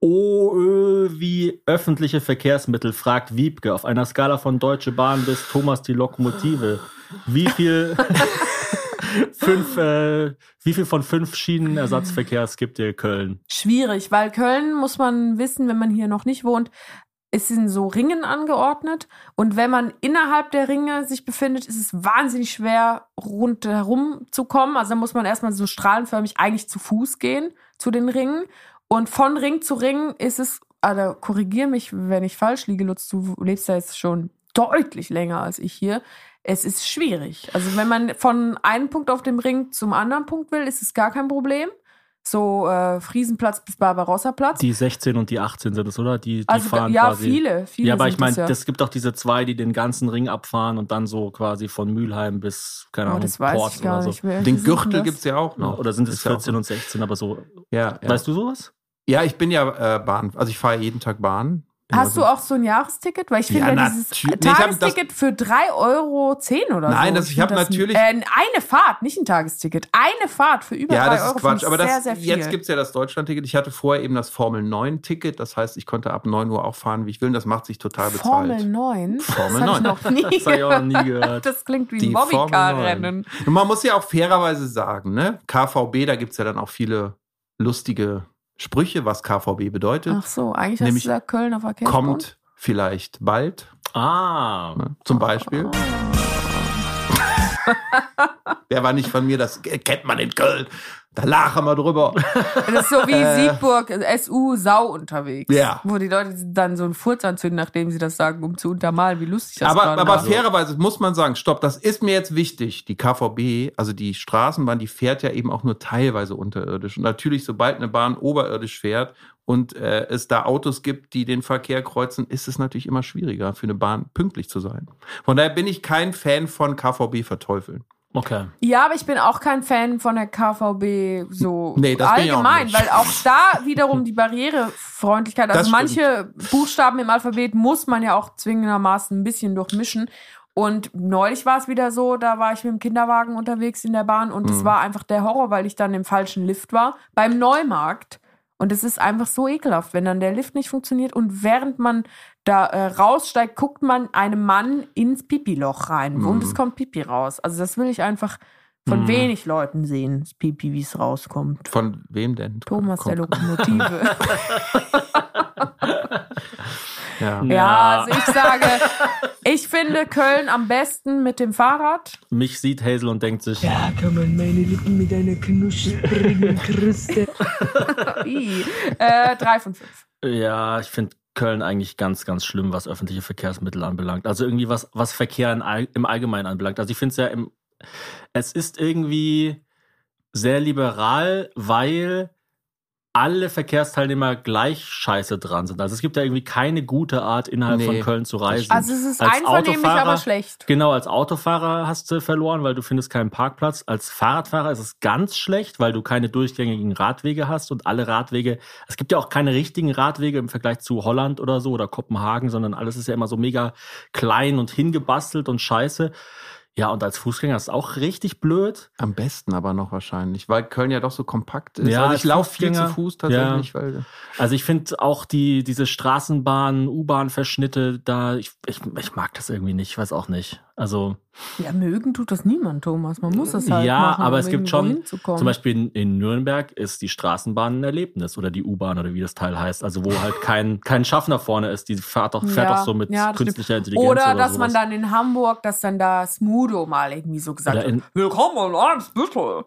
S7: OÖ wie öffentliche Verkehrsmittel, fragt Wiebke. Auf einer Skala von Deutsche Bahn bis Thomas die Lokomotive. Wie viel, fünf, äh, wie viel von fünf Schienenersatzverkehrs gibt dir Köln?
S3: Schwierig, weil Köln, muss man wissen, wenn man hier noch nicht wohnt, ist in so Ringen angeordnet. Und wenn man innerhalb der Ringe sich befindet, ist es wahnsinnig schwer, rundherum zu kommen. Also da muss man erstmal so strahlenförmig eigentlich zu Fuß gehen zu den Ringen. Und von Ring zu Ring ist es, also korrigier mich, wenn ich falsch liege, Lutz, du lebst ja jetzt schon deutlich länger als ich hier. Es ist schwierig. Also wenn man von einem Punkt auf dem Ring zum anderen Punkt will, ist es gar kein Problem. So äh, Friesenplatz bis Barbarossaplatz.
S7: Die 16 und die 18 sind es, oder? Die, die
S3: also
S7: fahren
S3: ja,
S7: quasi.
S3: viele, viele.
S7: ja, aber
S3: sind
S7: ich meine,
S3: es ja.
S7: das gibt auch diese zwei, die den ganzen Ring abfahren und dann so quasi von Mülheim bis, keine
S3: Oh,
S7: Ahnung,
S3: das weiß
S7: Port
S3: ich gar
S7: oder so.
S3: nicht mehr.
S4: Den Gürtel gibt's
S3: ja.
S4: ja auch noch.
S7: Oder sind es
S4: Ist ja auch
S7: 14 und 16, aber so.
S4: Ja, ja.
S7: Weißt du sowas?
S4: ja, ich bin ja äh, Bahn, also ich fahre jeden Tag Bahn.
S3: Hast du auch so ein Jahresticket? Weil ich
S4: Ja,
S3: finde ja,
S4: natür-
S3: dieses
S4: Nee, ich hab das-
S3: Tagesticket für 3,10 Euro oder so.
S4: Nein, das- ich hab
S3: finde
S4: natürlich-
S3: Äh, eine Fahrt, nicht ein Tagesticket. Eine Fahrt für über
S4: Ja,
S3: 3
S4: das
S3: Euro
S4: ist
S3: finde
S4: Quatsch.
S3: ich
S4: Aber
S3: sehr,
S4: das,
S3: sehr viel.
S4: jetzt gibt's ja das Deutschland-Ticket. Ich hatte vorher eben das Formel 9-Ticket. Das heißt, ich konnte ab 9 Uhr auch fahren, wie ich will. Und das macht sich total bezahlt.
S3: Formel 9?
S4: Formel
S3: das hab
S4: 9.
S3: Ich noch nie
S7: Das hab ich auch noch nie
S3: gehört.
S7: gehört.
S3: Das klingt wie ein
S4: Die Formel 9.
S3: Bobbycar-Rennen.
S4: Und man muss ja auch fairerweise sagen, ne? KVB, da gibt's ja dann auch viele lustige Sprüche, was KVB bedeutet.
S3: Ach so, eigentlich
S4: Nämlich
S3: hast du da Kölner Verkehrsbund.
S4: Kommt vielleicht bald.
S7: Ah.
S4: Ne? Zum Beispiel. Der war nicht von mir, das kennt man in Köln. Da lachen wir drüber.
S3: Das ist so wie Siegburg, SU, Sau unterwegs.
S4: Äh. Ja.
S3: Wo die Leute dann so einen Furz anzünden, nachdem sie das sagen, um zu untermalen, wie lustig das
S4: aber
S3: gerade
S4: aber
S3: war.
S4: fairerweise muss man sagen, stopp, das ist mir jetzt wichtig. Die KVB, also die Straßenbahn, die fährt ja eben auch nur teilweise unterirdisch. Und natürlich, sobald eine Bahn oberirdisch fährt und äh, es da Autos gibt, die den Verkehr kreuzen, ist es natürlich immer schwieriger für eine Bahn pünktlich zu sein. Von daher bin ich kein Fan von KVB verteufeln.
S7: Okay.
S3: Ja, aber ich bin auch kein Fan von der KVB so
S4: Nee, das bin ich auch
S3: allgemein,
S4: nicht.
S3: weil auch da wiederum die Barrierefreundlichkeit, also
S4: Das
S3: manche Buchstaben im Alphabet muss man ja auch zwingendermaßen ein bisschen durchmischen. Und neulich war es wieder so, da war ich mit dem Kinderwagen unterwegs in der Bahn und
S4: Mhm.
S3: es war einfach der Horror, weil ich dann im falschen Lift war, beim Neumarkt. Und es ist einfach so ekelhaft, wenn dann der Lift nicht funktioniert und während man da äh, raussteigt, guckt man einem Mann ins Pipi-Loch rein
S4: Mhm.
S3: und es kommt Pipi raus. Also das will ich einfach
S7: Mhm.
S3: von wenig Leuten sehen, das Pipi, wie es rauskommt.
S4: Von wem denn?
S3: Thomas der Lokomotive.
S4: Ja.
S3: ja, also ich sage, ich finde Köln am besten mit dem Fahrrad.
S7: Mich sieht Hazel und denkt sich,
S3: Ih. äh, drei von fünf.
S7: Ja, ich finde Köln eigentlich ganz, ganz schlimm, was öffentliche Verkehrsmittel anbelangt. Also irgendwie was, was Verkehr in, all- im Allgemeinen anbelangt. Also ich finde es ja im, es ist irgendwie sehr liberal, weil alle Verkehrsteilnehmer gleich scheiße dran sind. Also es gibt ja irgendwie keine gute Art, innerhalb
S4: Nee,
S7: von Köln zu reisen.
S3: Also es ist
S7: Als
S3: einvernehmlich,
S7: Autofahrer-
S3: aber schlecht.
S7: Genau, als Autofahrer hast du verloren, weil du findest keinen Parkplatz. Als Fahrradfahrer ist es ganz schlecht, weil du keine durchgängigen Radwege hast und alle Radwege, es gibt ja auch keine richtigen Radwege im Vergleich zu Holland oder so oder Kopenhagen, sondern alles ist ja immer so mega klein und hingebastelt und scheiße. Ja, und als Fußgänger ist es auch richtig blöd.
S4: Am besten aber noch wahrscheinlich, weil Köln ja doch so kompakt ist.
S7: Ja,
S4: also ich
S7: als
S4: laufe viel zu
S7: Fußgänger.
S4: Fuß tatsächlich, weil
S7: Also ich finde auch die, diese Straßenbahn, U-Bahn-Verschnitte da, ich, ich, ich mag das irgendwie nicht, ich weiß auch nicht. Also
S3: Ja, mögen tut das niemand, Thomas. Man muss es halt
S7: ja,
S3: machen,
S7: aber
S3: um
S7: es gibt
S3: irgendwo
S7: schon,
S3: hinzukommen.
S7: zum Beispiel in, in Nürnberg ist die Straßenbahn ein Erlebnis oder die U-Bahn oder wie das Teil heißt. Also wo halt kein, kein Schaffner vorne ist, die fährt doch, fährt
S3: Ja,
S7: doch so mit
S3: ja, das
S7: künstlicher
S3: stimmt.
S7: Intelligenz.
S3: Oder,
S7: Oder,
S3: dass man
S7: sowas.
S3: dann in Hamburg, dass dann da Smudo mal irgendwie so gesagt
S7: Oder in-
S3: hat, willkommen, alles bitte.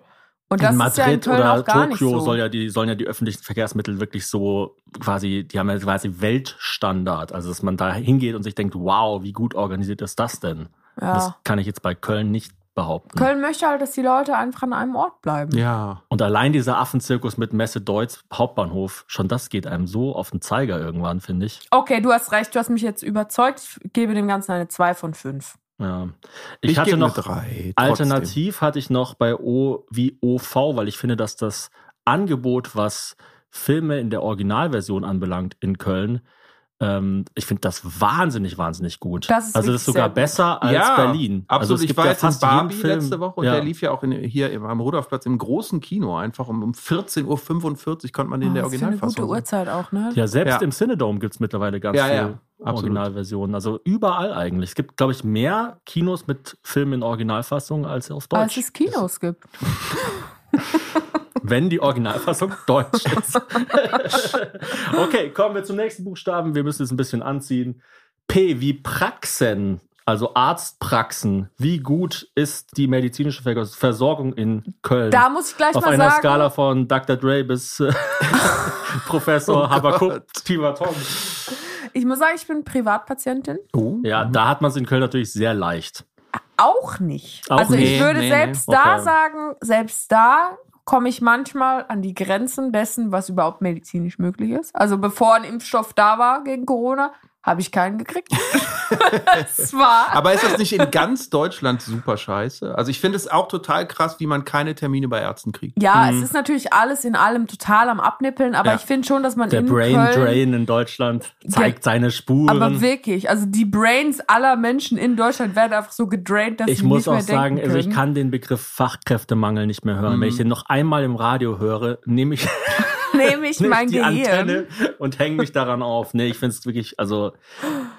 S3: Und das
S7: in
S3: ist ja in
S7: Madrid
S3: Köln
S7: oder
S3: auch gar nicht
S7: Tokio
S3: so.
S7: soll ja die, sollen ja die öffentlichen Verkehrsmittel wirklich so quasi, die haben ja quasi Weltstandard. Also dass man da hingeht und sich denkt, wow, wie gut organisiert ist das denn?
S3: Ja.
S7: Das kann ich jetzt bei Köln nicht behaupten.
S3: Köln möchte halt, dass die Leute einfach an einem Ort bleiben.
S4: ja.
S7: Und allein dieser Affenzirkus mit Messe Deutz Hauptbahnhof, schon das geht einem so auf den Zeiger irgendwann, finde ich.
S3: Okay, du hast recht, du hast mich jetzt überzeugt. Ich gebe dem Ganzen eine 2 von 5.
S7: Ja. Ich,
S4: Ich
S7: hatte
S4: gebe
S7: noch
S4: eine drei, trotzdem.
S7: alternativ hatte ich noch bei O wie OV, weil ich finde, dass das Angebot, was Filme in der Originalversion anbelangt in Köln, ähm, ich finde das wahnsinnig, wahnsinnig gut.
S3: Das ist
S7: also das ist
S3: wirklich
S7: sogar
S3: sehr gut.
S7: besser als Berlin.
S4: Absolut.
S7: Also es
S4: ich
S7: gibt
S4: war
S7: ja
S4: jetzt in
S7: fast jeden
S4: Barbie
S7: Film-
S4: letzte Woche und
S7: ja.
S4: der lief ja auch in, hier im, am Rudolfplatz im großen Kino einfach um, um 14.45 Uhr konnte man den in der
S3: Oh, das ist eine
S4: Originalfassung
S3: gute
S4: sehen.
S3: Uhrzeit auch, ne?
S7: also. Ja, selbst
S4: Ja.
S7: im Cinedome gibt es mittlerweile ganz
S4: Ja,
S7: viele
S4: ja, absolut.
S7: Originalversionen. Also überall eigentlich. Es gibt, glaube ich, mehr Kinos mit Filmen in Originalfassung als auf
S3: Als
S7: Deutsch.
S3: es Kinos gibt.
S7: Wenn die Originalfassung deutsch ist. okay, kommen wir zum nächsten Buchstaben. Wir müssen es ein bisschen anziehen. P wie Praxen, also Arztpraxen. Wie gut ist die medizinische Ver- Versorgung in Köln?
S3: Da muss ich gleich
S7: Auf
S3: mal
S7: einer
S3: sagen,
S7: Skala von Dr. Dre bis äh,
S3: Oh
S7: Professor Habakuk Tivatong.
S3: ich muss sagen, ich bin Privatpatientin.
S4: Oh.
S7: Ja,
S3: Mhm.
S7: da hat man es in Köln natürlich sehr leicht.
S3: Auch nicht.
S7: Auch
S3: also
S7: nicht.
S3: ich würde
S4: Nee, nee,
S3: selbst
S7: nee.
S3: da
S7: Okay.
S3: sagen, selbst da komme ich manchmal an die Grenzen dessen, was überhaupt medizinisch möglich ist. Also bevor ein Impfstoff da war gegen Corona, Habe ich keinen gekriegt. das war.
S4: Aber ist das nicht in ganz Deutschland super scheiße? Also ich finde es auch total krass, wie man keine Termine bei Ärzten kriegt.
S3: Ja, es ist natürlich alles in allem total am Abnippeln, aber
S7: hm. Ja.
S3: ich finde schon, dass man
S7: Der
S3: in
S7: Brain
S3: Köln,
S7: Drain in Deutschland zeigt
S3: Ja.
S7: seine Spuren.
S3: Aber wirklich, also die Brains aller Menschen in Deutschland werden einfach so gedraint, dass
S7: ich
S3: sie
S7: muss
S3: nicht mehr
S7: auch sagen,
S3: denken
S7: also ich
S3: können. Mhm.
S7: kann den Begriff Fachkräftemangel nicht mehr hören. Wenn ich den noch einmal im Radio höre, nehme ich,
S3: Nehme ich
S7: nehme
S3: mein
S7: ich die
S3: Gehirn.
S7: Antenne und hänge mich daran auf. Nee, ich finde es wirklich, also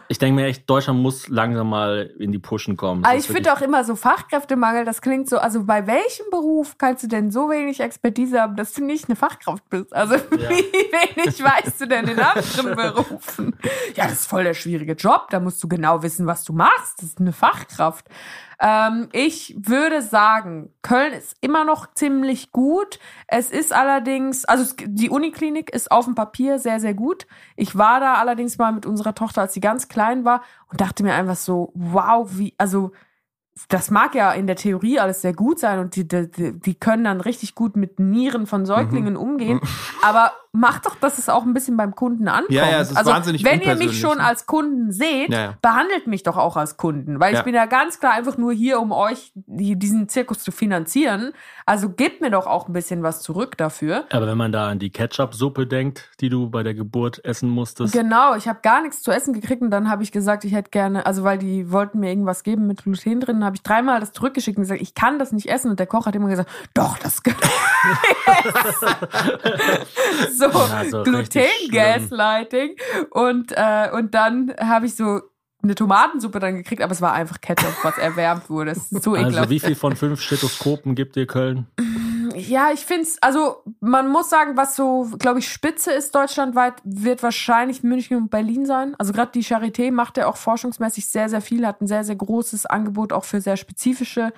S7: ich denke mir echt, Deutschland muss langsam mal in die Pushen kommen.
S3: Aber
S7: Das
S3: Ah, ich
S7: ist
S3: finde auch immer so Fachkräftemangel, das klingt so, also bei welchem Beruf kannst du denn so wenig Expertise haben, dass du nicht eine Fachkraft bist? Also wie wenig weißt du denn in anderen Berufen? Ja, das ist voll der schwierige Job, da musst du genau wissen, was du machst. Das ist eine Fachkraft. Ähm, ich würde sagen, Köln ist immer noch ziemlich gut. Es ist allerdings, also es, die Uniklinik ist auf dem Papier sehr, sehr gut. Ich war da allerdings mal mit unserer Tochter, als sie ganz klein war, und dachte mir einfach so, wow, wie, also das mag ja in der Theorie alles sehr gut sein und die, die, die- die können dann richtig gut mit Nieren von Säuglingen
S4: Mhm.
S3: umgehen. Aber macht doch, dass es auch ein bisschen beim Kunden ankommt.
S4: Ja, ja, es ist
S3: also,
S4: wahnsinnig
S3: wenn ihr mich
S4: unpersönlich,
S3: schon
S4: ne?
S3: als Kunden seht,
S4: Ja, ja.
S3: behandelt mich doch auch als Kunden, weil ich
S4: Ja.
S3: bin ja ganz klar einfach nur hier, um euch die, diesen Zirkus zu finanzieren. Also gebt mir doch auch ein bisschen was zurück dafür.
S7: Aber wenn man da an die Ketchup-Suppe denkt, die du bei der Geburt essen musstest,
S3: Genau, ich habe gar nichts zu essen gekriegt und dann habe ich gesagt, ich hätte gerne, also weil die wollten mir irgendwas geben mit Gluten drin, habe ich dreimal das zurückgeschickt und gesagt, ich kann das nicht essen und der Koch hat immer gesagt, doch, das kann ich essen. so,
S7: Ja, so richtig
S3: Gluten-Gaslighting und, äh, und dann habe ich so eine Tomatensuppe dann gekriegt, aber es war einfach Ketchup, was erwärmt wurde. Es ist so ekelhaft.
S7: also wie viel von fünf Stethoskopen gibt dir Köln?
S3: Ja, ich find's, also man muss sagen, was so, glaube ich, Spitze ist deutschlandweit, wird wahrscheinlich München und Berlin sein. Also gerade die Charité macht ja auch forschungsmäßig sehr, sehr viel, hat ein sehr, sehr großes Angebot auch für sehr spezifische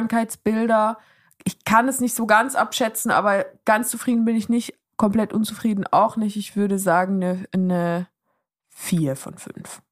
S3: Krankheitsbilder. Ich kann es nicht so ganz abschätzen, aber ganz zufrieden bin ich nicht, komplett unzufrieden auch nicht. Ich würde sagen, eine, eine 4 von 5.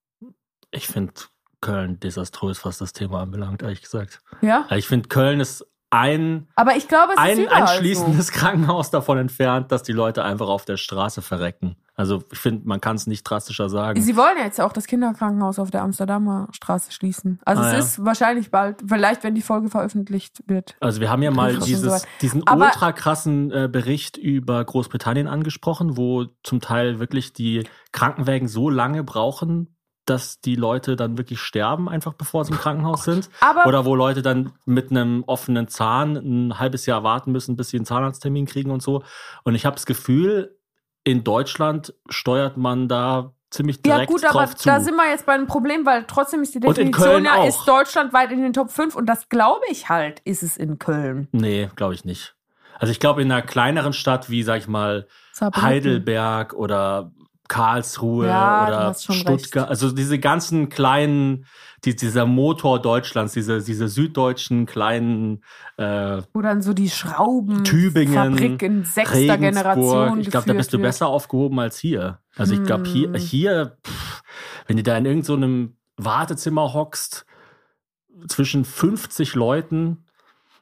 S7: Ich finde Köln desaströs, was das Thema anbelangt, ehrlich gesagt. Also
S3: Ja?
S7: Ich finde, Köln ist ein,
S3: Aber ich glaube, es ist
S7: ein
S3: überall
S7: anschließendes Krankenhaus davon entfernt, dass die Leute einfach auf der Straße verrecken. Also ich finde, man kann es nicht drastischer sagen.
S3: Sie wollen ja jetzt auch das Kinderkrankenhaus auf der Amsterdamer Straße schließen. Also
S7: Ah,
S3: es
S7: ja.
S3: ist wahrscheinlich bald, vielleicht wenn die Folge veröffentlicht wird.
S7: also wir haben ja mal
S3: Krass.
S7: dieses, diesen
S3: Aber-
S7: ultra krassen äh, Bericht über Großbritannien angesprochen, wo zum Teil wirklich die Krankenwägen so lange brauchen, dass die Leute dann wirklich sterben, einfach bevor sie im
S3: Oh
S7: Krankenhaus sind.
S3: Aber
S7: Oder wo Leute dann mit einem offenen Zahn ein halbes Jahr warten müssen, bis sie einen Zahnarzttermin kriegen und so. Und ich habe das Gefühl, in Deutschland steuert man da ziemlich direkt
S3: ja gut,
S7: drauf
S3: aber
S7: zu.
S3: da sind wir jetzt bei einem Problem, weil trotzdem ist die
S7: Und in
S3: Definition
S7: Köln
S3: ja
S7: auch.
S3: ist deutschlandweit in den Top 5 und das glaube ich halt, ist es in Köln.
S7: nee, glaube ich nicht. Also ich glaube, in einer kleineren Stadt wie, sag ich mal,
S3: Saarbrücken.
S7: Heidelberg oder Karlsruhe
S3: Ja, du
S7: oder
S3: hast schon
S7: Stuttgart, also diese ganzen kleinen, die, dieser Motor Deutschlands, diese, diese süddeutschen kleinen äh,
S3: Wo dann so die Schrauben
S7: Tübingen,
S3: Fabrik in sechster
S7: Regensburg.
S3: Generation
S7: Ich glaube, da
S3: geführt
S7: bist du
S3: wird.
S7: besser aufgehoben als hier. Also ich glaube, hier,
S3: Hm.
S7: hier pff, wenn du da in irgendeinem so einem Wartezimmer hockst, zwischen 50 Leuten,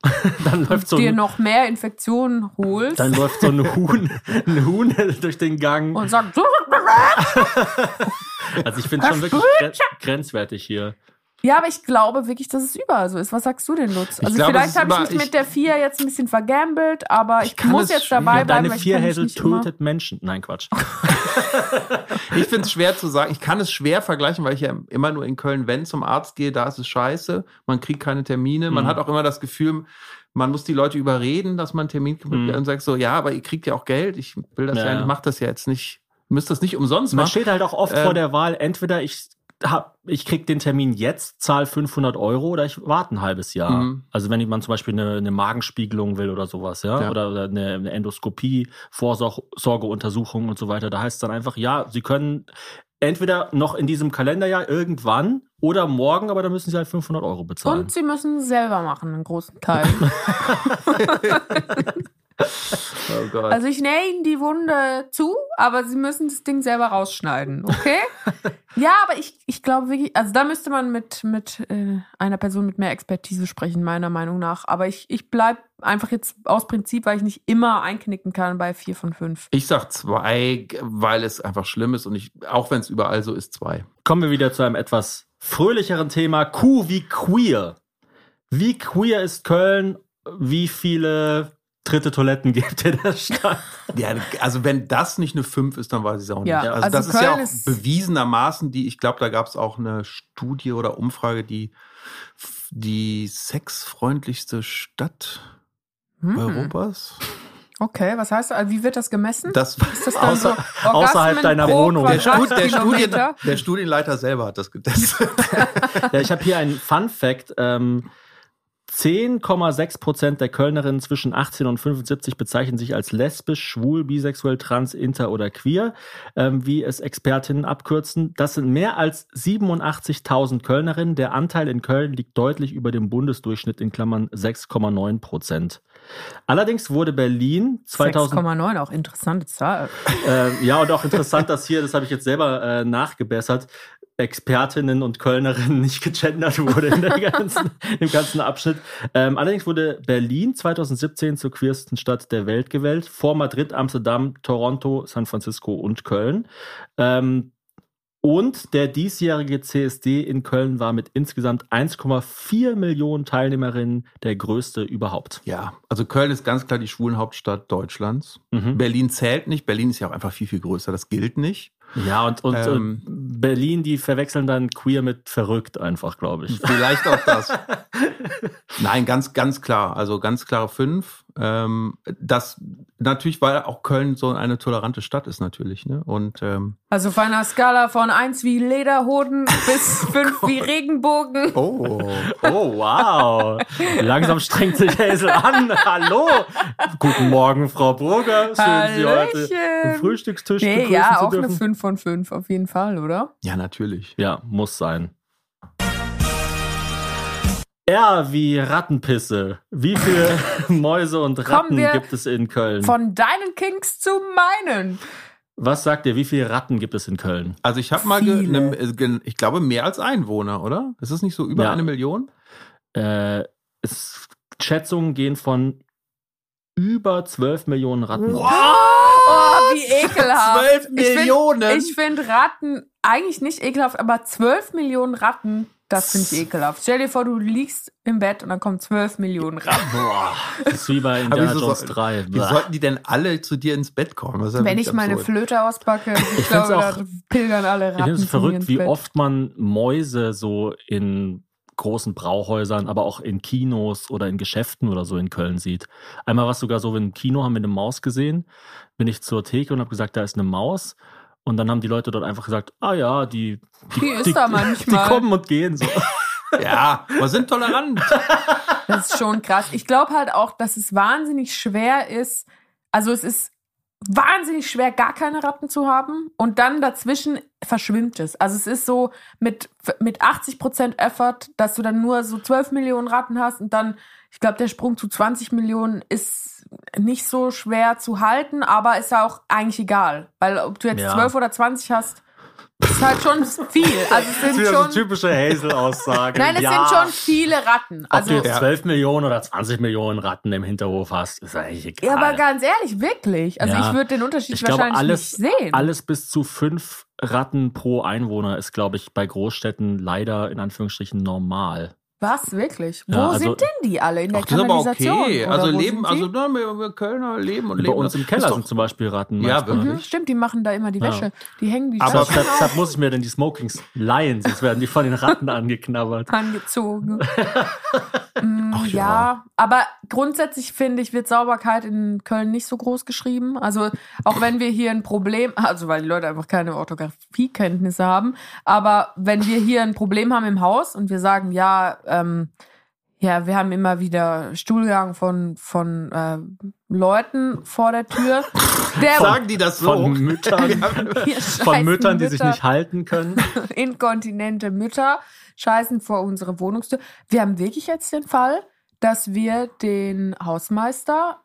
S7: dann läuft so
S3: dir
S7: ein,
S3: noch mehr Infektionen holst
S7: dann läuft so ein Huhn, ein Huhn durch den Gang.
S3: und sagst,
S7: Also ich finde es schon wirklich gren- grenzwertig hier.
S3: Ja, aber ich glaube wirklich, dass es überall so ist. Was sagst du denn, Lutz? Also
S4: glaube,
S3: vielleicht
S4: es ist
S3: habe ich mich
S4: über- ich-
S3: mit der 4 jetzt ein bisschen vergambelt, aber ich,
S4: kann
S3: muss
S4: es
S3: jetzt
S4: schwer-
S3: dabei bleiben,
S7: Deine
S3: weil ich
S7: vier
S3: kann mich
S7: Häsel
S3: nicht immer-
S7: tötet Menschen. Nein, Quatsch.
S4: Ich finde es schwer zu sagen. Ich kann es schwer vergleichen, weil ich ja immer nur in Köln, wenn zum Arzt gehe, da ist es scheiße. Man kriegt keine Termine. Man
S7: Mhm.
S4: hat auch immer das Gefühl, man muss die Leute überreden, dass man einen Termin kriegt
S7: Mhm.
S4: und sagt so, ja, aber ihr kriegt ja auch Geld. Ich will das
S7: Ja,
S4: ja,
S7: ja.
S4: ich mach das ja jetzt nicht. Müsst das nicht umsonst
S7: Man
S4: machen.
S7: steht halt auch oft
S4: Ähm,
S7: vor der Wahl, entweder ich hab, ich krieg den Termin jetzt, zahl 500 Euro oder ich warte ein halbes Jahr.
S4: Mhm.
S7: Also wenn man zum Beispiel eine, eine Magenspiegelung will oder sowas, ja,
S4: Ja.
S7: oder oder eine, eine Endoskopie, Vorsorge- Sorgeuntersuchung und so weiter, da heißt es dann einfach, ja, Sie können entweder noch in diesem Kalenderjahr irgendwann oder morgen, aber da müssen Sie halt 500 Euro bezahlen.
S3: Und sie müssen es selber machen, einen großen Teil.
S7: Oh
S4: Gott.
S3: Also ich nähe ihnen die Wunde zu, aber sie müssen das Ding selber rausschneiden, okay? ja, aber ich, ich glaube wirklich, also da müsste man mit, mit äh, einer Person mit mehr Expertise sprechen, meiner Meinung nach. Aber ich, ich bleibe einfach jetzt aus Prinzip, weil ich nicht immer einknicken kann bei vier von fünf.
S4: ich sag zwei, weil es einfach schlimm ist und ich, auch wenn es überall so ist, zwei.
S7: Kommen wir wieder zu einem etwas fröhlicheren Thema. Q wie queer. Wie queer ist Köln? Wie viele dritte Toiletten gibt in der Stadt?
S4: Ja, also wenn das nicht eine 5 ist, dann weiß ich es auch nicht.
S3: Ja,
S4: also,
S3: also
S4: das ist ja
S3: Köln
S4: auch
S3: ist-
S4: bewiesenermaßen die, ich glaube, da gab es auch eine Studie oder Umfrage, die f- die sexfreundlichste Stadt
S3: Hm.
S4: Europas.
S3: Okay, was heißt das? Wie wird das gemessen?
S4: Das
S3: Mhm. ist
S4: war
S3: das dann
S4: außer,
S3: so Orgasmen
S7: außerhalb deiner
S3: pro
S7: Wohnung.
S4: der, Stud, der, Studien,
S3: Quadratkilometer?
S4: der Studienleiter selber hat das getestet.
S7: Ja, ich habe hier einen Fun Fact. Ähm, 10,6 Prozent der Kölnerinnen zwischen 18 und 75 bezeichnen sich als lesbisch, schwul, bisexuell, trans, inter oder queer, ähm, wie es Expertinnen abkürzen. Das sind mehr als 87.000 Kölnerinnen. Der Anteil in Köln liegt deutlich über dem Bundesdurchschnitt in Klammern 6,9 Prozent. Allerdings wurde Berlin 2000
S3: 6,9, auch interessante Zahl.
S7: ähm, ja, und auch interessant, dass hier, das habe ich jetzt selber äh, nachgebessert, Expertinnen und Kölnerinnen nicht gegendert wurde in der ganzen, im ganzen Abschnitt. Ähm, allerdings wurde Berlin 2017 zur queersten Stadt der Welt gewählt, vor Madrid, Amsterdam, Toronto, San Francisco und Köln. Ähm, und der diesjährige CSD in Köln war mit insgesamt 1,4 Millionen Teilnehmerinnen der größte überhaupt.
S4: ja, also Köln ist ganz klar die Schwulenhauptstadt Deutschlands.
S7: Mhm.
S4: Berlin zählt nicht. Berlin ist ja auch einfach viel, viel größer. Das gilt nicht.
S7: Ja, und, und
S4: Ähm.
S7: äh, Berlin, die verwechseln dann queer mit verrückt einfach, glaube ich.
S4: Vielleicht auch das. Nein, ganz, ganz klar. Also ganz klare fünf. Ähm, das natürlich, weil auch Köln so eine tolerante Stadt ist, natürlich. Ne? Und ähm,
S3: Also auf einer Skala von 1 wie Lederhoden bis 5 wie Regenbogen.
S4: oh.
S7: Oh, wow. Langsam strengt sich Hazel an. Hallo. Guten Morgen, Frau Burger. Schön, Sie heute
S3: Hallöchen.
S7: am Frühstückstisch
S3: Nee,
S7: begrüßen
S3: ja,
S7: zu
S3: auch eine
S7: dürfen.
S3: 5 von 5 auf jeden Fall, oder?
S4: Ja, natürlich.
S7: ja, muss sein. R wie Rattenpisse. Wie viele Mäuse und Ratten
S3: wir
S7: gibt es in Köln?
S3: Von deinen Kings zu meinen.
S7: Was sagt ihr, wie viele Ratten gibt es in Köln?
S4: Also ich habe mal, ge
S3: Viele.
S4: ne, äh, gen- ich glaube, mehr als Einwohner, oder? Ist es nicht so über
S7: Ja.
S4: eine Million?
S7: Äh, es, Schätzungen gehen von über 12 Millionen Ratten aus.
S3: Oh, wie ekelhaft.
S4: Zwölf
S3: Ich find-
S4: Millionen?
S3: Ich finde Ratten eigentlich nicht ekelhaft, aber 12 Millionen Ratten, das finde ich ekelhaft. Stell dir vor, du liegst im Bett und dann kommen 12 Millionen Ratten.
S7: Boah, das ist wie
S4: Aber
S7: bei Indiana
S4: wieso
S7: Jones
S4: soll-
S7: 3.
S4: Wie
S7: Bäh.
S4: sollten die denn alle zu dir ins Bett kommen? Das ist ja
S3: Wenn
S4: wirklich
S3: ich meine
S4: absurd.
S3: Flöte auspacke, ich,
S7: find's
S3: glaube,
S7: auch-
S3: da pilgern alle
S7: Ich
S3: Ratten.
S7: finde es
S3: zu mir ins
S7: verrückt, wie
S3: Bett.
S7: oft man Mäuse so in großen Brauhäusern, aber auch in Kinos oder in Geschäften oder so in Köln sieht. Einmal war es sogar so, im Kino haben wir eine Maus gesehen, bin ich zur Theke und habe gesagt, da ist eine Maus. Und dann haben die Leute dort einfach gesagt, ah ja, die,
S3: Die ist da manchmal.
S7: die kommen und gehen so.
S4: Ja, wir sind tolerant.
S3: Das ist schon krass. Ich glaube halt auch, dass es wahnsinnig schwer ist. Also es ist wahnsinnig schwer, gar keine Ratten zu haben. Und dann dazwischen verschwimmt es. Also es ist so mit, mit 80 Prozent Effort, dass du dann nur so 12 Millionen Ratten hast. Und dann, ich glaube, der Sprung zu 20 Millionen ist nicht so schwer zu halten, aber ist ja auch eigentlich egal. Weil ob du jetzt
S7: Ja.
S3: 12 oder 20 hast, ist halt schon viel. Also es sind schon...
S7: typische Hazel-Aussage.
S3: Nein, es sind schon viele Ratten.
S7: Ob
S3: Also,
S7: du jetzt 12 Millionen oder 20 Millionen Ratten im Hinterhof hast, ist eigentlich egal.
S3: Ja, aber ganz ehrlich, wirklich. Also
S7: Ja.
S3: ich würde den Unterschied
S7: Ich glaube,
S3: wahrscheinlich
S7: alles,
S3: nicht sehen.
S7: alles bis zu fünf Ratten pro Einwohner ist, glaube ich, bei Großstädten leider in Anführungsstrichen normal.
S3: Was, wirklich? Wo
S7: Ja, also-
S3: sind denn die alle? In der
S4: Ach, das ist aber
S3: Kanalisation?
S4: okay.
S3: Oder
S4: Also
S3: wo
S4: leben,
S3: sind
S4: also
S3: die?
S4: na, wir, wir Kölner leben und
S7: Bei
S4: leben.
S7: uns im
S4: Ist
S7: Keller
S4: doch-
S7: sind zum Beispiel Ratten.
S4: Ja,
S7: manchmal.
S4: wirklich.
S3: Hm, stimmt, die machen da immer die
S7: Ja.
S3: Wäsche. Die hängen die
S4: Aber-
S7: Deshalb,
S3: Wäsche
S7: deshalb, deshalb muss ich mir denn die Smokings leihen, sonst werden die von den Ratten angeknabbert.
S3: angezogen. Mm,
S4: Ach ja.
S3: ja. aber grundsätzlich finde ich, wird Sauberkeit in Köln nicht so groß geschrieben. Also auch wenn wir hier ein Problem, also weil die Leute einfach keine Orthografiekenntnisse haben, aber wenn wir hier ein Problem haben im Haus und wir sagen, ja, ähm, ja, wir haben immer wieder Stuhlgang von, von äh, Leuten vor der Tür. Der
S4: Äh, Sagen die das so?
S7: Von Müttern,
S3: hier
S7: von
S3: scheißen
S7: Müttern, die sich
S3: Mütter
S7: nicht halten können.
S3: inkontinente Mütter scheißen vor unsere Wohnungstür. Wir haben wirklich jetzt den Fall, dass wir den Hausmeister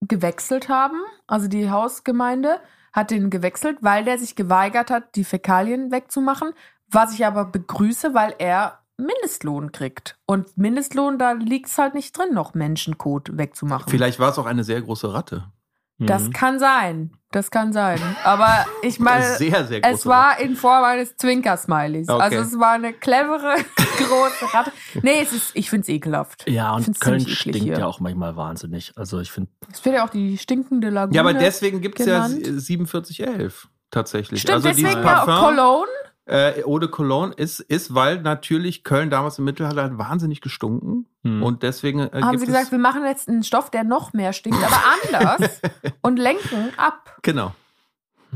S3: gewechselt haben, also die Hausgemeinde hat den gewechselt, weil der sich geweigert hat, die Fäkalien wegzumachen, was ich aber begrüße, weil er Mindestlohn kriegt. Und Mindestlohn, da liegt es halt nicht drin, noch Menschenkot wegzumachen.
S4: Vielleicht war es auch eine sehr große Ratte.
S3: Das kann sein. Das kann sein. Aber ich meine,
S4: Eine sehr, sehr große
S3: es war in Form eines Zwinkersmileys.
S4: Ah, Okay.
S3: Also es war eine clevere, große Ratte. Nee, es ist, ich finde es ekelhaft.
S7: Ja,
S3: Ich
S7: und
S3: find's
S7: Köln
S3: ziemlich eklig
S7: stinkt
S3: hier.
S7: ja auch manchmal wahnsinnig. Also ich finde,
S3: Es wird ja auch die stinkende Lagune.
S4: Ja, aber deswegen gibt es ja
S3: genannt.
S4: 4711 tatsächlich.
S3: Stimmt,
S4: also
S3: deswegen
S4: dieses
S3: ja auch
S4: Parfum
S3: Cologne.
S4: äh, Eau de Cologne ist, ist, weil natürlich Köln damals im Mittelalter hat wahnsinnig gestunken.
S7: Hm.
S4: Und deswegen äh,
S3: Haben
S4: gibt
S3: sie gesagt,
S4: es,
S3: wir machen jetzt einen Stoff, der noch mehr stinkt, aber anders und lenken ab.
S4: Genau.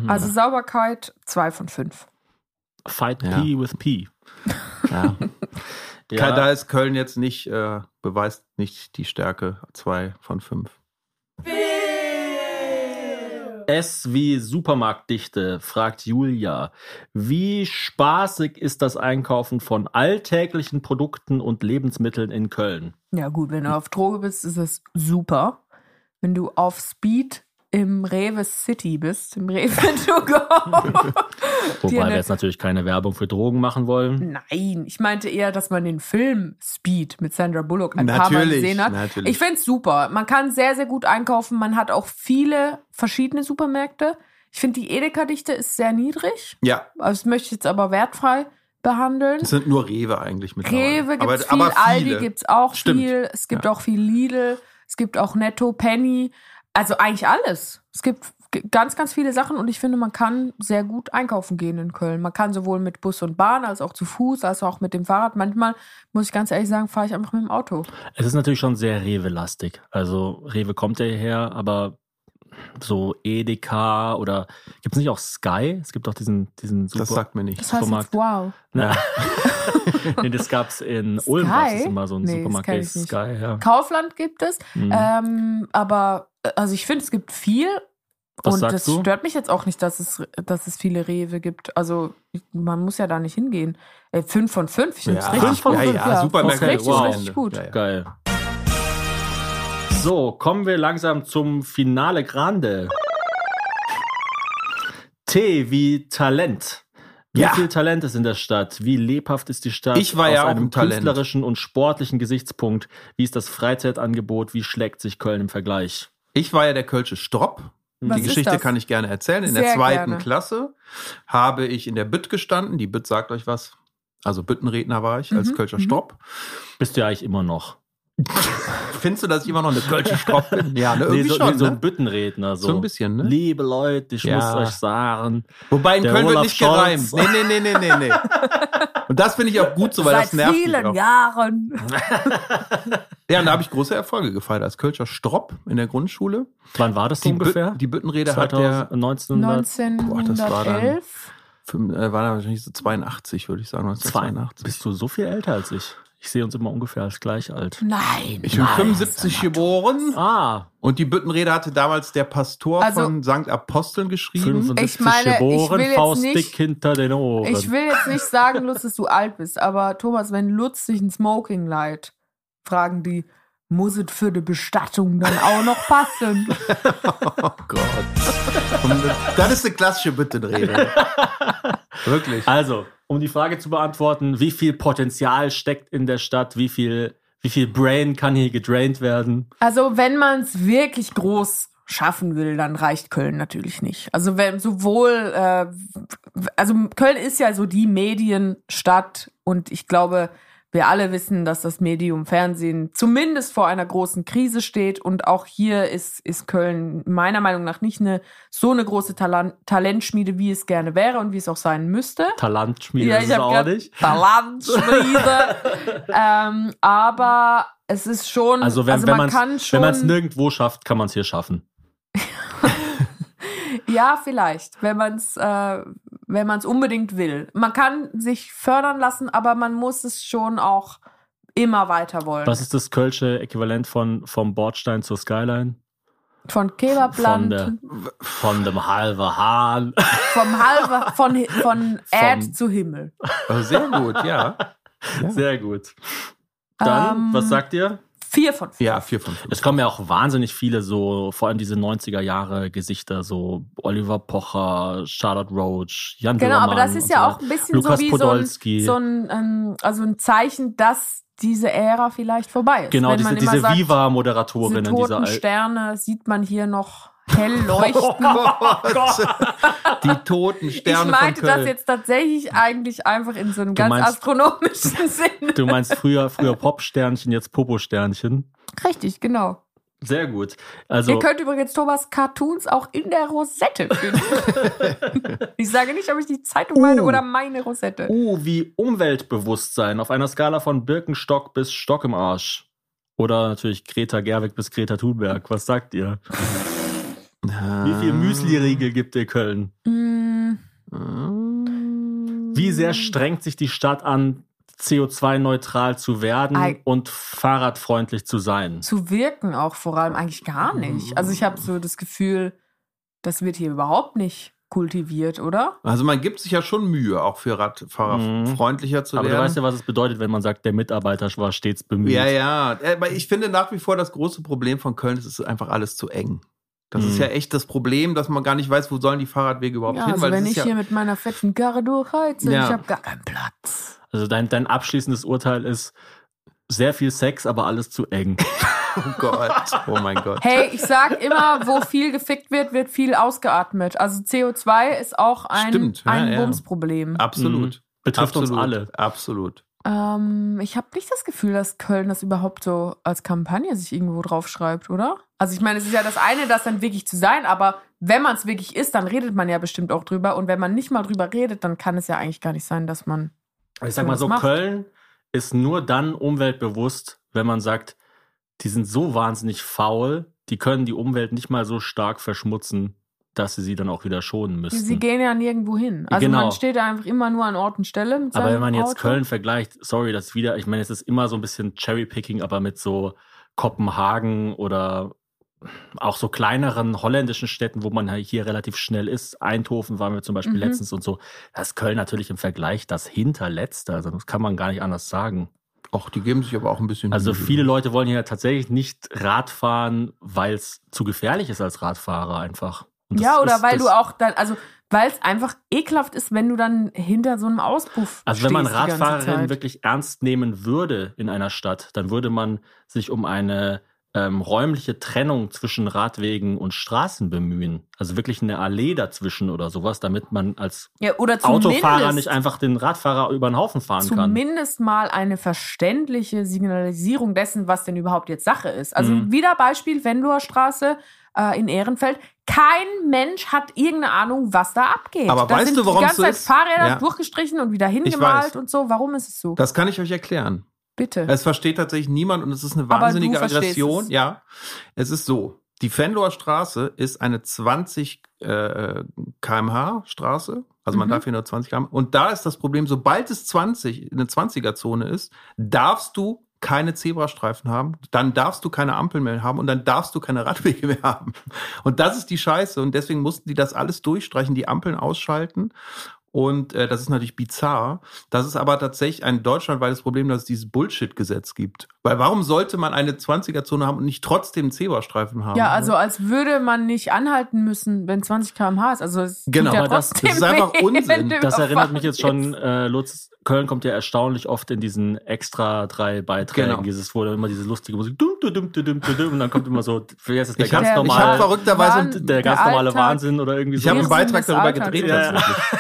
S3: Also Sauberkeit 2 von 5.
S7: Fight
S4: Ja.
S7: P with P.
S4: Ja.
S7: Ja.
S4: Da ist Köln jetzt nicht, äh, beweist nicht die Stärke 2 von 5.
S7: S wie Supermarktdichte, fragt Julia. Wie spaßig ist das Einkaufen von alltäglichen Produkten und Lebensmitteln in Köln?
S3: Ja, gut, wenn du
S4: Hm.
S3: auf Droge bist, ist es super. Wenn du auf Speed im Rewe City bist, im Rewe to go.
S7: Wobei
S3: Dir
S7: wir
S3: ne-
S7: jetzt natürlich keine Werbung für Drogen machen
S3: Hm.
S7: wollen.
S3: Nein, ich meinte eher, dass man den Film Speed mit Sandra Bullock ein paar Mal
S4: Natürlich,
S3: gesehen hat.
S4: natürlich.
S3: Ich finde es super. Man kann sehr, sehr gut einkaufen. Man hat auch viele verschiedene Supermärkte. Ich finde, die Edeka-Dichte ist sehr niedrig.
S4: Ja,
S3: Also das möchte ich jetzt aber wertfrei behandeln.
S4: es sind nur Rewe eigentlich mit
S3: Rewe gibt es viel, Aldi gibt es auch
S4: Stimmt.
S3: viel, es gibt
S4: Ja.
S3: auch viel Lidl, es gibt auch Netto, Penny, also eigentlich alles. Es gibt g- ganz, ganz viele Sachen und ich finde, man kann sehr gut einkaufen gehen in Köln. Man kann sowohl mit Bus und Bahn als auch zu Fuß, als auch mit dem Fahrrad. Manchmal, muss ich ganz ehrlich sagen, fahre ich einfach mit dem Auto.
S7: Es ist natürlich schon sehr Rewe-lastig. Also Rewe kommt ja her, aber so Edeka oder gibt es nicht auch Sky? Es gibt auch diesen, diesen
S4: Das
S7: Super.
S4: sagt mir nichts.
S3: Das heißt jetzt,
S7: Supermarkt.
S3: wow.
S7: Na, nee, das gab es in
S3: Sky?
S7: Ulm. Das ist immer so ein
S3: Nee, das
S7: Supermarkt.
S3: kenn
S7: der
S3: ich
S7: ist
S3: nicht.
S7: Sky, ja.
S3: Kaufland gibt es,
S7: Mhm.
S3: ähm, aber äh, also ich finde, es gibt viel
S7: Was
S3: und
S7: sagst
S3: das
S7: du?
S3: stört mich jetzt auch nicht, dass es, dass es viele Rewe gibt. Also ich- man muss ja da nicht hingehen. Äh, fünf von fünf, ich finde es
S4: Ja,
S3: richtig
S4: fünf von
S3: gut.
S4: fünf, ja, Supermärkte,
S3: richtig,
S7: wow.
S3: richtig gut.
S4: Ja, ja.
S7: Geil. So, kommen wir langsam zum Finale Grande. T wie Talent. Wie
S4: Ja.
S7: viel Talent ist in der Stadt? Wie lebhaft ist die Stadt?
S4: Ich war
S7: Aus
S4: ja auch
S7: einem
S4: im Talent.
S7: künstlerischen und sportlichen Gesichtspunkt. Wie ist das Freizeitangebot? Wie schlägt sich Köln im Vergleich?
S4: Ich war ja der Kölsche Stropp.
S3: Was
S4: die
S3: ist
S4: Geschichte
S3: das?
S4: kann ich gerne erzählen. In der
S3: Sehr
S4: zweiten
S3: gerne.
S4: Klasse habe ich in der Bütt gestanden. Die Bütt sagt euch was. Also Büttenredner war ich als
S3: Mhm,
S4: Kölscher
S3: mhm.
S4: Stropp.
S7: Bist du ja eigentlich immer noch.
S4: Findest du, dass ich immer noch eine Kölsche Stropp bin? Ja, ne, irgendwie
S7: so,
S4: schon.
S7: so ein
S4: ne?
S7: Büttenredner. So.
S4: So ein bisschen, ne?
S7: Liebe Leute, ich
S4: Ja.
S7: muss euch sagen.
S4: Wobei in
S7: Der
S4: Köln
S7: Olaf
S4: wird nicht
S7: Scholz.
S4: gereimt. Nee, nee, nee, nee, nee, nee. Und das finde ich auch gut so, weil
S3: Seit
S4: das nervt mich
S3: vielen
S4: auch.
S3: Jahren.
S4: Ja, und da habe ich große Erfolge gefeiert als Kölscher Stropp in der Grundschule.
S7: Wann war das so
S4: Die,
S7: ungefähr?
S4: Bütt, die Büttenrede hat der
S7: 2019.
S3: 1911.
S4: fünf- äh, war da wahrscheinlich so 82, würde ich sagen. 1982.
S7: Bist du so viel älter als ich? Ich sehe uns immer ungefähr als gleich alt.
S3: Nein.
S4: Ich bin 75 geboren.
S7: Ah,
S4: Und die Büttenrede hatte damals der Pastor
S3: Also-
S4: von St. Aposteln geschrieben.
S7: 75
S3: Ich meine, ich
S7: geboren,
S3: will jetzt
S7: faustdick
S3: nicht-
S7: hinter den Ohren.
S3: Ich will jetzt nicht sagen, Lutz, dass du alt bist, aber Thomas, wenn Lutz sich ein Smoking leiht, fragen die, muss es für die Bestattung dann auch noch passen?
S4: Oh Gott. Und das ist eine klassische Büttenrede. Wirklich.
S7: also, um die Frage zu beantworten, wie viel Potenzial steckt in der Stadt, wie viel, wie viel Brain kann hier gedraint werden?
S3: Also, wenn man es wirklich groß schaffen will, dann reicht Köln natürlich nicht. Also, wenn sowohl, äh, also Köln ist ja so die Medienstadt und ich glaube, wir alle wissen, dass das Medium Fernsehen zumindest vor einer großen Krise steht und auch hier ist, ist Köln meiner Meinung nach nicht eine, so eine große Talan Talentschmiede, wie es gerne wäre und wie es auch sein müsste.
S7: Talentschmiede ist es
S3: hab
S7: auch
S3: grad
S7: nicht.
S3: Talentschmiede. ähm, aber es ist schon,
S7: Also, wenn, wenn
S3: man kann schon,
S7: man es nirgendwo schafft, kann man es hier schaffen.
S3: ja vielleicht, wenn man es, äh, wenn man es unbedingt will. Man kann sich fördern lassen, aber man muss es schon auch immer weiter wollen.
S7: Was ist das kölsche Äquivalent von vom Bordstein zur Skyline?
S3: Von Kebabland,
S7: Von der- Von dem halben Hahn.
S3: vom halbe, von von
S7: Vom-
S3: Erd zu Himmel.
S4: Also sehr gut, ja.
S7: Sehr gut. Dann,
S3: Ähm,
S7: was sagt ihr?
S3: Vier von fünf.
S4: Ja, vier von fünf.
S7: Es kommen ja auch wahnsinnig viele so, vor allem diese 90er Jahre Gesichter, so Oliver Pocher, Charlotte Roach, Jan
S3: Genau, aber
S7: Böhmermann
S3: das ist
S7: und
S3: ja
S7: so
S3: auch ein bisschen
S7: Lukas
S3: so wie
S7: Podolski.
S3: so ein, so ein, ähm, also ein Zeichen, dass diese Ära vielleicht vorbei ist.
S7: Genau,
S3: Wenn
S7: diese,
S3: man immer
S7: diese
S3: sagt, diese
S7: Viva-Moderatorinnen, diese
S3: toten
S7: Al-
S3: Sterne sieht man hier noch hell
S4: Oh
S3: leuchten.
S4: Die toten
S3: ich
S4: Sterne
S3: meinte
S4: von Köln.
S3: das jetzt tatsächlich eigentlich einfach in so einem
S7: Du
S3: ganz
S7: meinst-
S3: astronomischen Sinne.
S7: Du meinst früher, früher Pop-Sternchen, jetzt Popo-Sternchen.
S3: Richtig, genau.
S7: Sehr gut. Also,
S3: Ihr könnt übrigens Thomas Cartoons auch in der Rosette finden. ich sage nicht, ob ich die Zeitung meine
S7: Uh.
S3: oder meine Rosette.
S7: U wie Umweltbewusstsein auf einer Skala von Birkenstock bis Stock im Arsch. Oder natürlich Greta Gerwig bis Greta Thunberg. Was sagt ihr? Wie
S3: Ah.
S7: viel Müsli-Riegel gibt ihr Köln?
S3: Mm,
S7: Wie sehr strengt sich die Stadt an, CO2-neutral zu werden
S3: Ei.
S7: und fahrradfreundlich zu sein?
S3: zu wirken auch vor allem eigentlich gar
S4: Mm.
S3: nicht. Also ich habe so das Gefühl, das wird hier überhaupt nicht kultiviert, oder?
S4: Also man gibt sich ja schon Mühe, auch für Radfahrer
S7: Mhm.
S4: freundlicher zu
S7: Aber
S4: werden.
S7: du weißt ja, was es bedeutet, wenn man sagt, der Mitarbeiter war stets bemüht.
S4: Ja, ja. Äh, Aber ich finde nach wie vor das große Problem von Köln, es ist einfach alles zu eng. Das
S7: Mhm.
S4: ist ja echt das Problem, dass man gar nicht weiß, wo sollen die Fahrradwege überhaupt
S3: Ja,
S4: hin,
S3: also
S4: weil
S3: wenn
S4: es
S3: ich
S4: ist ja,
S3: hier mit meiner fetten Karre durchheize,
S4: Ja.
S3: ich habe gar keinen Platz.
S7: Also dein, dein abschließendes Urteil ist sehr viel Sex, aber alles zu eng.
S4: oh Gott, oh mein Gott.
S3: Hey, ich sag immer, wo viel gefickt wird, wird viel ausgeatmet. Also CO2 ist auch ein,
S4: Stimmt, ja,
S3: ein
S4: ja.
S3: Bumsproblem.
S4: Absolut.
S7: Betrifft Hm. uns
S4: Absolut.
S7: alle.
S4: Absolut.
S3: Ähm, ich habe nicht das Gefühl, dass Köln das überhaupt so als Kampagne sich irgendwo draufschreibt, oder? Also ich meine, es ist ja das eine, das dann wirklich zu sein, aber wenn man es wirklich ist, dann redet man ja bestimmt auch drüber. Und wenn man nicht mal drüber redet, dann kann es ja eigentlich gar nicht sein, dass man.
S7: Ich sag mal
S3: das
S7: so,
S3: macht.
S7: Köln ist nur dann umweltbewusst, wenn man sagt, die sind so wahnsinnig faul, die können die Umwelt nicht mal so stark verschmutzen, dass sie sie dann auch wieder schonen müssten.
S3: Sie gehen ja nirgendwo hin. Also
S7: Genau.
S3: man steht ja einfach immer nur an Ort und Stelle. Mit
S7: aber
S3: seinem
S7: wenn man jetzt
S3: Auto.
S7: Köln vergleicht, sorry, das ist wieder, ich meine, es ist immer so ein bisschen Cherry-Picking, aber mit so Kopenhagen oder auch so kleineren holländischen Städten, wo man hier relativ schnell ist. Eindhoven waren wir zum Beispiel
S3: Mhm.
S7: letztens und so. Da ist Köln natürlich im Vergleich das Hinterletzte. Also das kann man gar nicht anders sagen.
S4: Och, die geben sich aber auch ein bisschen.
S7: Also
S3: Mhm.
S4: Mühe.
S7: viele Leute wollen hier tatsächlich nicht Rad fahren, weil es zu gefährlich ist als Radfahrer einfach. Und das
S3: Ja, oder
S7: ist
S3: weil du
S7: das-
S3: auch dann, also weil es einfach ekelhaft ist, wenn du dann hinter so einem Auspuff.
S7: Also wenn man
S3: stehst die ganze
S7: Radfahrerinnen
S3: Zeit.
S7: wirklich ernst nehmen würde in einer Stadt, dann würde man sich um eine ähm, räumliche Trennung zwischen Radwegen und Straßen bemühen. Also wirklich eine Allee dazwischen oder sowas, damit man als
S3: Ja, oder zumindest,
S7: Autofahrer nicht einfach den Radfahrer über den Haufen fahren kann.
S3: zumindest mal eine verständliche Signalisierung dessen, was denn überhaupt jetzt Sache ist. Also
S7: Mhm.
S3: wieder Beispiel Venloer Straße äh, in Ehrenfeld. Kein Mensch hat irgendeine Ahnung, was da abgeht.
S4: Aber
S3: da
S4: weißt
S3: sind
S4: du, warum's
S3: die ganze
S4: so
S3: Zeit
S4: ist?
S3: Fahrräder
S4: Ja.
S3: durchgestrichen und wieder hingemalt
S4: weiß.
S3: und so. Warum ist es so?
S4: Das kann ich euch erklären.
S3: Bitte.
S4: Es versteht tatsächlich niemand und es ist eine
S3: Aber du
S4: wahnsinnige
S3: verstehst
S4: Aggression.
S3: es.
S4: Ja, es ist so. Die Fenloer Straße ist eine 20 äh, kmh Straße. Also man
S3: Mhm.
S4: darf hier nur 20 km. Und da ist das Problem, sobald es 20, eine 20er Zone ist, darfst du keine Zebrastreifen haben, dann darfst du keine Ampel mehr haben und dann darfst du keine Radwege mehr haben. Und das ist die Scheiße. Und deswegen mussten die das alles durchstreichen, die Ampeln ausschalten. Und äh, das ist natürlich bizarr. Das ist aber tatsächlich ein deutschlandweites Problem, dass es dieses Bullshit-Gesetz gibt. Weil warum sollte man eine 20er-Zone haben und nicht trotzdem einen Zebrastreifen haben?
S7: ne?
S3: ja, also als würde man nicht anhalten müssen, wenn 20 km/h ist. Also es tut
S4: Genau,
S3: ja
S7: aber das- das
S3: trotzdem
S4: ist einfach
S3: weh,
S4: Unsinn.
S3: wenn du
S7: Das erinnert
S3: überfahren
S7: mich jetzt
S3: wirst.
S7: schon, äh, Lutz, Köln kommt ja erstaunlich oft in diesen extra drei Beiträgen,
S4: Genau.
S7: dieses, wo dann immer diese lustige Musik dumm, dumm, dumm, dumm, dumm, dumm, und dann kommt immer so, jetzt ist der
S4: Ich hab-
S7: ganz
S4: ich
S7: normale.
S4: hab verrückterweise
S3: Wahn-
S4: Der
S7: der ganz normale
S3: Alltag.
S7: Wahnsinn oder irgendwie
S4: ich
S7: so.
S4: habe einen
S3: Irrsinn
S4: Beitrag
S3: des
S4: darüber
S3: Alltags.
S4: gedreht.
S7: Ja.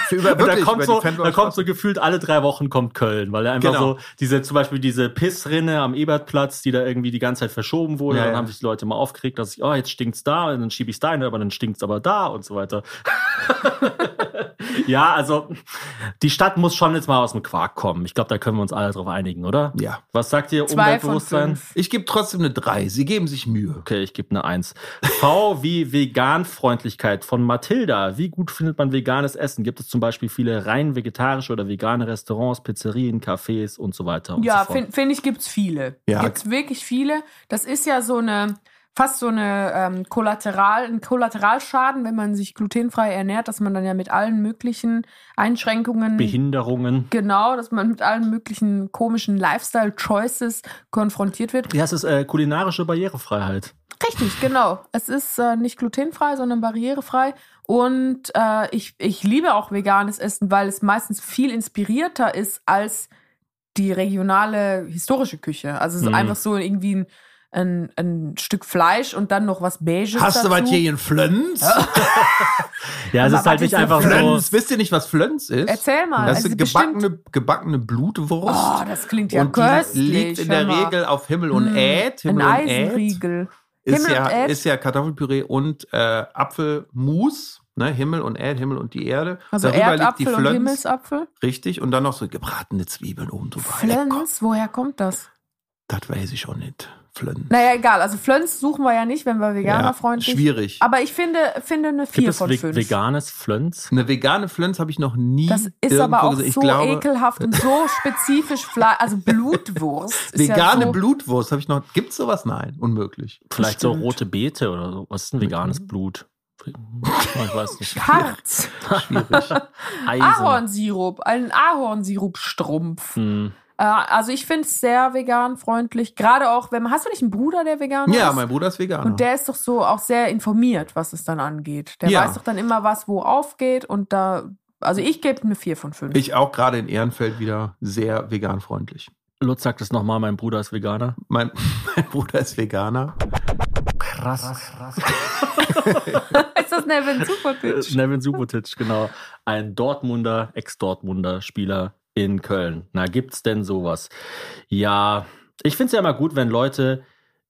S4: tatsächlich. Über,
S7: da
S4: wirklich,
S7: kommt,
S4: über
S7: so,
S4: die Fenloer
S7: da kommt
S4: Straße.
S7: so gefühlt alle drei Wochen kommt Köln, weil er einfach
S4: Genau.
S7: so diese zum Beispiel diese Pissrinne am Ebertplatz, die da irgendwie die ganze Zeit verschoben wurde,
S4: Ja,
S7: dann
S4: ja.
S7: haben sich die Leute mal aufgeregt, dass ich, oh jetzt stinkt's da, und dann schiebe ich's da hin, aber dann stinkt's aber da und so weiter. ja, also die Stadt muss schon jetzt mal aus dem Quark kommen. Ich glaube, da können wir uns alle drauf einigen, oder?
S4: Ja.
S7: Was sagt ihr
S3: Zwei von
S7: Umweltbewusstsein?
S3: fünf.
S4: Ich gebe trotzdem eine 3. Sie geben sich Mühe.
S7: Okay, ich gebe eine Eins. V wie Veganfreundlichkeit von Mathilda. Wie gut findet man veganes Essen? Gibt es zum Beispiel viele rein vegetarische oder vegane Restaurants, Pizzerien, Cafés und so weiter und
S3: Ja,
S7: so fort?
S3: finde find ich, gibt's viele.
S4: Ja.
S3: Gibt's wirklich viele. Das ist ja so eine fast so eine ähm, Kollateral, ein Kollateralschaden, wenn man sich glutenfrei ernährt, dass man dann ja mit allen möglichen Einschränkungen
S7: Behinderungen.
S3: Genau, dass man mit allen möglichen komischen Lifestyle-Choices konfrontiert wird.
S7: Ja, es ist äh, kulinarische Barrierefreiheit.
S3: Richtig, genau. Es ist äh, nicht glutenfrei, sondern barrierefrei. Und äh, ich, ich liebe auch veganes Essen, weil es meistens viel inspirierter ist als die regionale historische Küche. Also es ist
S7: Mhm.
S3: einfach so irgendwie ein, ein, ein Stück Fleisch und dann noch was Beiges.
S4: Hast du
S3: dazu.
S4: was hier in Flönz?
S7: Ja, es
S3: Aber
S7: ist halt
S3: warte,
S7: nicht
S3: so
S7: einfach so.
S4: Flönz, wisst ihr nicht, was Flönz ist?
S3: Erzähl mal.
S4: Das
S3: Also
S4: ist
S3: bestimmt-
S4: gebackene, gebackene Blutwurst.
S3: Oh, das klingt ja
S4: und die
S3: köstlich.
S4: liegt in
S3: hör
S4: der
S3: mal.
S4: Regel auf Himmel und
S3: Mm,
S4: Äd.
S3: Ein
S4: Himmel und Äd.
S3: Eisenriegel.
S4: Ist
S3: Himmel
S4: ja,
S3: und Erd.
S4: ist ja Kartoffelpüree und äh, Apfelmus. Ne? Himmel und Erd, Himmel und die Erde.
S3: Also
S4: Darüber liegt die
S3: Erdapfel und
S4: Flönz.
S3: Himmelsapfel.
S4: Richtig. Und dann noch so gebratene Zwiebeln oben drüber. Lecker.
S3: Flönz, woher kommt das?
S4: Das weiß ich auch nicht. Flönz.
S3: Naja, egal. Also Flönz suchen wir ja nicht, wenn wir veganerfreundlich sind.
S4: Schwierig.
S3: Aber ich finde, finde eine 4
S7: Gibt es
S3: von
S7: ve-
S3: 5.
S7: veganes Flönz?
S4: Eine vegane Flönz habe ich noch nie.
S3: Das ist
S4: irgendwo
S3: aber auch
S4: gesehen. Ich
S3: so
S4: glaube,
S3: ekelhaft und so spezifisch. Fle also Blutwurst. Ist
S4: Vegane
S3: ja so,
S4: Blutwurst habe ich noch. Gibt's sowas? Nein, unmöglich.
S7: Vielleicht so
S3: Bestimmt.
S7: rote Beete oder so. Was ist ein veganes
S3: Mhm.
S7: Blut? Ich weiß nicht.
S3: Harz.
S4: Schwierig.
S7: Eisen.
S3: Ahornsirup. Ein Ahornsirupstrumpf.
S7: Hm.
S3: Äh, also ich finde es sehr veganfreundlich. Gerade auch, wenn man. Hast du nicht einen Bruder, der vegan ist?
S4: ja, mein Bruder ist Veganer.
S3: Und der ist doch so auch sehr informiert, was es dann angeht. Der
S4: Ja.
S3: weiß doch dann immer, was wo aufgeht und da. Also ich gebe eine 4 von 5.
S4: ich auch gerade in Ehrenfeld wieder sehr veganfreundlich.
S7: Lutz sagt es nochmal, mein Bruder ist Veganer.
S4: Mein, mein Bruder ist Veganer.
S3: ist das Nevin Super
S4: Äh,
S3: Bitch?
S7: Äh, Nevin Subotic, genau. Ein Dortmunder, Ex-Dortmunder Spieler in Köln. Na, gibt's denn sowas? Ja, ich find's ja immer gut, wenn Leute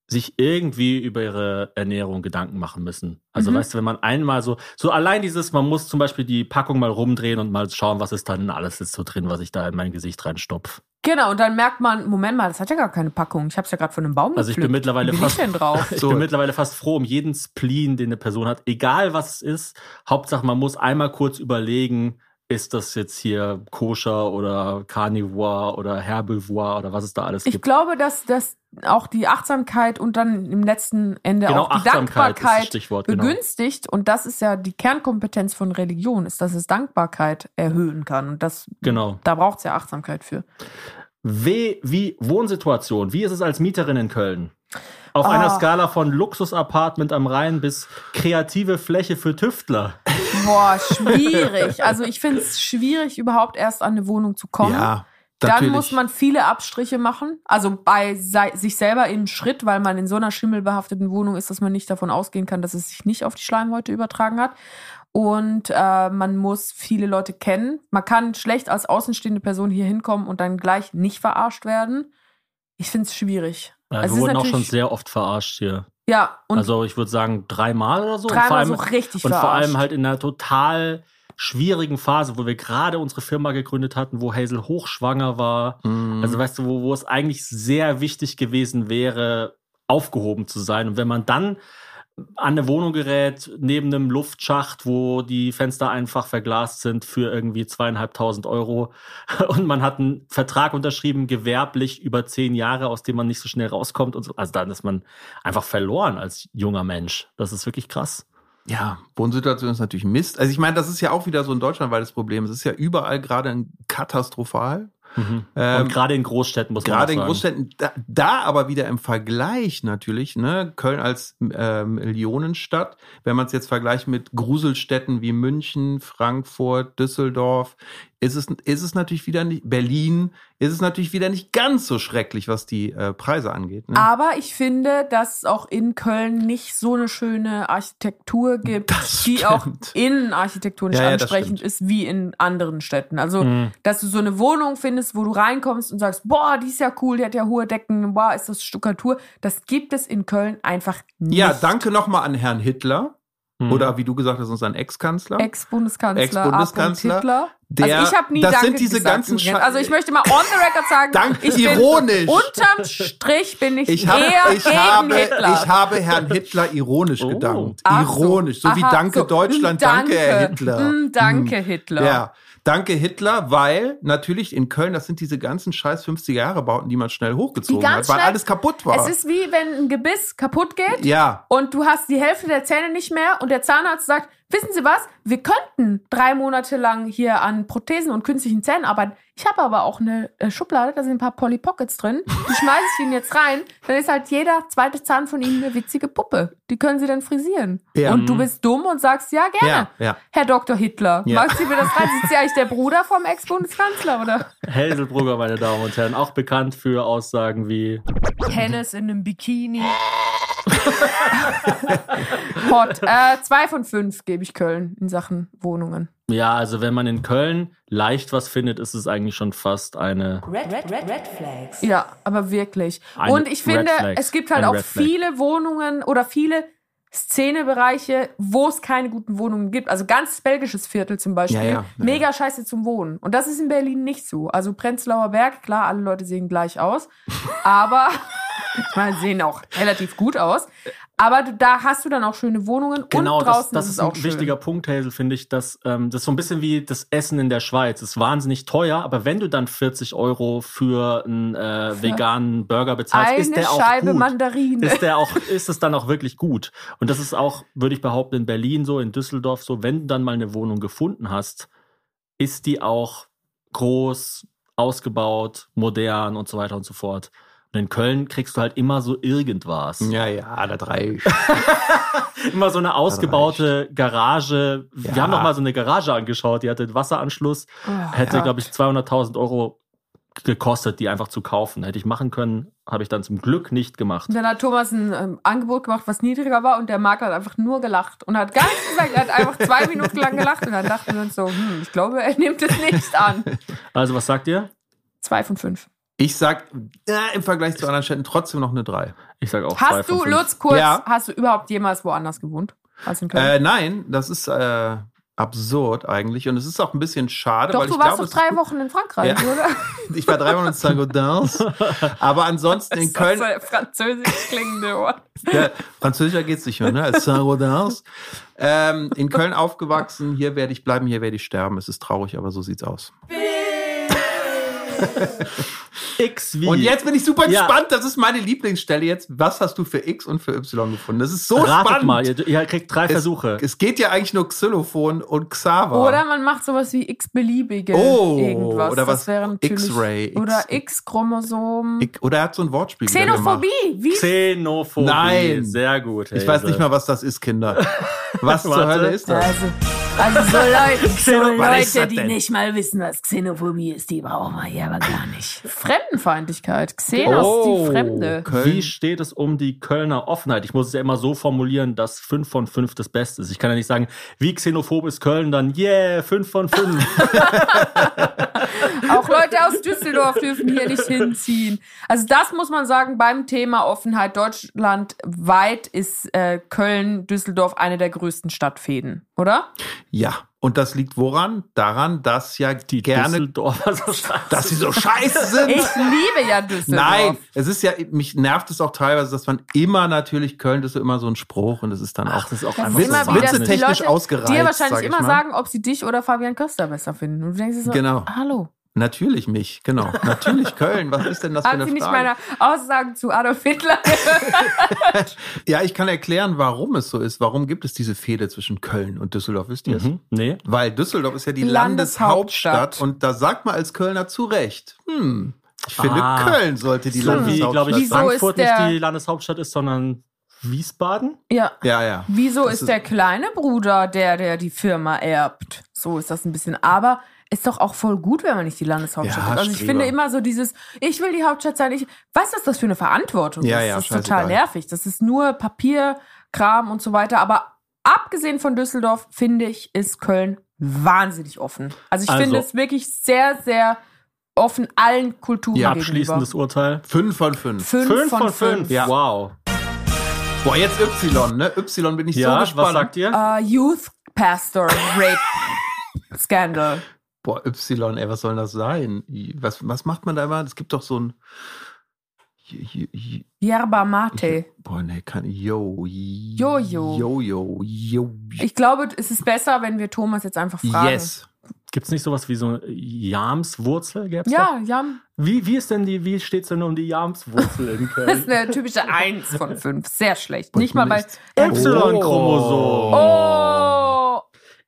S7: sich irgendwie über ihre Ernährung Gedanken machen müssen. Also,
S3: Mhm.
S7: weißt du, wenn man einmal so, so allein dieses, man muss zum Beispiel die Packung mal rumdrehen und mal schauen, was ist dann alles ist so drin, was ich da in mein Gesicht reinstopf.
S3: Genau, und dann merkt man, Moment mal, das hat ja gar keine Packung. Ich habe es ja gerade von einem Baum
S7: Also, ich bin
S3: gepflückt.
S7: mittlerweile
S3: Wie bin ich
S7: fast
S3: denn drauf?
S7: Ich
S4: So.
S7: bin mittlerweile fast froh um jeden Spleen, den eine Person hat, egal was es ist. Hauptsache, man muss einmal kurz überlegen, ist das jetzt hier koscher oder carnivore oder herbivore oder was es da alles
S3: Ich
S7: gibt.
S3: glaube, dass das auch die Achtsamkeit und dann im letzten Ende
S7: Genau,
S3: auch die
S7: Achtsamkeit ist das
S3: Dankbarkeit
S7: Stichwort, genau.
S3: begünstigt. Und das ist ja die Kernkompetenz von Religion, ist, dass es Dankbarkeit erhöhen kann. Und das,
S7: Genau.
S3: da braucht es ja Achtsamkeit für.
S7: W wie Wohnsituation. Wie ist es als Mieterin in Köln? Auf
S3: Ah.
S7: einer Skala von Luxusapartment am Rhein bis kreative Fläche für Tüftler.
S3: Boah, schwierig. also ich finde es schwierig, überhaupt erst an eine Wohnung zu kommen.
S4: Ja,
S3: Dann
S4: natürlich.
S3: muss man viele Abstriche machen. Also bei sei, sich selber im Schritt, weil man in so einer schimmelbehafteten Wohnung ist, dass man nicht davon ausgehen kann, dass es sich nicht auf die Schleimhäute übertragen hat. Und äh, man muss viele Leute kennen. Man kann schlecht als außenstehende Person hier hinkommen und dann gleich nicht verarscht werden. Ich finde es schwierig.
S7: Äh,
S3: Also es
S7: wir
S3: ist
S7: wurden auch schon
S3: natürlich-
S7: sehr oft verarscht hier.
S3: Ja, und
S7: also ich würde sagen dreimal oder so. Und vor
S3: dreimal
S7: allem-
S3: so richtig
S7: Und
S3: verarscht.
S7: vor allem halt in einer total schwierigen Phase, wo wir gerade unsere Firma gegründet hatten, wo Hazel hochschwanger war.
S4: Mhm.
S7: Also weißt du, wo, wo es eigentlich sehr wichtig gewesen wäre, aufgehoben zu sein. Und wenn man dann an eine Wohnung gerät, neben einem Luftschacht, wo die Fenster einfach verglast sind für irgendwie zweieinhalbtausend Euro und man hat einen Vertrag unterschrieben, gewerblich über zehn Jahre, aus dem man nicht so schnell rauskommt und so. Also dann ist man einfach verloren als junger Mensch. Das ist wirklich krass.
S4: Ja, Wohnsituation ist natürlich Mist. Also ich meine, das ist ja auch wieder so ein deutschlandweites Problem. Es ist ja überall gerade ein katastrophal. Ähm,
S7: Mhm. und gerade in Großstädten muss man auch
S4: Gerade in
S7: sagen.
S4: Großstädten, da, da aber wieder im Vergleich natürlich, ne, Köln als äh, Millionenstadt, wenn man es jetzt vergleicht mit Gruselstädten wie München, Frankfurt, Düsseldorf, ist es, ist es natürlich wieder nicht, Berlin, ist es natürlich wieder nicht ganz so schrecklich, was die äh, Preise angeht.
S7: Ah,
S4: Ne?
S3: Aber ich finde, dass es auch in Köln nicht so eine schöne Architektur gibt,
S4: Das
S3: die
S4: stimmt.
S3: auch innenarchitektonisch
S4: Ja, ja, das
S3: ansprechend
S4: stimmt. Hm.
S3: ist wie in anderen Städten. Also,
S7: Mhm.
S3: dass du so eine Wohnung findest, wo du reinkommst und sagst, boah, die ist ja cool, die hat ja hohe Decken, boah, ist das Stuckatur. Das gibt es in Köln einfach nicht.
S4: Ja, danke nochmal an Herrn Hitler
S7: Mhm.
S4: oder wie du gesagt hast, unseren Ex-Kanzler.
S3: Ex-Bundeskanzler,
S4: Ex-Bundeskanzler,
S3: A. Hitler.
S4: der-
S3: also ich habe nie
S4: das
S3: Danke
S4: sind diese
S3: gesagt,
S4: ganzen
S3: übrigens.
S4: Scha-
S3: Also ich möchte mal on the record sagen,
S4: Danke,
S3: ich bin
S4: ironisch.
S3: unterm Strich bin ich,
S4: Ich, hab,
S3: eher
S4: ich,
S3: gegen
S4: habe,
S3: Hitler.
S4: ich habe Herrn Hitler ironisch
S7: Oh.
S4: gedankt.
S3: Ach
S4: ironisch. So, wie
S3: Aha,
S4: Danke
S3: so.
S4: Deutschland,
S3: Mm,
S4: danke, Herr Hitler. Hm.
S3: Mm, danke, Hitler.
S4: Ja, Danke Hitler, weil natürlich in Köln, das sind diese ganzen scheiß 50er-Jahre-Bauten, die man schnell hochgezogen
S3: Die
S4: hat,
S3: ganz
S4: weil
S3: schnell-
S4: alles kaputt war.
S3: Es ist wie wenn ein Gebiss kaputt geht
S4: ja,
S3: und du hast die Hälfte der Zähne nicht mehr und der Zahnarzt sagt, wissen Sie was, wir könnten drei Monate lang hier an Prothesen und künstlichen Zähnen arbeiten. Ich habe aber auch eine äh, Schublade, da sind ein paar Polly Pockets drin. Die schmeiße ich Ihnen jetzt rein. Dann ist halt jeder zweite Zahn von Ihnen eine witzige Puppe. Die können Sie dann frisieren.
S4: Ja.
S3: Und du bist dumm und sagst, ja, gerne.
S4: ja, ja.
S3: Herr Dr. Hitler,
S4: Ja.
S3: magst du mir das rein? Sind Sie eigentlich der Bruder vom Ex-Bundeskanzler, oder?
S7: Helselbrugger, meine Damen und Herren, auch bekannt für Aussagen wie
S10: Hennes in einem Bikini.
S3: Hot. Äh, zwei von fünf gebe ich Köln in Sachen Wohnungen.
S7: Ja, also wenn man in Köln leicht was findet, ist es eigentlich schon fast eine.
S11: Red, red, red, red flags.
S3: Ja, aber wirklich.
S7: Eine
S3: und ich
S7: Red
S3: finde,
S7: Flag.
S3: es gibt halt
S7: Eine
S3: auch
S7: Red Flag.
S3: viele Wohnungen oder viele Szenebereiche, wo es keine guten Wohnungen gibt. Also ganz belgisches Viertel zum Beispiel.
S4: Ja, ja, ja.
S3: Mega scheiße zum Wohnen. Und das ist in Berlin nicht so. Also Prenzlauer Berg, klar, alle Leute sehen gleich aus. aber, ich meine, sehen auch relativ gut aus. Aber du, da hast du dann auch schöne Wohnungen
S7: Genau,
S3: und
S7: das,
S3: draußen
S7: das
S3: ist es
S7: ist
S3: auch
S7: ein
S3: schön.
S7: wichtiger Punkt, Hazel, finde ich. Dass, ähm, das ist so ein bisschen wie das Essen in der Schweiz. Ist wahnsinnig teuer, aber wenn du dann 40 Euro für einen äh, veganen Burger bezahlst,
S3: Eine
S7: ist der auch
S3: Scheibe
S7: gut.
S3: Mandarine.
S7: Ist der auch, ist es dann auch wirklich gut? Und das ist auch, würde ich behaupten, in Berlin so, in Düsseldorf so, wenn du dann mal eine Wohnung gefunden hast, ist die auch groß, ausgebaut, modern und so weiter und so fort. Und in Köln kriegst du halt immer so irgendwas.
S4: Ja, ja, das reicht.
S7: Immer so eine ausgebaute Garage.
S4: Ja.
S7: Wir haben noch mal so eine Garage angeschaut, die hatte einen Wasseranschluss.
S3: Oh,
S7: hätte, glaube ich, 200.000 Euro gekostet, die einfach zu kaufen. Hätte ich machen können, habe ich dann zum Glück nicht gemacht.
S3: Und dann hat Thomas ein ähm, Angebot gemacht, was niedriger war und der Makler hat einfach nur gelacht und hat gar nichts gesagt. Er hat einfach zwei Minuten lang gelacht und dann dachten wir uns so, hm, ich glaube, er nimmt es nicht an.
S7: Also, was sagt ihr?
S3: Zwei von fünf.
S4: Ich sag äh, im Vergleich zu anderen Städten trotzdem noch eine 3.
S7: Ich sage auch zwei
S3: Hast
S7: von
S3: du,
S7: fünf.
S3: Lutz, kurz,
S4: Ja.
S3: hast du überhaupt jemals woanders gewohnt? Als in Köln?
S4: Äh, nein, das ist äh, absurd eigentlich und es ist auch ein bisschen schade,
S3: doch,
S4: weil
S3: du
S4: ich
S3: warst
S4: glaube, es-
S3: doch drei Wochen in Frankreich,
S4: Ja.
S3: oder?
S4: ich war drei Wochen in Saint-Gaudens, aber ansonsten in Köln,
S3: Das ist so französisch klingende Ohr.
S4: ja, französischer geht's nicht mehr, ne? Als Saint-Gaudens. Ähm, in Köln aufgewachsen, hier werde ich bleiben, hier werde ich sterben. Es ist traurig, aber so sieht's aus.
S7: X wie.
S4: Und jetzt bin ich super
S7: Ja.
S4: gespannt. Das ist meine Lieblingsstelle jetzt. Was hast du für X und für Y gefunden? Das ist so
S7: Ratet
S4: spannend.
S7: mal, ihr, ihr kriegt drei
S4: es,
S7: Versuche.
S4: Es geht ja eigentlich nur Xylophon und Xaver.
S3: Oder man macht sowas wie x-beliebige
S4: Oh,
S3: irgendwas.
S4: oder
S3: das
S4: was?
S3: wäre natürlich-
S4: X-Ray, X-
S3: Oder X-Chromosom.
S4: Ich, oder er hat so ein Wortspiel wieder
S3: Xenophobie.
S4: gemacht.
S3: Wie
S7: Xenophobie.
S4: Nein.
S7: Sehr gut.
S4: Ich weiß
S7: Hazel.
S4: nicht mal, was das ist, Kinder. Was zur
S7: Warte.
S4: Hölle ist das?
S3: Äh.
S11: Also, also so Leute, so
S4: Was ist
S11: Leute
S4: das
S11: die
S4: denn?
S11: nicht mal wissen, was Xenophobie ist, die brauchen wir hier aber gar nicht.
S3: Fremdenfeindlichkeit. Xenos,
S4: Oh.
S3: die Fremde.
S7: Wie
S4: Köln.
S7: steht es um die Kölner Offenheit? Ich muss es ja immer so formulieren, dass 5 von 5 das Beste ist. Ich kann ja nicht sagen, wie xenophob ist Köln, dann yeah, 5 von 5.
S3: Auch Leute aus Düsseldorf dürfen hier nicht hinziehen. Also das muss man sagen, beim Thema Offenheit deutschlandweit ist äh, Köln, Düsseldorf eine der größten Stadtfäden, oder?
S4: Ja. Und das liegt woran? Daran, dass ja die gerne,
S7: Düsseldorfer so stark.
S4: dass sie so scheiße sind.
S3: Ich liebe ja Düsseldorf.
S4: Nein, es ist ja, mich nervt es auch teilweise, dass man immer natürlich Köln, das ist ja immer so ein Spruch und es ist dann auch
S7: das ist auch
S3: Das
S7: einfach
S3: ist
S4: Witz-
S3: immer
S7: so
S3: wieder,
S4: Witze
S3: dass die
S7: wahnsinnig.
S4: technisch
S3: Leute
S4: ausgereizt,
S3: dir
S4: sag
S3: wahrscheinlich
S4: ich
S3: immer
S4: mal.
S3: sagen, ob sie dich oder Fabian Köster besser finden. Und du denkst dir so,
S4: Genau.
S3: hallo.
S4: natürlich mich, genau. Natürlich Köln, was ist denn das für
S3: Haben
S4: eine
S3: sie nicht
S4: Frage?
S3: meine Aussagen zu Adolf Hitler
S4: Ja, ich kann erklären, warum es so ist. Warum gibt es diese Fehde zwischen Köln und Düsseldorf, wisst ihr es?
S7: Mhm. Nee.
S4: Weil Düsseldorf ist ja die
S3: Landeshauptstadt.
S4: Landeshauptstadt, und da sagt man als Kölner zu Recht, hm, ich finde,
S7: Ah.
S4: Köln sollte die
S7: So wie,
S4: Landeshauptstadt
S7: glaube ich,
S3: Wieso
S4: sein.
S7: Frankfurt
S3: ist
S7: nicht
S3: der-
S7: die Landeshauptstadt ist, sondern Wiesbaden?
S3: Ja.
S4: Ja, ja.
S3: Wieso
S4: Das
S3: ist,
S4: ist-
S3: der kleine Bruder der, der die Firma erbt? So ist das ein bisschen. Aber ist doch auch voll gut, wenn man nicht die Landeshauptstadt
S4: Ja,
S3: hat. Also ich
S4: Streber.
S3: finde immer so dieses, ich will die Hauptstadt sein. Ich, was ist das für eine Verantwortung?
S4: Ja,
S3: das
S4: ja,
S3: ist
S4: scheißegal.
S3: total nervig. Das ist nur Papierkram und so weiter. Aber abgesehen von Düsseldorf, finde ich, ist Köln wahnsinnig offen. Also ich
S7: Also-
S3: finde es wirklich sehr, sehr offen allen Kulturen
S4: Ja,
S3: gegenüber.
S7: Abschließendes Urteil.
S4: Fünf von fünf.
S3: Fünf,
S7: Fünf
S3: von fünf.
S4: Ja.
S7: Wow.
S4: Boah, jetzt Y, ne? Y bin ich so
S7: Ja,
S4: gespannt.
S7: was sagt ihr?
S3: Äh, Youth Pastor Rape Scandal.
S4: Boah, Y, ey, was soll das sein? Was, was macht man da immer? Es gibt doch so ein. J- J-
S3: Yerba Mate.
S4: J- Boah, ne, kann. Yo.
S3: Jojo.
S4: Jojo. Yo, yo.
S3: Ich glaube, es ist besser, wenn wir Thomas jetzt einfach fragen.
S4: Yes.
S7: Gibt es nicht sowas wie so eine Jamswurzel? Gäb's
S3: Ja,
S7: da?
S3: Jam.
S7: Wie, wie ist denn die, wie steht's denn um die Jamswurzel in
S3: Das
S7: Köln?
S3: ist eine typische 1 von 5. Sehr schlecht. Nicht mal bei.
S7: Y-Chromosom.
S3: Oh!
S7: Oh.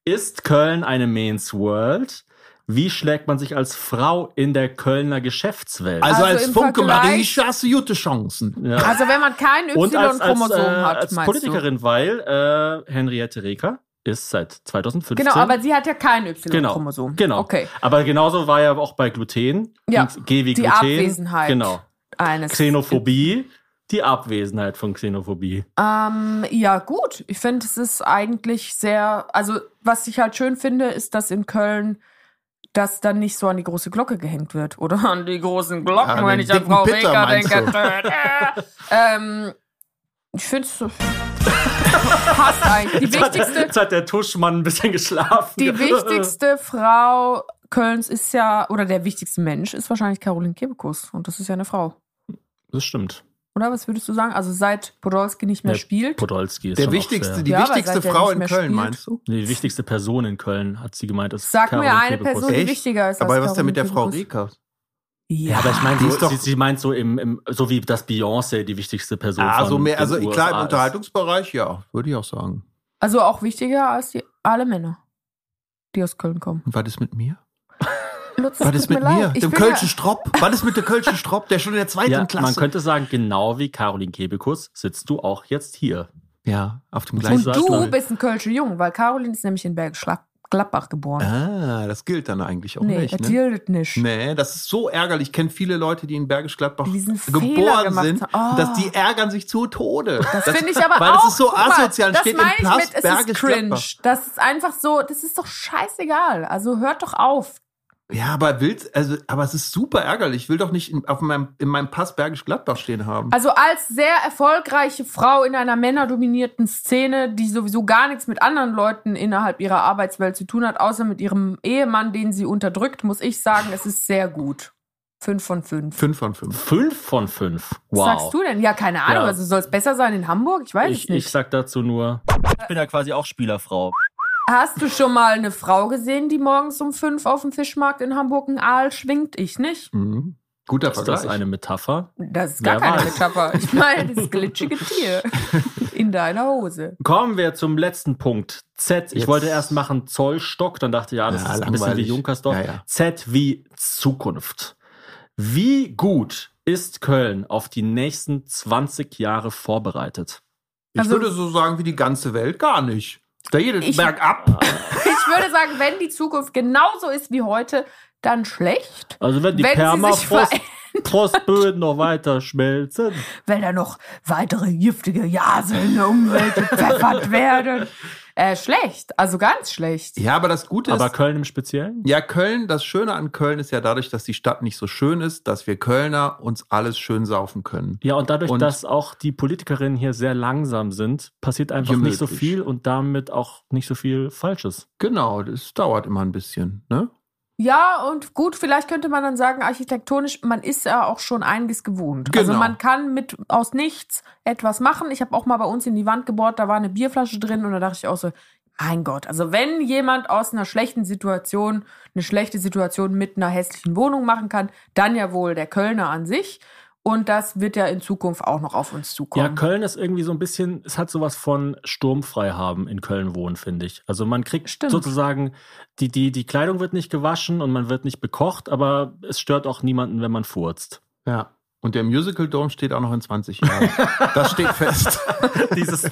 S7: Ist Köln eine Men's World? Wie schlägt man sich als Frau in der Kölner Geschäftswelt?
S4: Also, als
S3: im
S4: Funke
S3: Vergleich-
S4: Marie hast du gute Chancen.
S7: Ja.
S3: Also, wenn man kein
S7: Und als, als, äh,
S3: Y-Chromosom hat,
S7: als
S3: meinst
S7: Politikerin, weil äh, Henriette Reker ist seit
S3: du?
S7: 2015.
S3: Genau, aber sie hat ja kein Y-Chromosom.
S7: genau, genau.
S3: Okay.
S7: Aber genauso war ja auch bei Gluten.
S3: Ja,
S7: Und G wie
S3: die
S7: Gluten.
S3: Abwesenheit.
S7: Genau.
S3: Eines.
S7: Xenophobie. Die Abwesenheit von Xenophobie.
S3: Ähm, ja, gut. Ich finde, es ist eigentlich sehr. Also, was ich halt schön finde, ist, dass in Köln das dann nicht so an die große Glocke gehängt wird. Oder an die großen Glocken,
S4: An
S3: wenn
S4: den
S3: ich an
S4: dicken
S3: Frau
S4: Pitter,
S3: Reker
S4: meinst
S3: denke.
S4: du?
S3: Äh, ähm, ich finde es. passt eigentlich. Die
S7: Jetzt hat, der-
S3: wichtigste,
S7: jetzt hat der Tuschmann ein bisschen geschlafen.
S3: die wichtigste Frau Kölns ist ja. Oder der wichtigste Mensch ist wahrscheinlich Caroline Kebekus. Und das ist ja eine Frau.
S7: Das stimmt.
S3: Oder was würdest du sagen? Also, seit Podolski nicht mehr
S7: Der
S3: spielt.
S7: Podolski ist
S4: Der
S7: schon auch
S4: wichtigste,
S7: sehr-
S4: die
S3: Ja, aber
S4: wichtigste
S3: seit der
S4: Frau
S3: nicht
S4: in
S3: mehr
S4: Köln,
S3: spielt.
S4: meinst du?
S7: Nee, die wichtigste Person in Köln, hat sie gemeint. Ist
S3: Sag mir
S7: Caroline
S3: eine
S7: Kebekus.
S3: Person, die wichtiger ist.
S4: Aber
S3: als
S4: was ist denn mit der Frau
S3: Caroline Kebekus?
S4: Reker?
S7: Ja, aber ich meine,
S4: Die
S7: so,
S4: ist doch-
S7: sie, sie meint so im, im so wie das Beyoncé die wichtigste Person
S4: Ah, so
S7: von
S4: mehr,
S7: den
S4: also
S7: USA
S4: klar, im
S7: ist.
S4: Unterhaltungsbereich, ja, würde ich auch sagen.
S3: Also auch wichtiger als die, alle Männer, die aus Köln kommen.
S4: Und was ist mit mir?
S3: Lutz, es
S4: Was ist
S3: tut
S4: mit mir?
S3: Ich
S4: Dem
S3: bin
S4: Kölschen
S3: ja,
S4: Stropp? Was ist mit dem Kölschen Stropp, der schon in der zweiten
S7: Ja,
S4: Klasse?
S7: man könnte sagen, genau wie Caroline Kebekus sitzt du auch jetzt hier.
S4: ja, auf dem
S7: gleichen
S4: gleichen
S3: Und
S7: Sag
S3: du
S7: mal.
S3: bist ein Kölscher Jung, weil Caroline ist nämlich in Bergisch Gla- Gladbach geboren.
S4: Ah, das gilt dann eigentlich auch
S3: nee,
S4: nicht.
S3: das
S4: Ne?
S3: gilt nicht.
S4: Nee, das ist so ärgerlich. Ich kenne viele Leute, die in Bergisch Gladbach
S3: Die diesen Fehler
S4: geboren
S3: gemacht
S4: sind,
S3: haben. Oh.
S4: dass die ärgern sich zu Tode.
S3: Das, finde ich aber
S4: weil
S3: auch.
S4: das ist so
S3: guck mal,
S4: asozial.
S3: Das
S4: steht
S3: meine
S4: im
S3: ich mit,
S4: Knast
S3: es ist
S4: Bergisch
S3: cringe.
S4: Gladbach.
S3: Das ist einfach so, das ist doch scheißegal. Also hört doch auf.
S4: Ja, aber willst, also, aber es ist super ärgerlich. Ich will doch nicht in, auf meinem, in meinem Pass Bergisch Gladbach stehen haben.
S3: Also als sehr erfolgreiche Frau in einer männerdominierten Szene, die sowieso gar nichts mit anderen Leuten innerhalb ihrer Arbeitswelt zu tun hat, außer mit ihrem Ehemann, den sie unterdrückt, muss ich sagen, es ist sehr gut. Fünf von fünf.
S4: Fünf von fünf.
S7: Fünf von fünf.
S3: Was
S7: Wow.
S3: sagst du denn? Ja, keine Ahnung.
S7: Ja.
S3: Also soll es besser sein in Hamburg? Ich weiß es
S7: ich,
S3: nicht.
S7: ich sag dazu nur, ich bin ja quasi auch Spielerfrau.
S3: Hast du schon mal eine Frau gesehen, die morgens um fünf auf dem Fischmarkt in Hamburg einen Aal schwingt? Ich nicht.
S4: Mhm. Guter
S7: Ist
S4: Vergleich.
S7: das eine Metapher?
S3: Das ist gar
S7: Hm. Wer
S3: keine
S7: weiß.
S3: Metapher. Ich meine, das glitschige Tier in deiner Hose.
S7: Kommen wir zum letzten Punkt. Z. Ich
S4: Jetzt.
S7: wollte erst machen Zollstock, dann dachte ich, ja, das
S4: Ja,
S7: ist ein bisschen wie
S4: langweilig.
S7: Junkersdorf.
S4: Ja, ja.
S7: Z wie Zukunft. Wie gut ist Köln auf die nächsten 20 Jahre vorbereitet?
S4: Ich
S3: Also-
S4: würde so sagen, wie die ganze Welt gar nicht. Da jedes
S3: Ich-
S4: bergab.
S3: Ich würde sagen, wenn die Zukunft genauso ist wie heute, dann schlecht.
S7: Also wenn die
S3: Wenn sie sich
S7: Permafrost- Frostböden noch weiter schmelzen.
S3: Wenn da noch weitere giftige Jase in der Umwelt gepfeffert werden. Äh, schlecht, also ganz schlecht.
S4: Ja, aber das Gute
S7: Aber
S4: ist,
S7: Köln im Speziellen?
S4: ja, Köln, das Schöne an Köln ist ja dadurch, dass die Stadt nicht so schön ist, dass wir Kölner uns alles schön saufen können.
S7: Ja, und dadurch,
S4: Und-
S7: dass auch die Politikerinnen hier sehr langsam sind, passiert einfach
S4: Ja,
S7: nicht so
S4: möglich.
S7: viel und damit auch nicht so viel Falsches.
S4: Genau, das dauert immer ein bisschen, ne?
S3: Ja, und gut, vielleicht könnte man dann sagen, architektonisch, man ist ja auch schon einiges gewohnt. Also
S4: Genau.
S3: man kann mit aus nichts etwas machen. Ich habe auch mal bei uns in die Wand gebohrt, da war eine Bierflasche drin und da dachte ich auch so, mein Gott, also wenn jemand aus einer schlechten Situation eine schlechte Situation mit einer hässlichen Wohnung machen kann, dann ja wohl der Kölner an sich. Und das wird ja in Zukunft auch noch auf uns
S7: Ja,
S3: zukommen.
S7: Köln ist irgendwie so ein bisschen, es hat sowas von sturmfrei haben in Köln wohnen, finde ich. Also man kriegt
S3: Stimmt.
S7: sozusagen, die, die, die Kleidung wird nicht gewaschen und man wird nicht bekocht, aber es stört auch niemanden, wenn man furzt.
S4: Ja. Und der Musical Dome steht auch noch in 20 Jahren. Das steht fest.
S7: Dieses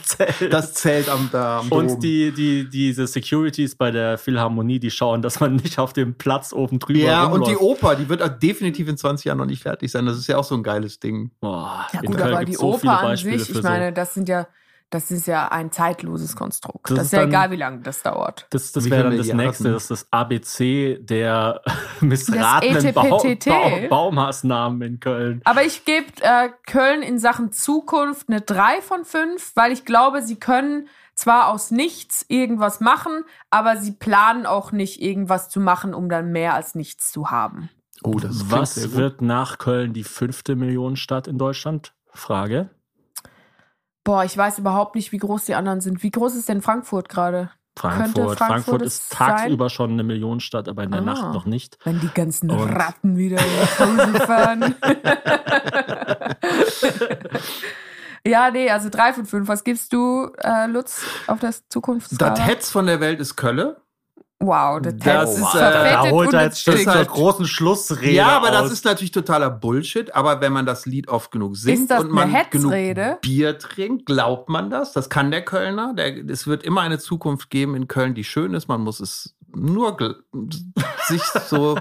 S7: Zelt.
S4: Das zählt am, da, am Dom.
S7: und die, die, diese Securities bei der Philharmonie, die schauen, dass man nicht auf dem Platz oben drüber
S4: Ja, und die
S7: rumläuft.
S4: Oper, die wird auch definitiv in 20 Jahren noch nicht fertig sein. Das ist ja auch so ein geiles Ding.
S7: Boah,
S3: Ja
S7: in
S3: gut,
S7: Köln
S3: aber
S7: gibt's
S3: die
S7: so viele
S3: Oper an
S7: Beispiele
S3: sich,
S7: für
S3: ich meine, das sind ja, das ist ja ein zeitloses Konstrukt.
S7: Das
S3: Das, ist
S7: ist
S3: ja
S7: dann-
S3: egal, wie lange das dauert.
S7: Das, das
S4: Wie
S7: wäre
S4: viele
S7: dann das
S4: Milliarden?
S7: nächste, das ist das ABC der
S3: E
S7: missratenen Bau,
S3: ETPTT.
S7: Bau, Baumaßnahmen in Köln.
S3: Aber ich gebe äh, Köln in Sachen Zukunft eine 3 von 5, weil ich glaube, sie können zwar aus nichts irgendwas machen, aber sie planen auch nicht irgendwas zu machen, um dann mehr als nichts zu haben.
S4: Oh, das klingt sehr
S7: Was
S4: gut.
S7: wird nach Köln die fünfte Millionenstadt in Deutschland? Frage.
S3: Boah, ich weiß überhaupt nicht, wie groß die anderen sind. Wie groß ist denn Frankfurt gerade?
S7: Frankfurt.
S3: Könnte
S7: Frankfurt,
S3: Frankfurt es
S7: ist tagsüber schon eine Millionenstadt, aber in der
S3: Ah.
S7: Nacht noch nicht.
S3: Wenn die ganzen
S7: Und-
S3: Ratten wieder nach Hause fahren. ja, nee, also drei von fünf. Was gibst du, äh, Lutz, auf das Zukunftsskala?
S4: Das Hetz von der Welt ist Kölle.
S3: Wow, das,
S4: Das
S3: Hetz
S4: ist,
S3: ist
S4: äh,
S3: verfettet
S4: da
S3: und halt mit
S7: schon
S3: Stück.
S7: zur großen Schlussrede.
S4: ja, aber
S7: aus.
S4: das ist natürlich totaler Bullshit. Aber wenn man das Lied oft genug singt
S3: Ist das
S4: und man
S3: eine
S4: genug
S3: Hetzrede?
S4: Bier trinkt, glaubt man das. Das kann der Kölner. Der, es wird immer eine Zukunft geben in Köln, die schön ist. Man muss es nur gl- sich so.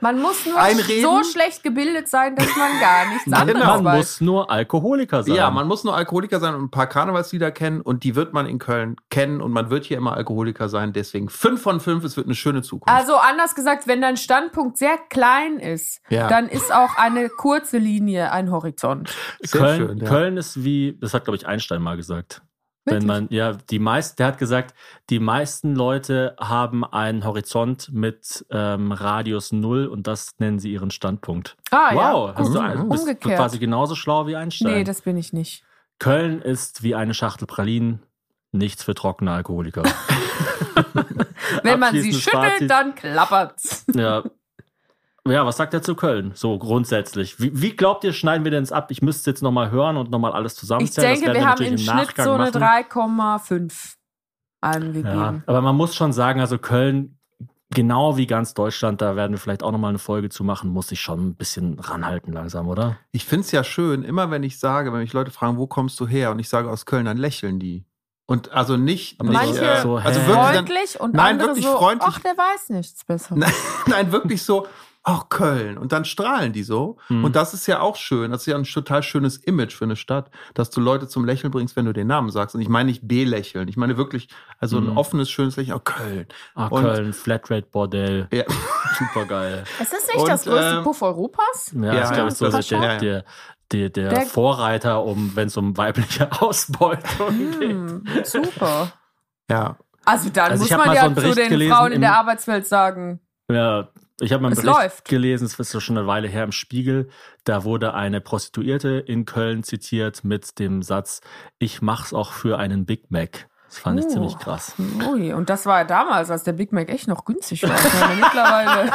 S3: Man muss nur
S4: Einreden?
S3: so schlecht gebildet sein, dass man gar nichts
S4: genau.
S3: anderes
S7: Man
S3: weiß.
S7: muss nur Alkoholiker sein.
S4: ja, man muss nur Alkoholiker sein und ein paar Karnevalslieder kennen. Und die wird man in Köln kennen. Und man wird hier immer Alkoholiker sein. Deswegen fünf von fünf. Es wird eine schöne Zukunft.
S3: Also anders gesagt, wenn dein Standpunkt sehr klein ist,
S4: Ja.
S3: dann ist auch eine kurze Linie ein Horizont.
S4: Sehr
S7: Köln,
S4: schön, ja.
S7: Köln ist wie, das hat, glaube ich, Einstein mal gesagt.
S3: Wirklich?
S7: Wenn man, ja, die meisten, der hat gesagt, die meisten Leute haben einen Horizont mit ähm, Radius Null und das nennen sie ihren Standpunkt.
S3: Ah, ja.
S7: wow, hast
S3: Gut.
S7: du ein, bist
S3: Umgekehrt.
S7: quasi genauso schlau wie Einstein.
S3: Nee, das bin ich nicht.
S7: Köln ist wie eine Schachtel Pralinen, nichts für trockene Alkoholiker.
S3: Wenn man sie
S7: Abschließendes
S3: schüttelt,
S7: Fazit.
S3: dann klappert's.
S7: Ja. Ja, was sagt er zu Köln? So grundsätzlich. Wie, wie glaubt ihr, schneiden wir denn es ab? Ich müsste es jetzt nochmal hören und nochmal alles
S3: Ich
S7: zusammenzählen.
S3: denke, wir haben
S7: natürlich
S3: im Schnitt so eine
S7: machen.
S3: 3,5
S7: Ja,
S3: angegeben.
S7: aber man muss schon sagen, also Köln, genau wie ganz Deutschland, da werden wir vielleicht auch nochmal eine Folge zu machen, muss ich schon ein bisschen ranhalten langsam, oder?
S4: Ich finde es ja schön, immer wenn ich sage, wenn mich Leute fragen, wo kommst du her? Und ich sage aus Köln, dann lächeln die. Und also nicht,
S7: Aber
S4: nicht
S3: manche
S4: äh,
S7: so, hä?
S4: also wirklich dann,
S3: Freundlich und
S4: Nein,
S3: andere
S4: wirklich
S3: so,
S4: freundlich.
S3: ach, der weiß nichts besser.
S4: Nein, nein, wirklich so, auch Köln. Und dann strahlen die so.
S7: Mhm.
S4: Und das ist ja auch schön. Das ist ja ein total schönes Image für eine Stadt, dass du Leute zum Lächeln bringst, wenn du den Namen sagst. Und ich meine nicht belächeln. Ich meine wirklich, also ein
S7: Mhm.
S4: offenes, schönes Lächeln. Oh, Köln.
S7: Ah,
S4: Und-
S7: Köln, Flatrate-Bordell,
S4: Ja.
S7: supergeil.
S3: Es ist nicht
S4: Und,
S3: das größte
S4: ähm,
S3: Puff Europas?
S7: Ja,
S4: Ja,
S7: das ist, glaube ich, so
S4: das
S7: der,
S4: ist schon-
S7: der, der, der,
S3: Der-
S7: Vorreiter, um, wenn es um weibliche Ausbeutung geht.
S3: Hm, super.
S4: Ja.
S3: Also dann
S7: Also ich
S3: muss
S7: hab
S3: man
S7: mal so
S3: ja
S7: einen
S3: zu
S7: Bericht
S3: den
S7: gelesen
S3: Frauen in
S7: im-
S3: der Arbeitswelt sagen.
S7: Ja, ich habe mal einen
S3: Es
S7: Bericht
S3: läuft.
S7: gelesen, es ist schon eine Weile her im Spiegel. Da wurde eine Prostituierte in Köln zitiert mit dem Satz: Ich mach's auch für einen Big Mac. Das fand ich
S3: Oh.
S7: ziemlich krass.
S3: Ui, und das war ja damals, als der Big Mac echt noch günstig war. Ich meine, mittlerweile,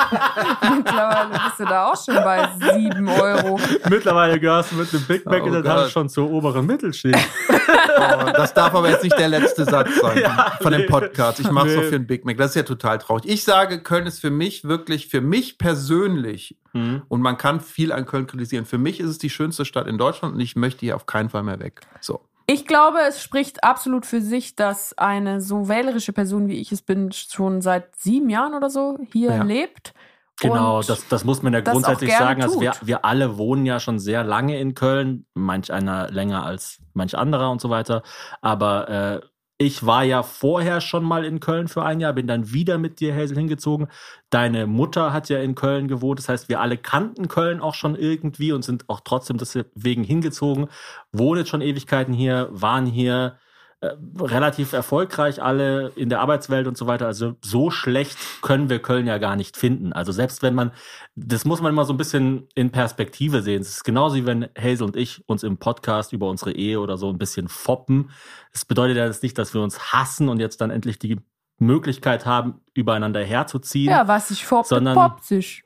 S3: mittlerweile bist du da auch schon bei 7 Euro.
S7: Mittlerweile gehörst du mit einem Big Mac
S4: Oh
S7: in der
S4: Gott.
S7: Tasche schon zur oberen Mittelschicht.
S4: Oh, das darf aber jetzt nicht der letzte Satz sein
S7: Ja,
S4: von
S7: nee.
S4: dem Podcast. Ich mache es
S7: Nee.
S4: für einen Big Mac. Das ist ja total traurig. Ich sage, Köln ist für mich wirklich, für mich persönlich
S7: Hm.
S4: Und man kann viel an Köln kritisieren. Für mich ist es die schönste Stadt in Deutschland und ich möchte hier auf keinen Fall mehr weg. So.
S3: Ich glaube, es spricht absolut für sich, dass eine so wählerische Person wie ich es bin, schon seit sieben Jahren oder so hier
S4: Ja.
S3: lebt.
S7: Genau,
S3: Und
S7: das, das muss man ja
S3: das auch
S7: grundsätzlich
S3: gerne
S7: sagen. Also wir,
S3: tut.
S7: wir alle wohnen ja schon sehr lange in Köln, manch einer länger als manch anderer und so weiter. Aber äh, ich war ja vorher schon mal in Köln für ein Jahr, bin dann wieder mit dir, Hazel, hingezogen. Deine Mutter hat ja in Köln gewohnt. Das heißt, wir alle kannten Köln auch schon irgendwie und sind auch trotzdem deswegen hingezogen. Wohnen schon Ewigkeiten hier, waren hier äh, relativ erfolgreich alle in der Arbeitswelt und so weiter. Also so schlecht können wir Köln ja gar nicht finden. Also selbst wenn man, das muss man immer so ein bisschen in Perspektive sehen. Es ist genauso wie wenn Hazel und ich uns im Podcast über unsere Ehe oder so ein bisschen foppen. Es bedeutet ja jetzt nicht, dass wir uns hassen und jetzt dann endlich die Möglichkeit haben, übereinander herzuziehen.
S3: Ja, was ich poppt,
S7: Sondern-
S3: poppt sich.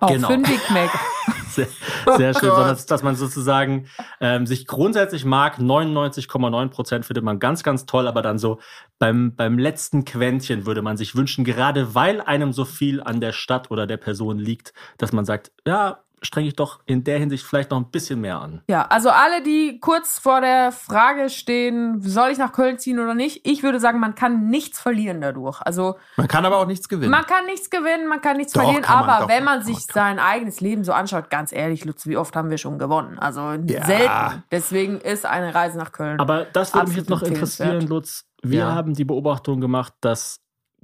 S3: Auch
S7: Genau.
S3: für einen Big Mac.
S7: Sehr, sehr schön, sondern dass man sozusagen ähm, sich grundsätzlich mag. 99,9 Prozent findet man ganz, ganz toll, aber dann so beim, beim letzten Quäntchen würde man sich wünschen, gerade weil einem so viel an der Stadt oder der Person liegt, dass man sagt, ja, strenge ich doch in der Hinsicht vielleicht noch ein bisschen mehr an.
S3: Ja, also alle, die kurz vor der Frage stehen, soll ich nach Köln ziehen oder nicht, ich würde sagen, man kann nichts verlieren dadurch. Also
S4: Man kann aber auch nichts gewinnen.
S3: man kann nichts gewinnen, man kann nichts
S4: Doch,
S3: verlieren,
S4: kann man,
S3: aber
S4: doch,
S3: wenn man
S4: kann
S3: sich
S4: man, doch.
S3: sein eigenes Leben so anschaut, ganz ehrlich, Lutz, wie oft haben wir schon gewonnen? Also
S4: Ja.
S3: selten. Deswegen ist eine Reise nach Köln.
S7: Aber das würde
S3: Absolut
S7: mich jetzt noch interessieren,
S3: empfehlenswert.
S7: Lutz. Wir
S4: Ja.
S7: haben die Beobachtung gemacht, dass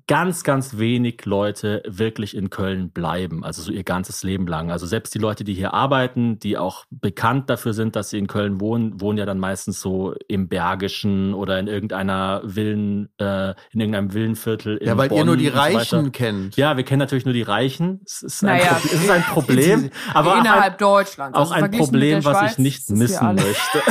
S7: ganz, ganz wenig Leute wirklich in Köln bleiben, also so ihr ganzes Leben lang. Also selbst die Leute, die hier arbeiten, die auch bekannt dafür sind, dass sie in Köln wohnen, wohnen ja dann meistens so im Bergischen oder in irgendeiner Villen, äh, in irgendeinem Villenviertel. In
S4: ja, weil
S7: Bonn
S4: ihr nur die
S7: und so weiter.
S4: Reichen kennt.
S7: ja, wir kennen natürlich nur die Reichen. Es ist ein,
S3: Naja.
S7: Pro- es ist ein Problem. Aber auch ein-
S3: innerhalb Deutschlands.
S7: auch
S3: Also
S7: ein
S3: verglichen mit
S7: Problem,
S3: der
S7: was
S3: Schweiz
S7: ich nicht
S3: ist hier
S7: missen
S3: alles-
S7: möchte.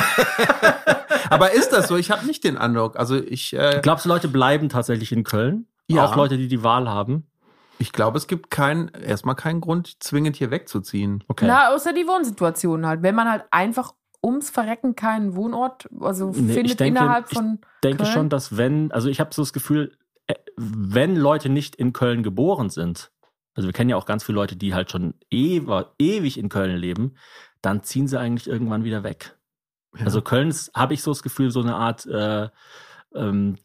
S4: Aber ist das so? Ich habe nicht den Eindruck. Also ich. Äh,
S7: Glaubst du, Leute bleiben tatsächlich in Köln?
S4: Ja.
S7: Auch Leute, die die Wahl haben?
S4: Ich glaube, es gibt keinen, erstmal keinen Grund, zwingend hier wegzuziehen.
S7: Okay.
S3: Na, außer die Wohnsituation halt. Wenn man halt einfach ums Verrecken keinen Wohnort, also
S7: Nee,
S3: findet
S7: ich denke,
S3: innerhalb
S7: ich
S3: von.
S7: denke
S3: Köln?
S7: schon, dass wenn, also ich habe so das Gefühl, äh, wenn Leute nicht in Köln geboren sind, also wir kennen ja auch ganz viele Leute, die halt schon ewa, ewig in Köln leben, dann ziehen sie eigentlich irgendwann wieder weg.
S4: Ja.
S7: Also Köln ist, habe ich so das Gefühl, so eine Art äh, ähm,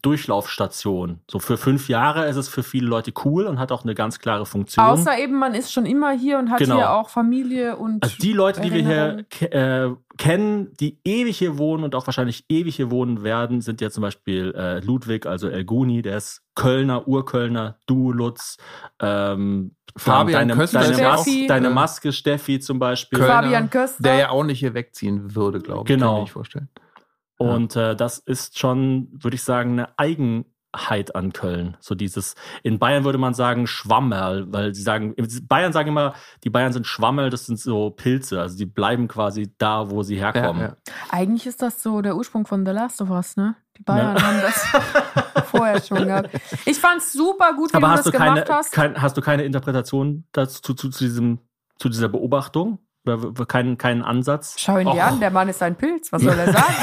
S7: Durchlaufstation. So für fünf Jahre ist es für viele Leute cool und hat auch eine ganz klare Funktion.
S3: Außer eben, man ist schon immer hier und hat
S7: Genau.
S3: hier auch Familie und.
S7: Also die Leute, die wir hier
S3: Erinnerungen.
S7: ke- äh, kennen, die ewig hier wohnen und auch wahrscheinlich ewig hier wohnen werden, sind ja zum Beispiel äh, Ludwig, also Elguni, der ist Kölner, Urkölner, du, Lutz, ähm,
S4: Fabian
S7: deine,
S4: Köster
S7: deine,
S3: ist ja auch-
S7: Mas- deine
S4: äh,
S7: Maske, Steffi zum Beispiel.
S4: Kölner,
S3: Fabian Köster.
S4: Der ja auch nicht hier wegziehen würde, glaube ich. Kann
S7: Genau.
S4: ich mir nicht vorstellen.
S7: Und äh, das ist schon, würde ich sagen, eine Eigenheit an Köln. So dieses, in Bayern würde man sagen Schwammerl, weil sie sagen, Bayern sagen immer, die Bayern sind Schwammerl, das sind so Pilze. Also die bleiben quasi da, wo sie herkommen.
S4: Ja, ja.
S3: Eigentlich ist das so der Ursprung von The Last of Us, ne? Die Bayern haben das vorher schon gehabt. Ich fand's super gut, wie
S7: Aber
S3: du
S7: hast
S3: das
S7: du, keine,
S3: gemacht hast.
S7: Kein, hast du keine Interpretation dazu zu, zu, zu diesem, zu dieser Beobachtung? Oder w- w- keinen, keinen Ansatz?
S3: Schau ihn dir an, der Mann ist ein Pilz. Was soll er sagen?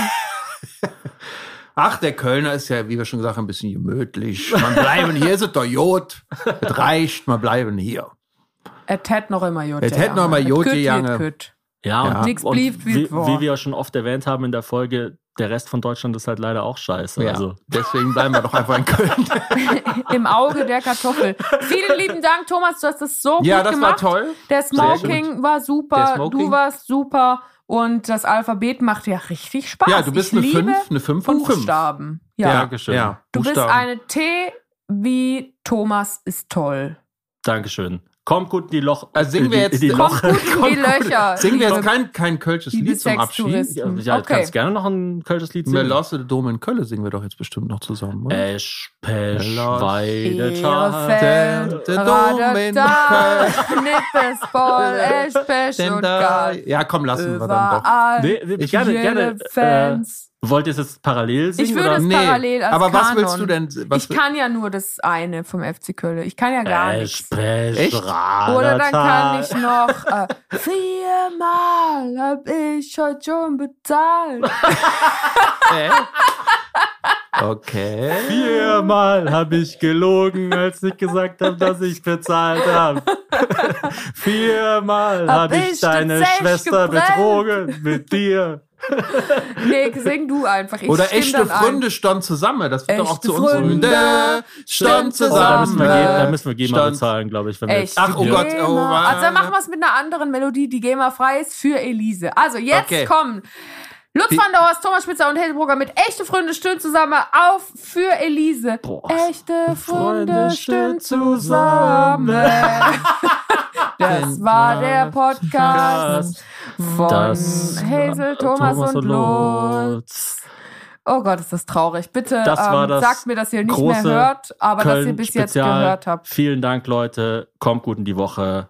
S4: Ach, der Kölner ist ja, wie wir schon gesagt haben, ein bisschen gemütlich. Man bleiben hier, ist es doch Jod. Es reicht, man bleiben hier.
S3: er tät noch immer Jod.
S4: Er tät noch immer Jod, die Jange.
S7: Ja,
S4: Ja.
S7: und,
S3: Nix
S7: und
S3: blieb, wie
S7: wie,
S3: es war.
S7: wie wir schon oft erwähnt haben in der Folge, der Rest von Deutschland ist halt leider auch scheiße.
S4: Ja,
S7: Also,
S4: Deswegen bleiben wir doch einfach in Köln.
S3: Im Auge der Kartoffel. Vielen lieben Dank, Thomas, du hast das so
S4: ja,
S3: gut
S4: das war
S3: gemacht.
S4: toll.
S3: Der
S4: Sehr
S3: Smoking war
S4: Der
S3: super,
S4: Smoking.
S3: du warst super und das Alphabet macht ja richtig Spaß.
S4: Ja, du bist
S3: ich
S4: eine
S3: liebe
S4: 5, eine 5 von 5.
S3: Buchstaben. Ja.
S7: Dankeschön.
S4: Ja,
S3: du bist
S4: Buchstaben.
S3: eine T wie Thomas ist toll.
S7: Dankeschön. Kommt gut in die Loch.
S4: Also singen wir
S7: in die-
S4: jetzt-
S7: in die
S4: Kommt
S7: Loch.
S3: Kommt gut in die Löcher.
S4: Singen wir jetzt
S3: liebe
S4: kein, kein kölsches
S3: liebe
S4: Lied zum Abschied.
S3: Sextouristen.
S7: Ja, ja
S3: Hm, okay.
S7: kannst gerne noch ein kölsches Lied singen.
S4: Melosse Dom in Köln singen wir doch jetzt bestimmt noch zusammen, oder?
S7: Esch, Pesch,
S4: Melos-
S7: Weide,
S3: Ehrenfeld,
S4: Der Dom in
S3: Radada,
S4: Köln.
S3: Nippes, Ball, Esch, Pesch
S4: Denn
S3: und
S4: da,
S3: Gal.
S4: ja, komm, lassen wir dann doch.
S3: Überall.
S7: Nee, nee,
S4: Ich
S7: gerne,
S3: jede
S7: gerne.
S3: Fans.
S7: Äh, wollt ihr es jetzt parallel singen?
S3: Ich würde
S7: oder?
S3: es parallel als
S4: aber was
S3: Kanon.
S4: willst du denn? Was
S3: ich kann ja nur das eine vom FC Köln. Ich kann ja gar
S7: Esch,
S3: nichts.
S7: Pesch,
S4: Echt?
S7: Radata.
S3: Oder dann kann ich noch äh, viermal hab ich heute schon bezahlt.
S4: Äh? Okay.
S7: Viermal habe ich gelogen, als ich gesagt habe, dass ich bezahlt habe. Viermal
S3: Hab
S7: habe
S3: ich
S7: ich deine
S3: tatsächlich
S7: Schwester
S3: gebrannt.
S7: betrogen mit dir.
S3: Nee, sing du einfach. Ich
S4: Oder
S3: stimme
S4: echte
S3: dann ein.
S4: Freunde stand zusammen. Das wird doch auch
S3: Echte
S4: zu uns.
S3: Freunde stand
S7: Oh, da müssen wir,
S3: Zusammen.
S7: Ge- da müssen wir GEMA
S4: Stand-
S7: bezahlen, glaube ich. Wenn wir
S3: Echt.
S7: jetzt,
S4: Ach, oh
S3: die
S4: Gott,
S3: GEMA.
S4: oh Mann.
S3: also dann machen wir es mit einer anderen Melodie, die GEMA frei ist für Elise. Also jetzt
S4: Okay.
S3: kommen Lutz van der Horst, Thomas Spitzer und Hildebrugger mit echte Freunde stehen zusammen auf für Elise. Echte Freunde
S7: Freunde
S3: stehen
S7: stehen
S3: zusammen.
S4: Genau.
S3: das war der Podcast von
S7: das-
S3: Hazel, Thomas, und Lutz. Oh Gott, ist das traurig. Bitte
S7: Das war
S3: ähm,
S7: das
S3: sagt mir, dass ihr nicht mehr
S7: große
S3: hört, aber dass ihr
S7: Köln
S3: bis
S7: Spezial.
S3: jetzt gehört habt.
S7: Vielen Dank, Leute. Kommt gut in die Woche.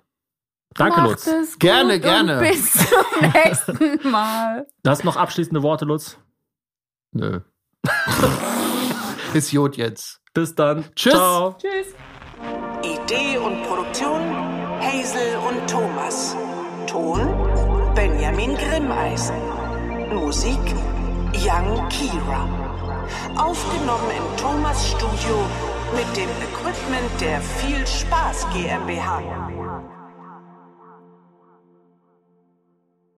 S7: Danke,
S3: Macht
S7: Lutz.
S3: Es gut
S4: Gerne,
S3: und
S4: gerne.
S3: Bis zum nächsten Mal.
S7: Das noch abschließende Worte, Lutz.
S4: Nö. Ist Jod jetzt.
S7: Bis dann.
S4: Tschüss.
S7: Ciao.
S3: Tschüss.
S6: Idee und Produktion Hazel und Thomas. Ton Benjamin Grimmeisen. Musik Young Kira. Aufgenommen im Thomas Studio mit dem Equipment der Viel Spaß GmbH.